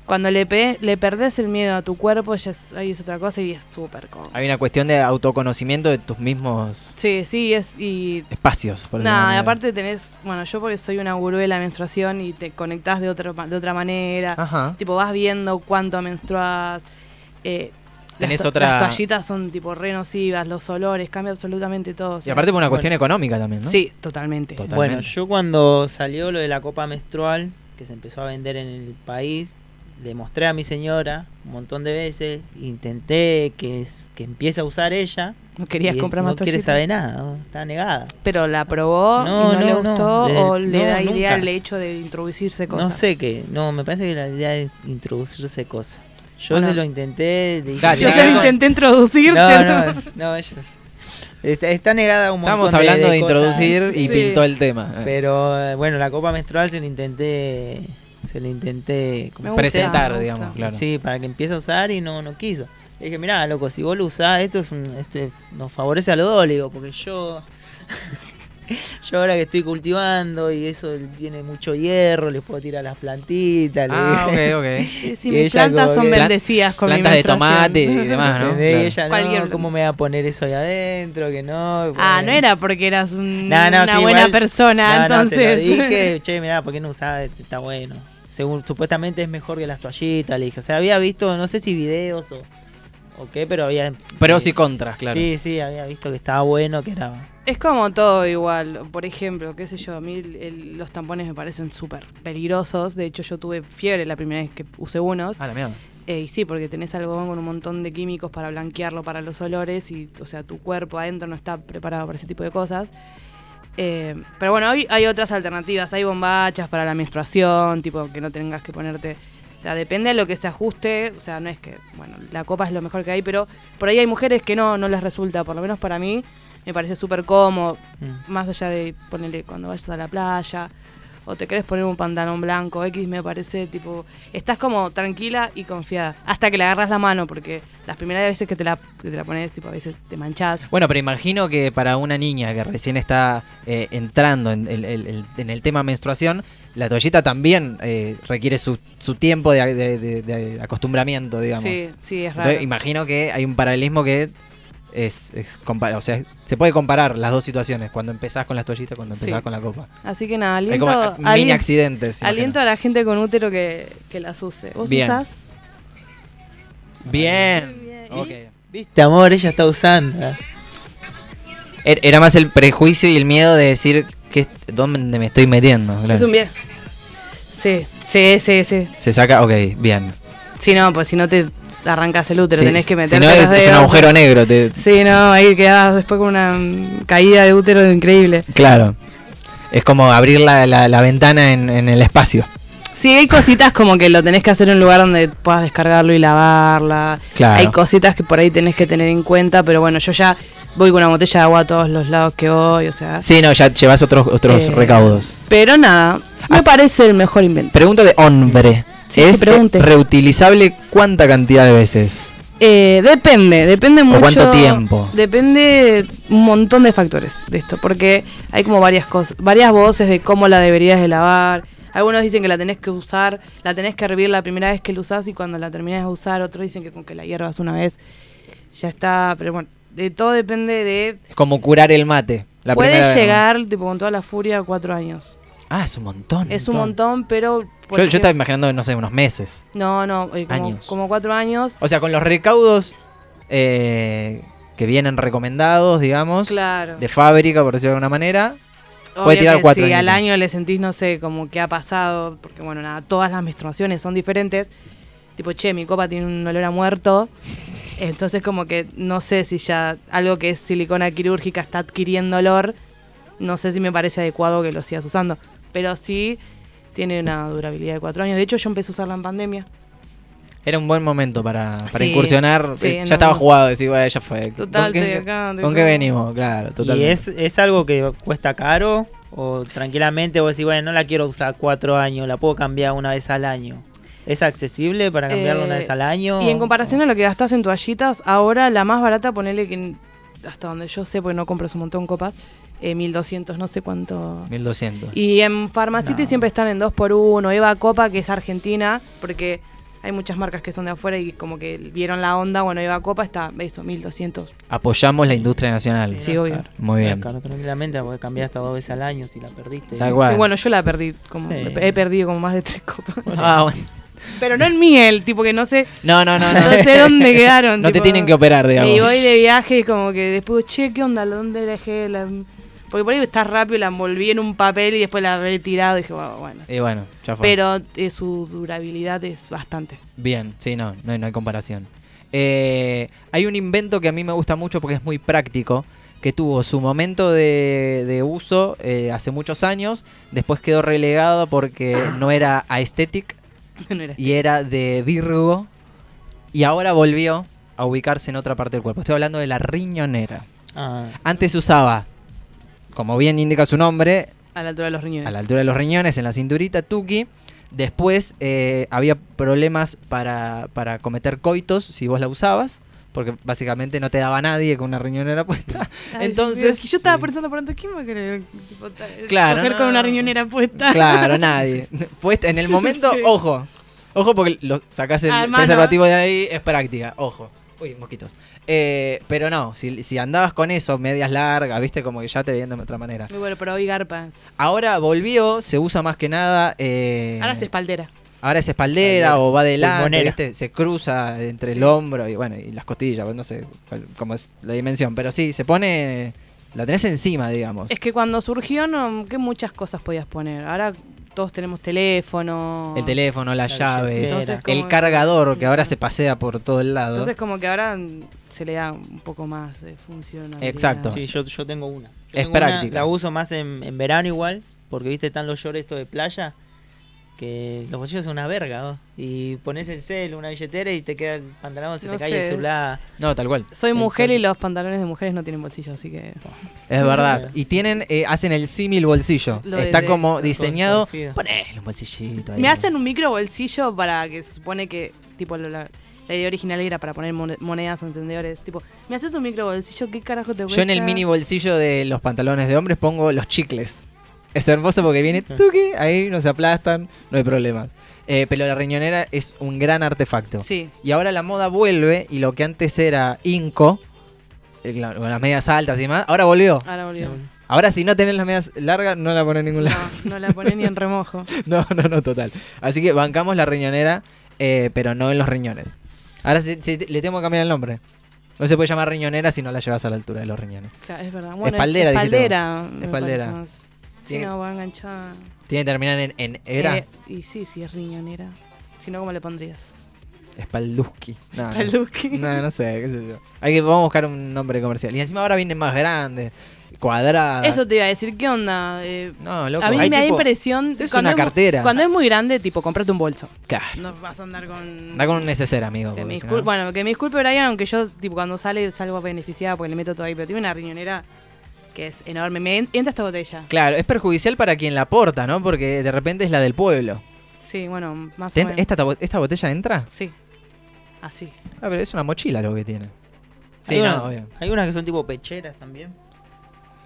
cuando le, pe- le perdés el miedo a tu cuerpo, ya es, ahí es otra cosa y es súper cómodo.
Hay una cuestión de autoconocimiento de tus mismos
Sí, sí, es y...
espacios. por decirlo de
Nada,
alguna
aparte tenés, bueno, yo porque soy una gurú de la menstruación y te conectás de otra, de otra manera,
manera. Ajá.
tipo vas viendo cuánto menstruás, eh,
Tenés
las, to-
otra-
las toallitas son tipo re nocivas, los olores, cambia absolutamente todo. o
Y
sea,
aparte por una
Bueno.
cuestión económica también, ¿no?
Sí, totalmente.
Total.
Bueno,
Totalmente.
yo cuando salió lo de la copa menstrual, que se empezó a vender en el país, le mostré a mi señora un montón de veces, intenté que, es- que empiece a usar ella.
No querías
y
comprar más
No quiere
toallitas.
saber nada, no, está negada.
Pero la probó, no,
No,
le
no, no,
gustó
de-
o le
no,
da idea
nunca.
el hecho de introducirse cosas.
No sé qué, no, me parece que la idea es introducirse cosas. Yo
Bueno.
se lo intenté, le dije,
Claro,
Yo
Yo
se lo
no-
intenté introducirte.
No, no, no, ella- está, está negada un montón
Estábamos hablando de,
cosas.
introducir y
Sí.
pintó el tema.
Pero eh, bueno, la copa menstrual se la intenté, se la intenté ¿cómo
Me
se
gusta,
Presentar,
me gusta.
digamos, claro.
Sí, para que empiece a usar y no, no quiso. Le dije, mirá, loco, si vos lo usás, esto es un- este, nos favorece a los dos, le digo, porque yo, [laughs] yo ahora que estoy cultivando y eso tiene mucho hierro, les puedo tirar las plantitas. le
Ah,
dije.
ok, ok.
[laughs] [laughs] Sí, sí,
Y
mis
ella
plantas
como
son
que-
bendecidas con mi
Plantas de
menstruación.
tomate y demás, ¿no?
¿Entendés? [laughs] Y
Claro.
ella, no,
Cualquier-
¿cómo me va a poner eso ahí adentro? Que no.
[laughs] Ah,
bueno.
no era porque eras un-
No, no,
una
sí,
buena
igual-
persona,
No, no, se lo
entonces.
dije, che, mirá, ¿por qué no usás? Este Está bueno. Según, supuestamente es mejor que las toallitas, le dije. O sea, había visto, no sé si videos o, o qué, pero había... eh,
Pros y contras, claro.
Sí, sí, había visto que estaba bueno, que era...
Es como todo igual. Por ejemplo, qué sé yo, a mí el- el- los tampones me parecen súper peligrosos. De hecho, yo tuve fiebre la primera vez que usé unos.
Ah, la mierda.
Eh, y sí, porque tenés algodón con un montón de químicos para blanquearlo, para los olores, y, o sea, tu cuerpo adentro no está preparado para ese tipo de cosas. Eh, pero bueno, hoy hay otras alternativas, hay bombachas para la menstruación, tipo que no tengas que ponerte... O sea, depende de lo que se ajuste, o sea, no es que, bueno, la copa es lo mejor que hay, pero por ahí hay mujeres que no, no les resulta, por lo menos para mí, me parece súper cómodo,
mm.
más allá de ponerle cuando vayas a la playa, o te querés poner un pantalón blanco, X me parece, tipo, estás como tranquila y confiada. Hasta que le agarras la mano, porque las primeras veces que te la, que te la pones, tipo, a veces te manchás.
Bueno, pero imagino que para una niña que recién está eh, entrando en el, el- el- en el tema menstruación, la toallita también eh, requiere su, su tiempo de, de- de- de acostumbramiento, digamos.
Sí, sí, es raro.
Entonces, imagino que hay un paralelismo que es, es compar- o sea, se puede comparar las dos situaciones, cuando empezás con las toallitas, cuando empezás
Sí.
con la copa.
Así que nada,
hay
aliento,
como eh, mini
alien-
accidentes. imagino.
aliento a la gente con útero que, que las use. ¿Vos
Bien.
usás?
Bien. Ok.
Viste, amor, ella está usando.
Er- Era más el prejuicio y el miedo de decir que dónde me estoy metiendo. claro.
Es un bien. Sí, sí, sí, sí.
Se saca, ok, bien.
Si no, pues si no te arrancas el útero,
Sí,
tenés que
si
meterte
no es,
los
es un
dedos.
agujero negro, te-
Sí, no, ahí quedás después con una mm, caída de útero increíble.
claro. Es como abrir la, la- la ventana en, en el espacio.
Sí, hay cositas como que lo tenés que hacer en un lugar donde puedas descargarlo y lavarla.
Claro.
Hay cositas que por ahí tenés que tener en cuenta, pero bueno, yo ya voy con una botella de agua a todos los lados que voy, o sea.
Sí, no, ya llevas otros, otros
Ah. eh,
recaudos. Ah.
Pero nada, me parece el mejor invento.
Pregunta de hombre.
Sí,
¿Es
sí, pregunte.
reutilizable cuánta cantidad de veces?
Eh, depende, depende mucho.
cuánto tiempo?
Depende un montón de factores de esto, porque hay como varias cosas, varias voces de cómo la deberías de lavar. Algunos dicen que la tenés que usar, la tenés que hervir la primera vez que la usás y cuando la terminás de usar, otros dicen que con que la hiervas una vez ya está, pero bueno, de todo depende de...
Es como curar el mate. La primera
puede
vez, ¿no?
llegar, tipo, con toda la furia a cuatro años.
Ah, es un montón.
Es un montón, pero... por
Yo, yo estaba
ejemplo-
imaginando, no sé, unos meses.
No, no, eh, como,
Años.
como cuatro años.
O sea, con los recaudos eh, que vienen recomendados, digamos,
Claro.
de fábrica, por decirlo de alguna manera.
Obvio
Puede tirar
que
cuatro
Si
años.
al año le sentís, no sé, como que ha pasado, porque bueno, nada, todas las menstruaciones son diferentes. Tipo, che, mi copa tiene un olor a muerto. Entonces, como que no sé si ya algo que es silicona quirúrgica está adquiriendo olor. No sé si me parece adecuado que lo sigas usando. Pero sí tiene una durabilidad de cuatro años. De hecho, yo empecé a usarla en pandemia.
Era un buen momento para, para
Sí,
incursionar.
sí,
Eh, ya
no.
estaba jugado, decir, bueno, ya fue.
Total,
¿Con qué,
estoy acá, estoy
¿con qué
acá.
venimos? Claro, total.
¿Y es, es algo que cuesta caro? ¿O tranquilamente vos decís, bueno, no la quiero usar cuatro años, la puedo cambiar una vez al año? ¿Es accesible para cambiarla una
Eh,
vez al año?
Y en comparación a lo que gastas en toallitas, ahora la más barata, ponele que en- hasta donde yo sé, porque no compras un montón copas, eh, 1200, no sé cuánto.
1200.
Y en Pharmacity
No.
siempre están en 2x1. Eva Copa, que es argentina, porque hay muchas marcas que son de afuera y como que vieron la onda. Bueno, Eva Copa está, eso, 1200.
Apoyamos la industria nacional.
Sí, obvio.
claro.
Muy bien.
Claro, tranquilamente la podés cambiar hasta dos veces al año si la perdiste.
Tal cual.
Sí, bueno, yo la perdí, como
Sí.
he perdido como más de tres copas.
Ah,
[laughs]
bueno.
Pero no en miel, tipo que no sé,
No, no, no.
no
No,
sé dónde quedaron.
[laughs] No te
tipo,
tienen que operar, digamos.
Y voy de viaje y como que después, che, ¿qué onda? ¿Dónde la dejé? La... Porque por ahí está rápido, la envolví en un papel y después la habré tirado y dije, bueno, bueno.
Y bueno, ya fue.
Pero eh, su durabilidad es bastante. [laughs]
Bien, sí, no, no, hay- no hay comparación. Eh, hay un invento que a mí me gusta mucho porque es muy práctico, que tuvo su momento de, de uso eh, hace muchos años, después quedó relegado porque no era aesthetic
No era-
y era de Virgo, y ahora volvió a ubicarse en otra parte del cuerpo. Estoy hablando de la riñonera.
Ah,
Antes se usaba, como bien indica su nombre,
A la altura de los riñones.
a la altura de los riñones, en la cinturita, tuki. Después eh, había problemas para, para cometer coitos si vos la usabas, porque básicamente no te daba nadie con una riñonera puesta.
Ay,
[laughs] Entonces,
Dios, que yo estaba pensando por tanto, ¿quién va a querer tipo, ta-
Claro,
coger
no,
con una
no.
riñonera puesta?
claro, nadie. Puesta en el momento,
Sí.
ojo. Ojo porque lo sacás el
Ah, hermano.
preservativo de ahí, es práctica, ojo. Uy, mosquitos. Eh, pero no, si, si andabas con eso, medias largas, viste, como que ya te veían de otra manera.
Muy bueno, pero hoy garpas.
Ahora volvió, se usa más que nada. eh,
Ahora es espaldera.
Ahora es espaldera o va delante,
Pulmonera.
¿viste? se cruza entre el hombro y bueno, y las costillas, pues, no sé cuál- cómo es la dimensión, pero sí, se pone, la tenés encima, digamos.
Es que cuando surgió, no, que muchas cosas podías poner. Ahora todos tenemos teléfono.
El teléfono, la
La
llave,
billetera.
Entonces,
el
como-
cargador que
[laughs]
ahora se pasea por todo el lado.
Entonces como que ahora mm, se le da un poco más de funcionalidad.
Exacto.
sí, yo, yo tengo una. Yo
Ah. Es
tengo una,
práctica.
la uso más en, en verano igual, porque viste, están los shorts estos de playa, Porque los bolsillos son una verga, ¿no? Y pones el cel, una billetera y te queda el pantalón, se
No
te cae el
sé.
celular.
No, tal cual.
Soy
Entonces-
mujer y los pantalones de mujeres no tienen bolsillo, así que.
Es verdad. Y tienen, eh, hacen el símil bolsillo.
Lo
Está
detesto.
como diseñado.
Conocido.
Ponele un bolsillito ahí.
Me hacen un micro bolsillo para que se supone que. Tipo, la, la- la idea original era para poner mon- monedas o encendedores. Tipo, ¿me haces un micro bolsillo? ¿Qué carajo te cuesta?
Yo en el mini bolsillo de los pantalones de hombres pongo los chicles. Es hermoso porque viene tuqui, ahí no se aplastan, no hay problemas. Eh, pero la riñonera es un gran artefacto.
Sí.
Y ahora la moda vuelve y lo que antes era inco, eh, la- con las medias altas y demás, ahora volvió.
Ahora volvió.
Ahora si no tenés las medias largas, no la pones en ningún
Ah. No,
lado. [laughs]
no la poné ni en remojo.
No, no, no, total. Así que bancamos la riñonera, eh, pero no en los riñones. Ahora sí- sí, le tengo que cambiar el nombre. No se puede llamar riñonera si no la llevas a la altura de los riñones.
[laughs] Claro, es verdad. Bueno,
Espaldera, dijiste
espaldera.
vos.
me
Espaldera.
parece más. Sí,
Tiene-
no, va enganchada.
Tiene que terminar en, en era.
Eh, y sí, sí, es riñonera. Si no, ¿cómo le pondrías?
Spalduski. No, no.
Paluki.
No, no sé, qué sé yo. Hay que, vamos a buscar un nombre comercial. Y encima ahora vienen más grandes, cuadradas.
Eso te iba a decir, ¿qué onda? Eh,
No, loco.
a mí
Hay
me da
tipo-
impresión.
Es una
cuando mu-
cartera.
Cuando es muy grande, tipo, comprate un bolso.
Claro.
No vas a andar con.
Da con un neceser, amigo.
que me
porque si
discul-
no-
Bueno, que me disculpe Brian, aunque yo, tipo, cuando sale salgo beneficiada porque le meto todo ahí, pero tiene una riñonera que es enorme. Me en- entra esta botella.
Claro, es perjudicial para quien la porta, ¿no? Porque de repente es la del pueblo.
Sí, bueno, más
¿Te
o
entra-
menos.
esta, tabo- ¿Esta botella entra?
Sí. Así.
Ah, pero es una mochila lo que tiene. Sí,
hay,
no,
una-
obvio.
hay unas que son tipo pecheras también.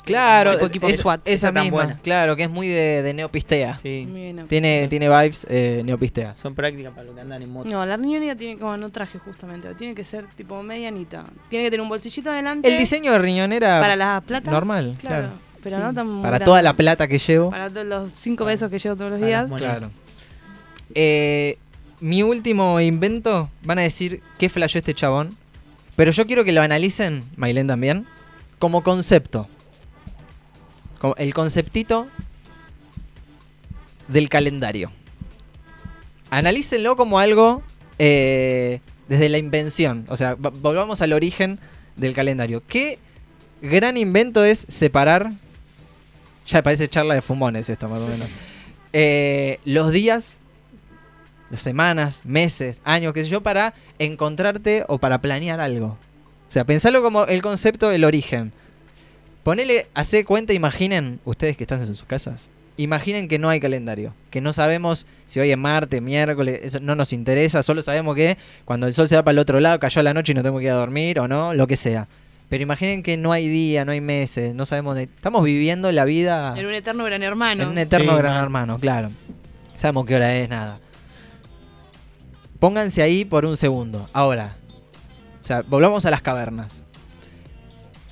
Claro,
Tipo equipo
es-
SWAT.
esa
Esa tan
misma.
buena.
Claro, que es muy de, de neopistea.
Sí.
Muy bien, ok.
Tiene, tiene vibes eh, neopistea.
Son prácticas para los que andan en moto.
No, la riñonera tiene como no traje justamente, tiene que ser tipo medianita. Tiene que tener un bolsillito adelante.
El diseño de riñonera.
para la plata.
normal, claro.
Pero no tan
Para
grande.
toda la plata que llevo.
para todos los cinco besos que llevo todos los
Para las
días.
monedas.
Claro. Eh, mi último invento, van a decir qué flasheó este chabón. Pero yo quiero que lo analicen, Mailén también, como concepto. Como el conceptito del calendario. Analícenlo como algo eh, desde la invención. O sea, va- volvamos al origen del calendario. ¿Qué gran invento es separar? Ya parece charla de fumones esto, más o menos. Eh, los días, las semanas, meses, años, qué sé yo, para encontrarte o para planear algo. O sea, pensalo como el concepto del origen. Ponele, hace cuenta, imaginen, ustedes que están en sus casas, imaginen que no hay calendario, que no sabemos si hoy es martes, miércoles, eso no nos interesa, solo sabemos que cuando el sol se va para el otro lado, cayó la noche y no tengo que ir a dormir o no, lo que sea. Pero imaginen que no hay día, no hay meses, no sabemos de... Estamos viviendo la vida...
En un eterno gran hermano.
En un eterno
Sí,
gran
nada.
hermano, claro. Sabemos qué hora es, nada. Pónganse ahí por un segundo. Ahora. O sea, volvamos a las cavernas.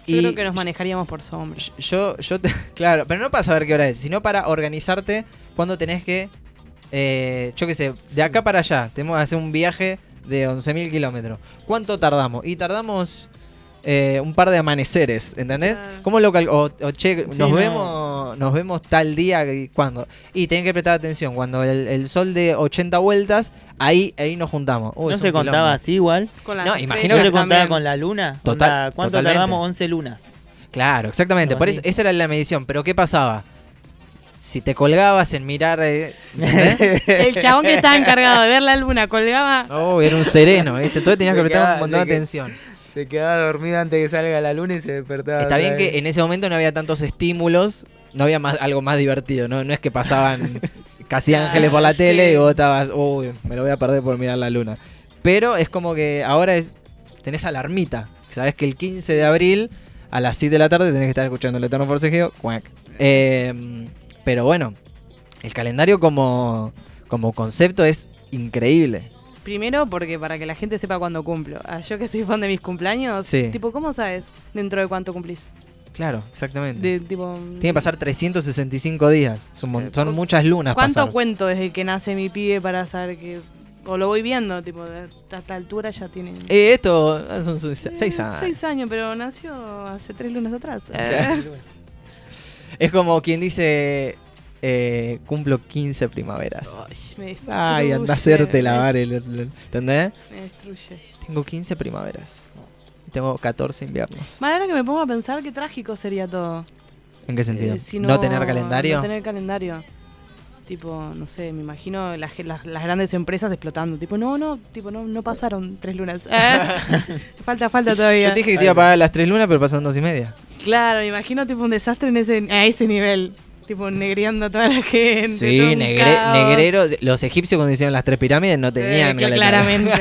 Yo
Y
creo que nos manejaríamos por sombras.
Yo, yo te- [laughs] claro, pero no para saber qué hora es, sino para organizarte cuando tenés que, eh, yo qué sé, de acá para allá, tenemos que hacer un viaje de 11.000 kilómetros. ¿Cuánto tardamos? Y tardamos eh, un par de amaneceres, ¿entendés?
Claro.
¿Cómo lo cal- o, o che, nos
Sí, no.
vemos nos vemos tal día y cuándo? Y tenés que prestar atención, cuando el, el sol de 80 vueltas, ahí, ahí nos juntamos. Uy,
no
es
se
un
contaba
quilombo.
así igual.
Con las
No,
estrellas
imagino
No
que
se contaba
también.
con la luna.
Total-
Onda, ¿Cuánto
totalmente.
tardamos? 11 lunas.
Claro, exactamente.
Algo
Por
así.
eso, esa era la medición. Pero ¿qué pasaba? Si te colgabas en mirar. [laughs] eh, ¿eh?
El chabón que estaba encargado de ver la
[laughs]
luna colgaba.
oh, era un sereno, ¿viste? Todo tenías que
Me
prestar un montón
quedaba-
de
sí que-
atención.
[laughs] Se quedaba dormida antes que salga la luna y se despertaba.
Está bien que en ese momento no había tantos estímulos, no había más, algo más divertido, ¿no? No es que pasaban casi ángeles por la
Ah,
tele
sí.
y vos estabas, uy, me lo voy a perder por mirar la luna. Pero es como que ahora es tenés alarmita. Sabés que el 15 de abril a las 7 de la tarde tenés que estar escuchando el Eterno Forcejeo. cuac. Eh, pero bueno, el calendario como, como concepto es increíble.
Primero, porque para que la gente sepa cuándo cumplo. Ah, yo que soy fan de mis cumpleaños,
Sí.
tipo, ¿cómo sabes dentro de cuánto cumplís?
Claro, exactamente.
De, tipo,
Mm. Tiene que pasar 365 días. Son, mon- son muchas lunas.
¿Cuánto
pasar.
cuento desde que nace mi pibe para saber que.? O lo voy viendo, tipo, de- a esta altura ya tiene.
Eh, esto ah, son son se- seis
Eh,
años.
Seis años, pero nació hace tres lunes atrás.
Eh.
[laughs]
Es como quien dice, eh, cumplo 15 primaveras.
Me destruye,
Ay, anda a hacerte
me-
lavar el, el- el- ¿Entendés?
Me destruye.
Tengo 15 primaveras. Y tengo 14 inviernos.
Mal, ahora que me pongo a pensar, qué trágico sería todo.
¿En qué sentido?
Eh, si
no, tener calendario?
No tener calendario. Tipo, no sé, me imagino la ge- las, las grandes empresas explotando. Tipo, no, no, tipo, no, no pasaron tres
[laughs]
lunas. [laughs] Eh, falta, falta
Yo
todavía.
te dije que te iba a pagar las tres lunas, pero pasaron dos y media.
Claro, me imagino tipo un desastre en ese, a ese nivel. Tipo negreando a toda la gente. todo
Sí,
un
negre-
caos.
negreros. Los egipcios cuando hicieron las tres pirámides no tenían
Eh,
galeta.
claramente.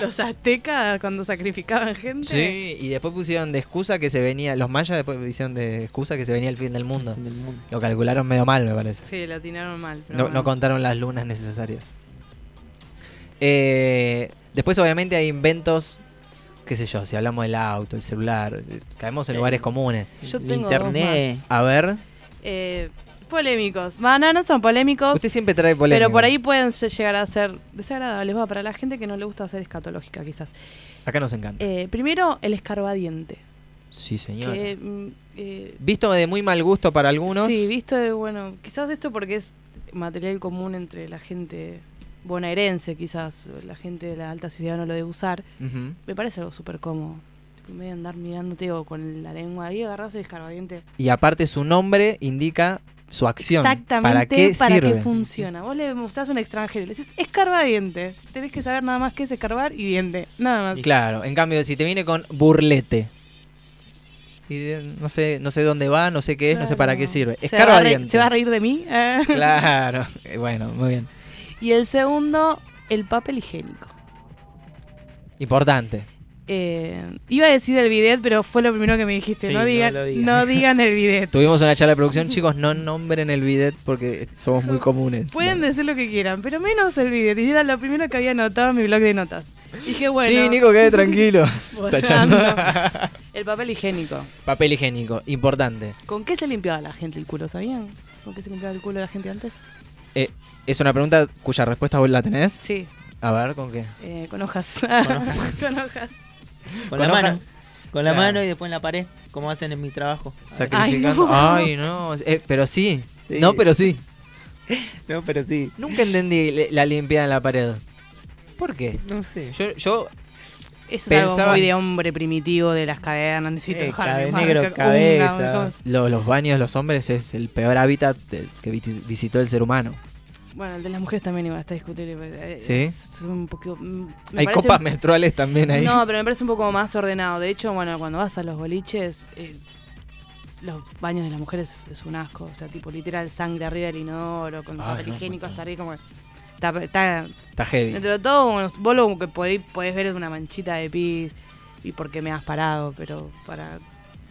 [laughs]
Los aztecas cuando sacrificaban gente.
Sí, y después pusieron de excusa que se venía. Los mayas después pusieron de excusa que se venía el fin del mundo.
del mundo.
Lo calcularon medio mal, me parece.
Sí, lo atinaron mal. pero
No,
bueno.
no contaron las lunas necesarias. Eh, después, obviamente, hay inventos. Qué sé yo, si hablamos del auto, el celular, eh, caemos en lugares comunes.
Yo
El
tengo
internet.
internet.
A ver,
Eh, polémicos. Va, no, no son polémicos.
usted siempre trae polémica.
Pero por ahí pueden se- llegar a ser desagradables. Va, para la gente que no le gusta ser escatológica, quizás.
Acá nos encanta.
Eh, primero, el escarbadiente.
sí, señor.
Que, mm, eh,
Visto de muy mal gusto para algunos.
Sí, visto, eh, bueno, quizás esto porque es material común entre la gente bonaerense, quizás la gente de la alta ciudad no lo debe usar.
Ujú.
Me parece algo súper cómodo. Tipo, en vez de andar mirándote o con la lengua ahí, agarrás el escarbadiente.
Y aparte, su nombre indica su acción.
Exactamente
¿Para qué sirve?
funciona. Vos le mostrás a un extranjero y le decís escarbadiente. Tenés que saber nada más qué es escarbar y diente. Nada más.
Claro, en cambio, si te viene con burlete. Y de- no sé, no sé dónde va, no sé qué es, no sé para qué sirve.
¿Se va, a re-
Escarbadientes.
¿Se va a reír de mí? Ah.
Claro. Eh, Bueno, muy bien.
Y el segundo, el papel higiénico.
Importante.
Eh, iba a decir el bidet, pero fue lo primero que me dijiste.
Sí,
no,
no
digan,
lo
no,
digan.
digan
[laughs]
el bidet.
Tuvimos una charla de producción, chicos, no nombren el bidet porque somos muy comunes.
Pueden decir lo que quieran, pero menos el bidet. Y era lo primero que había anotado en mi blog de notas. Dije, bueno.
Sí, Nico, quede
[laughs]
tranquilo. Tachando.
El papel higiénico.
Papel higiénico, importante.
¿Con qué se limpiaba la gente el culo? ¿Sabían? ¿Con qué se limpiaba el culo la gente antes?
Eh, es una pregunta cuya respuesta vos la tenés.
Sí,
A ver, ¿con qué?
eh, con hojas. [laughs] con hojas.
Con
Con, la
hoja-
mano. Con la
Claro.
mano y después en la pared, como hacen en mi trabajo.
Sacrificando. Ay,
Ay,
no. Eh, pero sí.
Sí.
No, pero sí.
No, pero sí.
Nunca entendí le- la limpiada en la pared. ¿Por qué?
No sé.
Yo, yo
Eso es
Pensaba-
algo muy de hombre primitivo de las cavernas. Necesito
Eh,
dejarme
cabe-
marca,
negro,
unga,
cabeza.
unga.
lo- los baños de los hombres es el peor hábitat del- que visi- visitó el ser humano.
Bueno, el de las mujeres también iba a estar discutible. pero, eh,
Sí.
Es un poquito, mm, me
Hay
parece
copas
un-
menstruales también ahí.
No, pero me parece un poco más ordenado. De hecho, bueno, cuando vas a los boliches, eh, los baños de las mujeres es, es un asco. O sea, tipo literal sangre arriba del inodoro, con
Ay,
papel
no,
higiénico
puta.
hasta arriba. Como, está, está-
Está heavy.
dentro de todo, bueno, vos lo que podés, podés ver es una manchita de pis y porque me has parado, pero para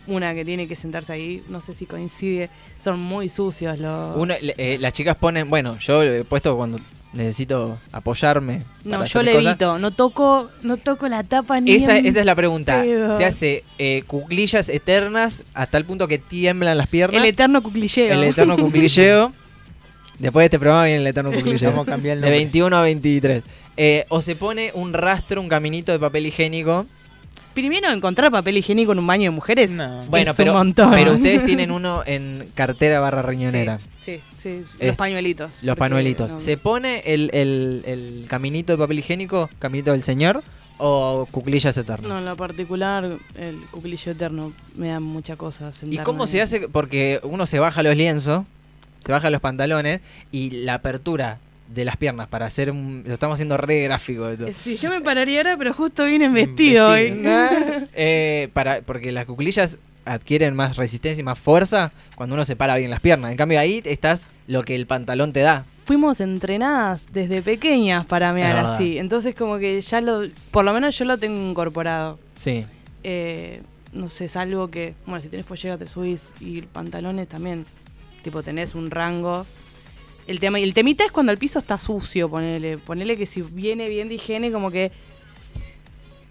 una que tiene que sentarse ahí, no sé si coincide. Son muy sucios los...
Uno, le- eh, las chicas ponen, bueno, yo he puesto cuando necesito apoyarme.
No,
para
yo
hacer
le
cosas.
evito, no toco, no toco la tapa ni
Esa,
en
esa es la pregunta.
pedo.
Se hace eh, cuclillas eternas hasta el punto que tiemblan las piernas.
el eterno cuclilleo.
El eterno cuclilleo.
[laughs]
Después de este programa viene el eterno cuclilleo.
Vamos a cambiar el
De
nombre.
21 a 23. Eh, o se pone un rastro, un caminito de papel higiénico.
Primero encontrar papel higiénico en un baño de mujeres.
No.
Bueno,
un
pero,
montón.
pero ustedes tienen uno en cartera barra riñonera.
Sí, sí,
Es-
los pañuelitos.
Los
porque,
panuelitos.
no,
¿Se pone el, el- el caminito de papel higiénico, caminito del señor, o cuclillas eternas?
No, en lo particular, el cuclillo eterno me da mucha cosa.
¿Y
sentarme
cómo
ahí.
se hace? Porque uno se baja los lienzos, se baja los pantalones y la apertura de las piernas para hacer un... Lo estamos haciendo re gráfico. de todo.
Eh, Sí, yo me pararía ahora, pero justo vine en vestido hoy.
Nah, eh, para, porque las cuclillas adquieren más resistencia y más fuerza cuando uno se para bien las piernas. En cambio ahí estás lo que el pantalón te da.
Fuimos entrenadas desde pequeñas para mear
verdad.
así. Entonces, como que ya lo. Por lo menos yo lo tengo incorporado.
Sí.
eh, no sé, salvo que, bueno, si tenés pollera te subís y pantalones también, tipo tenés un rango. El tema, y el temita es cuando el piso está sucio, ponele, ponele que si viene bien de higiene, como que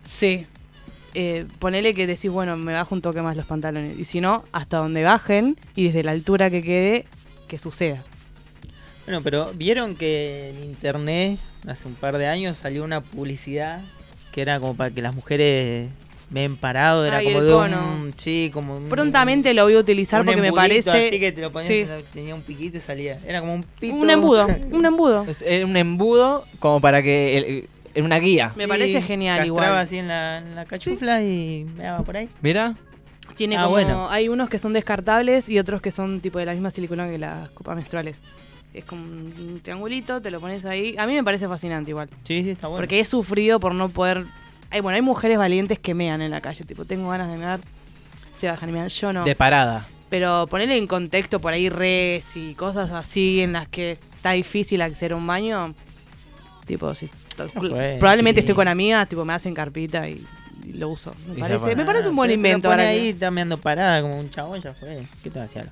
sí. Eh, ponele que decís, bueno, me bajo un toque más los pantalones. Y si no, hasta donde bajen y desde la altura que quede, que suceda.
Bueno, pero vieron que en internet hace un par de años salió una publicidad que era como para que las mujeres ven parado, era
Ay,
como
el
de
cono.
un sí, como un-
Prontamente lo voy a utilizar
Mm. un
porque me
embudito,
parece
así que te lo ponías,
sí.
en la- tenía un piquito y salía. Era como un pito. [laughs]
un embudo, un em- embudo.
Es eh, un embudo como para que... el- en una guía.
Me parece genial
castraba
igual.
así en la, en la cachufla y me daba por ahí.
Mira.
Tiene
Ah,
como,
bueno.
hay unos que son descartables y otros que son tipo de la misma silicona que las copas menstruales. Es como un triangulito, te lo pones ahí. A mí me parece fascinante igual.
Sí, sí, está bueno.
Porque he sufrido por no poder. Hay, bueno, hay mujeres valientes que mean en la calle. Tipo, tengo ganas de mear. Se bajan y mean. Yo no.
De parada.
Pero ponerle en contexto por ahí res y cosas así en las que está difícil acceder a un baño. Tipo, si estoy-
No puede,
probablemente
sí.
estoy con amigas, tipo, me hacen carpita y, y lo uso. Me
Y ya
parece,
va.
me parece un buen
Ah, Pero te lo
invento
pone
ahora.
ahí
que-
cambiando parada como un chabón, ya fue. ¿Qué te va a hacer?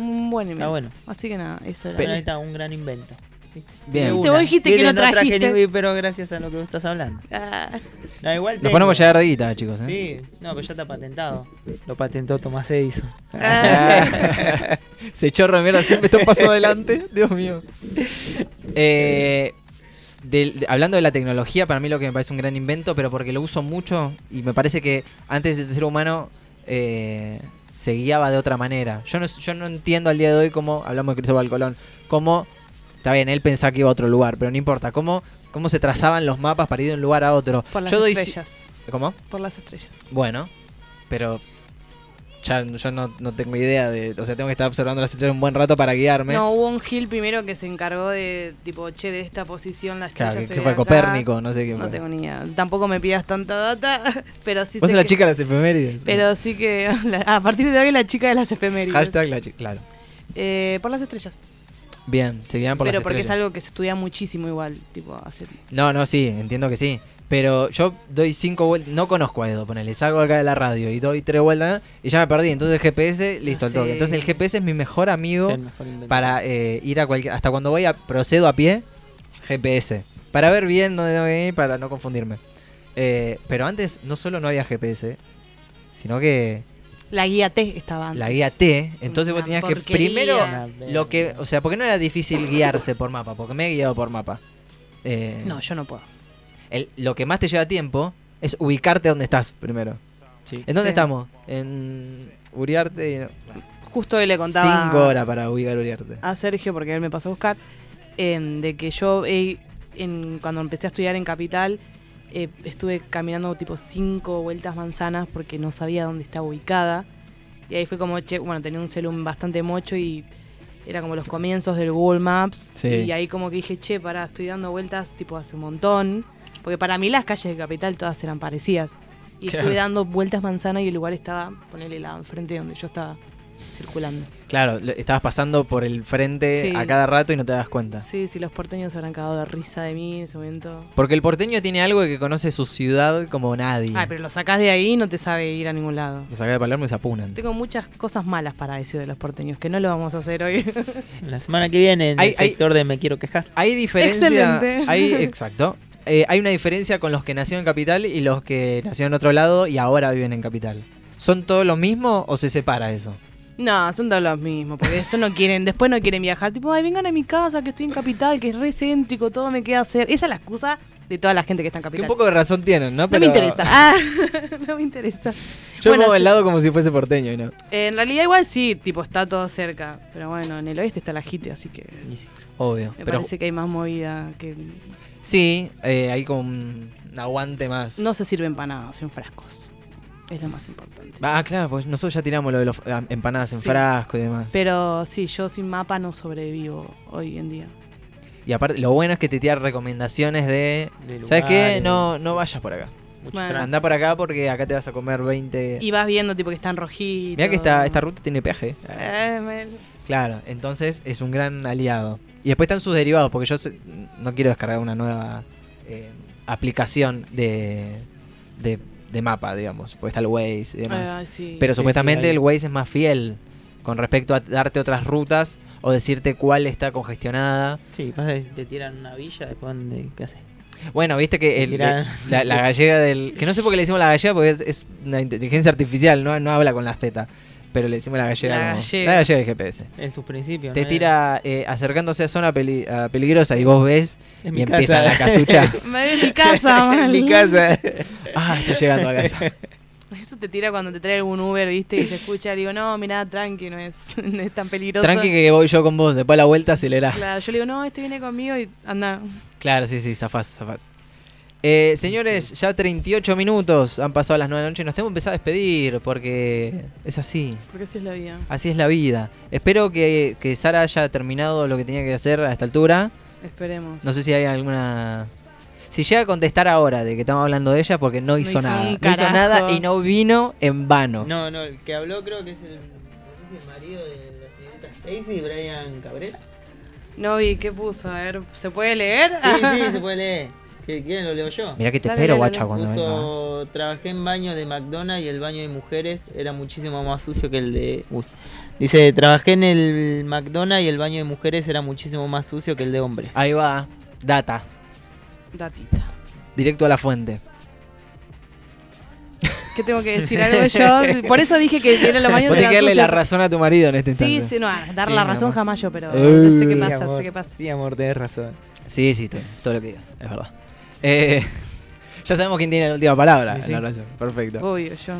Un
Ah,
buen invento.
bueno.
Así que nada, eso era.
Pero ahí está un gran invento.
Bien.
De
Vos
una.
dijiste que
Viste,
lo
no traje
trajiste.
ni- pero gracias a lo que vos estás hablando.
Ah,
No, igual
Nos
tengo.
ponemos a llegar de guita, chicos. ¿eh?
Sí, no, pero ya está patentado. Lo patentó Tomás Edison.
[laughs] Ah. [laughs] Se chorro de mierda, siempre está un paso adelante. [laughs] Dios mío. Eh, del- de- hablando de la tecnología, para mí lo que me parece un gran invento, pero porque lo uso mucho y me parece que antes el ser humano eh, se guiaba de otra manera. Yo no, yo no entiendo al día de hoy cómo, hablamos de Cristóbal Colón, cómo, está bien, él pensaba que iba a otro lugar, pero no importa, cómo, cómo se trazaban los mapas para ir de un lugar a otro.
por las
yo doy, si-
estrellas.
¿Cómo?
Por las estrellas.
Bueno, pero ya yo no, no tengo idea de. O sea, tengo que estar observando las estrellas un buen rato para guiarme.
No, hubo un Gil primero que se encargó de, tipo, che, de esta posición la estrella
Claro, que,
se
que
ve
fue
acá.
Copérnico, no sé quién
No
fue.
tengo ni idea. Tampoco me pidas tanta data, [laughs] pero sí
Vos
sé
sos la
que-
chica de las efemérides.
Pero sí que... [laughs] la- a partir de hoy la chica de las efemérides.
Hashtag la chica, claro.
Eh, por las estrellas.
Bien, se guían por
pero
las
porque es
estrellas.
algo que se estudia muchísimo igual, tipo, hace...
No, no, sí, entiendo que sí. Pero yo doy cinco vueltas. No conozco a Edo, ponele. Salgo acá de la radio y doy tres vueltas y ya me perdí. Entonces el GPS, listo, al
Ah, Sí.
toque. Entonces el GPS es mi mejor amigo.
Es el mejor invento.
para eh, ir a cualquier. Hasta cuando voy a. Procedo a pie, GPS. Para ver bien dónde tengo que ir, para no confundirme. Eh, pero antes no solo no había GPS, sino que
La guía T estaba antes.
la guía T. Entonces vos
Una
tenías que
porquería.
primero.
Una
Lo que,
verga.
o sea, porque no era difícil guiarse por mapa, porque me he guiado por mapa. Eh,
No, yo no puedo.
el- lo que más te lleva tiempo es ubicarte donde estás primero.
Sí.
¿En dónde
Sí.
estamos? En Uriarte. y no-
Justo hoy le contaba...
Cinco horas para ubicar Uriarte.
a Sergio, porque él me pasó a buscar, em, de que yo eh, en- cuando empecé a estudiar en Capital eh, estuve caminando tipo cinco vueltas manzanas porque no sabía dónde estaba ubicada. Y ahí fue como, che, bueno, tenía un celum bastante mocho y era como los comienzos del Google Maps.
Sí.
Y ahí como que dije, che, pará, estoy dando vueltas tipo hace un montón. Porque para mí las calles de Capital todas eran parecidas. Y estuve dando vueltas manzanas y el lugar estaba, ponele la enfrente de donde yo estaba circulando.
Claro, lo- estabas pasando por el frente
Sí.
a cada rato y no te das cuenta.
Sí, sí, los porteños se habrán cagado de risa de mí en ese momento.
Porque el porteño tiene algo de que conoce su ciudad como nadie.
Ay, pero lo sacás de ahí y no te sabe ir a ningún lado.
Los acá de Palermo y se apunan.
Tengo muchas cosas malas para decir de los porteños, que no lo vamos a hacer hoy. [laughs]
La semana que viene en
Hay-
el
hay-
sector de Me Quiero Quejar.
Hay diferencia.
Excelente. [laughs]
Hay, exacto. Eh, hay una diferencia con los que nacieron en Capital y los que nacieron en otro lado y ahora viven en Capital. ¿Son todos lo mismo o se separa eso?
no, son todos los mismos, porque eso no quieren, después no quieren viajar. Tipo, ay, vengan a mi casa, que estoy en Capital, que es re céntrico, todo me queda hacer. Esa es la excusa de toda la gente que está en
Que
Capital.
un poco de razón tienen, ¿no?
No
Pero [laughs]
me interesa. Ah, [laughs] no me interesa.
Yo
Bueno,
pongo el
sí.
lado como si fuese porteño, ¿no?
En realidad igual sí, tipo, está todo cerca. Pero bueno, en el oeste está la JITE, así que
Y sí.
Obvio.
me
pero
parece que hay más movida que...
sí, eh, hay como un aguante más.
No se sirven empanadas en frascos. Es lo más importante.
Ah, claro, pues nosotros ya tiramos lo de los eh, empanadas en
Sí.
frasco y demás.
Pero sí, yo sin mapa no sobrevivo hoy en día.
Y aparte, lo bueno es que te tiran recomendaciones de.
De
¿Sabes qué?
lugares.
No, no vayas por acá.
Mucho
Bueno.
tránsito.
Andá por acá porque acá te vas a comer 20.
Y vas viendo tipo que están rojitos.
Mirá que esta, esta ruta tiene peaje.
Ah,
Eh, me-
Claro, entonces es un gran aliado. Y después están sus derivados, porque yo se- no quiero descargar una nueva eh, aplicación de, de, de mapa, digamos. Porque está el Waze y demás.
Ay, sí.
Pero
Sí,
supuestamente
sí, hay-
el Waze es más fiel con respecto a darte otras rutas o decirte cuál está congestionada.
Sí, pasa que te tiran una villa, después ¿dónde- ¿qué haces?
Bueno, viste que el-
Mirá.
la, la gallega del. Que no sé por qué le decimos la gallega porque es, es una inteligencia artificial, no, no habla con las tetas. Pero le decimos la gallega.
La
como-
gallega.
la gallega del GPS.
En sus principios.
Te
¿no?
tira eh, acercándose a zona peli- a peligrosa y vos ves
[laughs] En
y
mi
empieza
casa.
la casucha.
Me voy a
[laughs]
mi casa,
en
mal.
mi casa. [laughs]
ah, estoy llegando a casa.
Eso te tira cuando te trae algún Uber, ¿viste? Y se escucha, digo, no, mirá, tranqui, no es, [laughs] no es tan peligroso.
Tranqui que voy yo con vos, después a la vuelta acelerás. Claro,
Claro, yo le digo, no, este viene conmigo y anda.
sí, sí, zafás, zafás. Eh, señores, ya 38 minutos han pasado las 9 de la noche. Nos tenemos que empezar a despedir porque es así.
Porque así es la vida.
Así es la vida. Espero que, que Sara haya terminado lo que tenía que hacer a esta altura.
Esperemos.
No sé si hay alguna. Si llega a contestar ahora de que estamos hablando de ella, porque no hizo,
hizo
nada.
un
No hizo
carajo.
nada y no vino en vano.
No, no, el que habló creo que es el, no sé si el marido de la señorita Stacy, Brian Cabrera.
No vi, ¿qué puso? A ver, ¿se puede leer?
Sí, sí, se puede leer. ¿Qué- ¿Quién lo leo yo?
Mirá que te
Dale,
espero,
dale,
guacha,
dale.
cuando venga.
Puso, trabajé en baño de McDonald's y el baño de mujeres era muchísimo más sucio que el de... Uy. Dice, trabajé en el McDonald's y el baño de mujeres era muchísimo más sucio que el de hombres.
Ahí va. Data.
[laughs] Datita.
Directo a la fuente.
¿Qué tengo
[laughs]
que decir algo yo? Por eso dije que era lo baños
Vos
de
tenés que darle
sucia.
la razón a tu marido en este
Sí,
instante.
sí, no, a dar
Sí,
la
mi
razón
amor.
jamás yo, pero
Ey.
sé qué
Sí,
pasa,
amor.
sé qué pasa.
Sí, amor, tenés razón.
Sí, sí, todo, todo lo que digas, es verdad. Eh, [laughs] ya sabemos quién tiene la última palabra
Sí,
en
sí.
la relación. Perfecto.
Obvio, yo.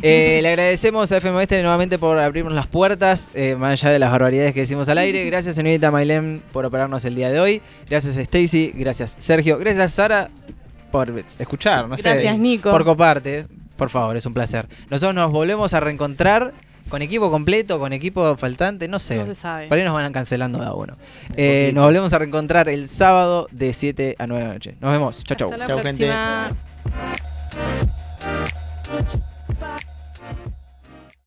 Eh, le agradecemos a FM Oeste nuevamente por abrirnos las puertas, eh, más allá de las barbaridades que decimos al aire. Gracias, señorita Mailem, por operarnos el día de hoy. Gracias, Stacy. Gracias, Sergio. Gracias, Sara, por escuchar. No sé,
Gracias, Nico.
Por coparte. Por favor, es un placer. Nosotros nos volvemos a reencontrar con equipo completo, con equipo faltante, no sé.
No se sabe.
Por ahí nos van cancelando de a uno. Eh, nos volvemos a reencontrar el sábado de 7 a 9 de la noche. Nos vemos. Chau, chau.
Hasta la
Chau, gente.
próxima.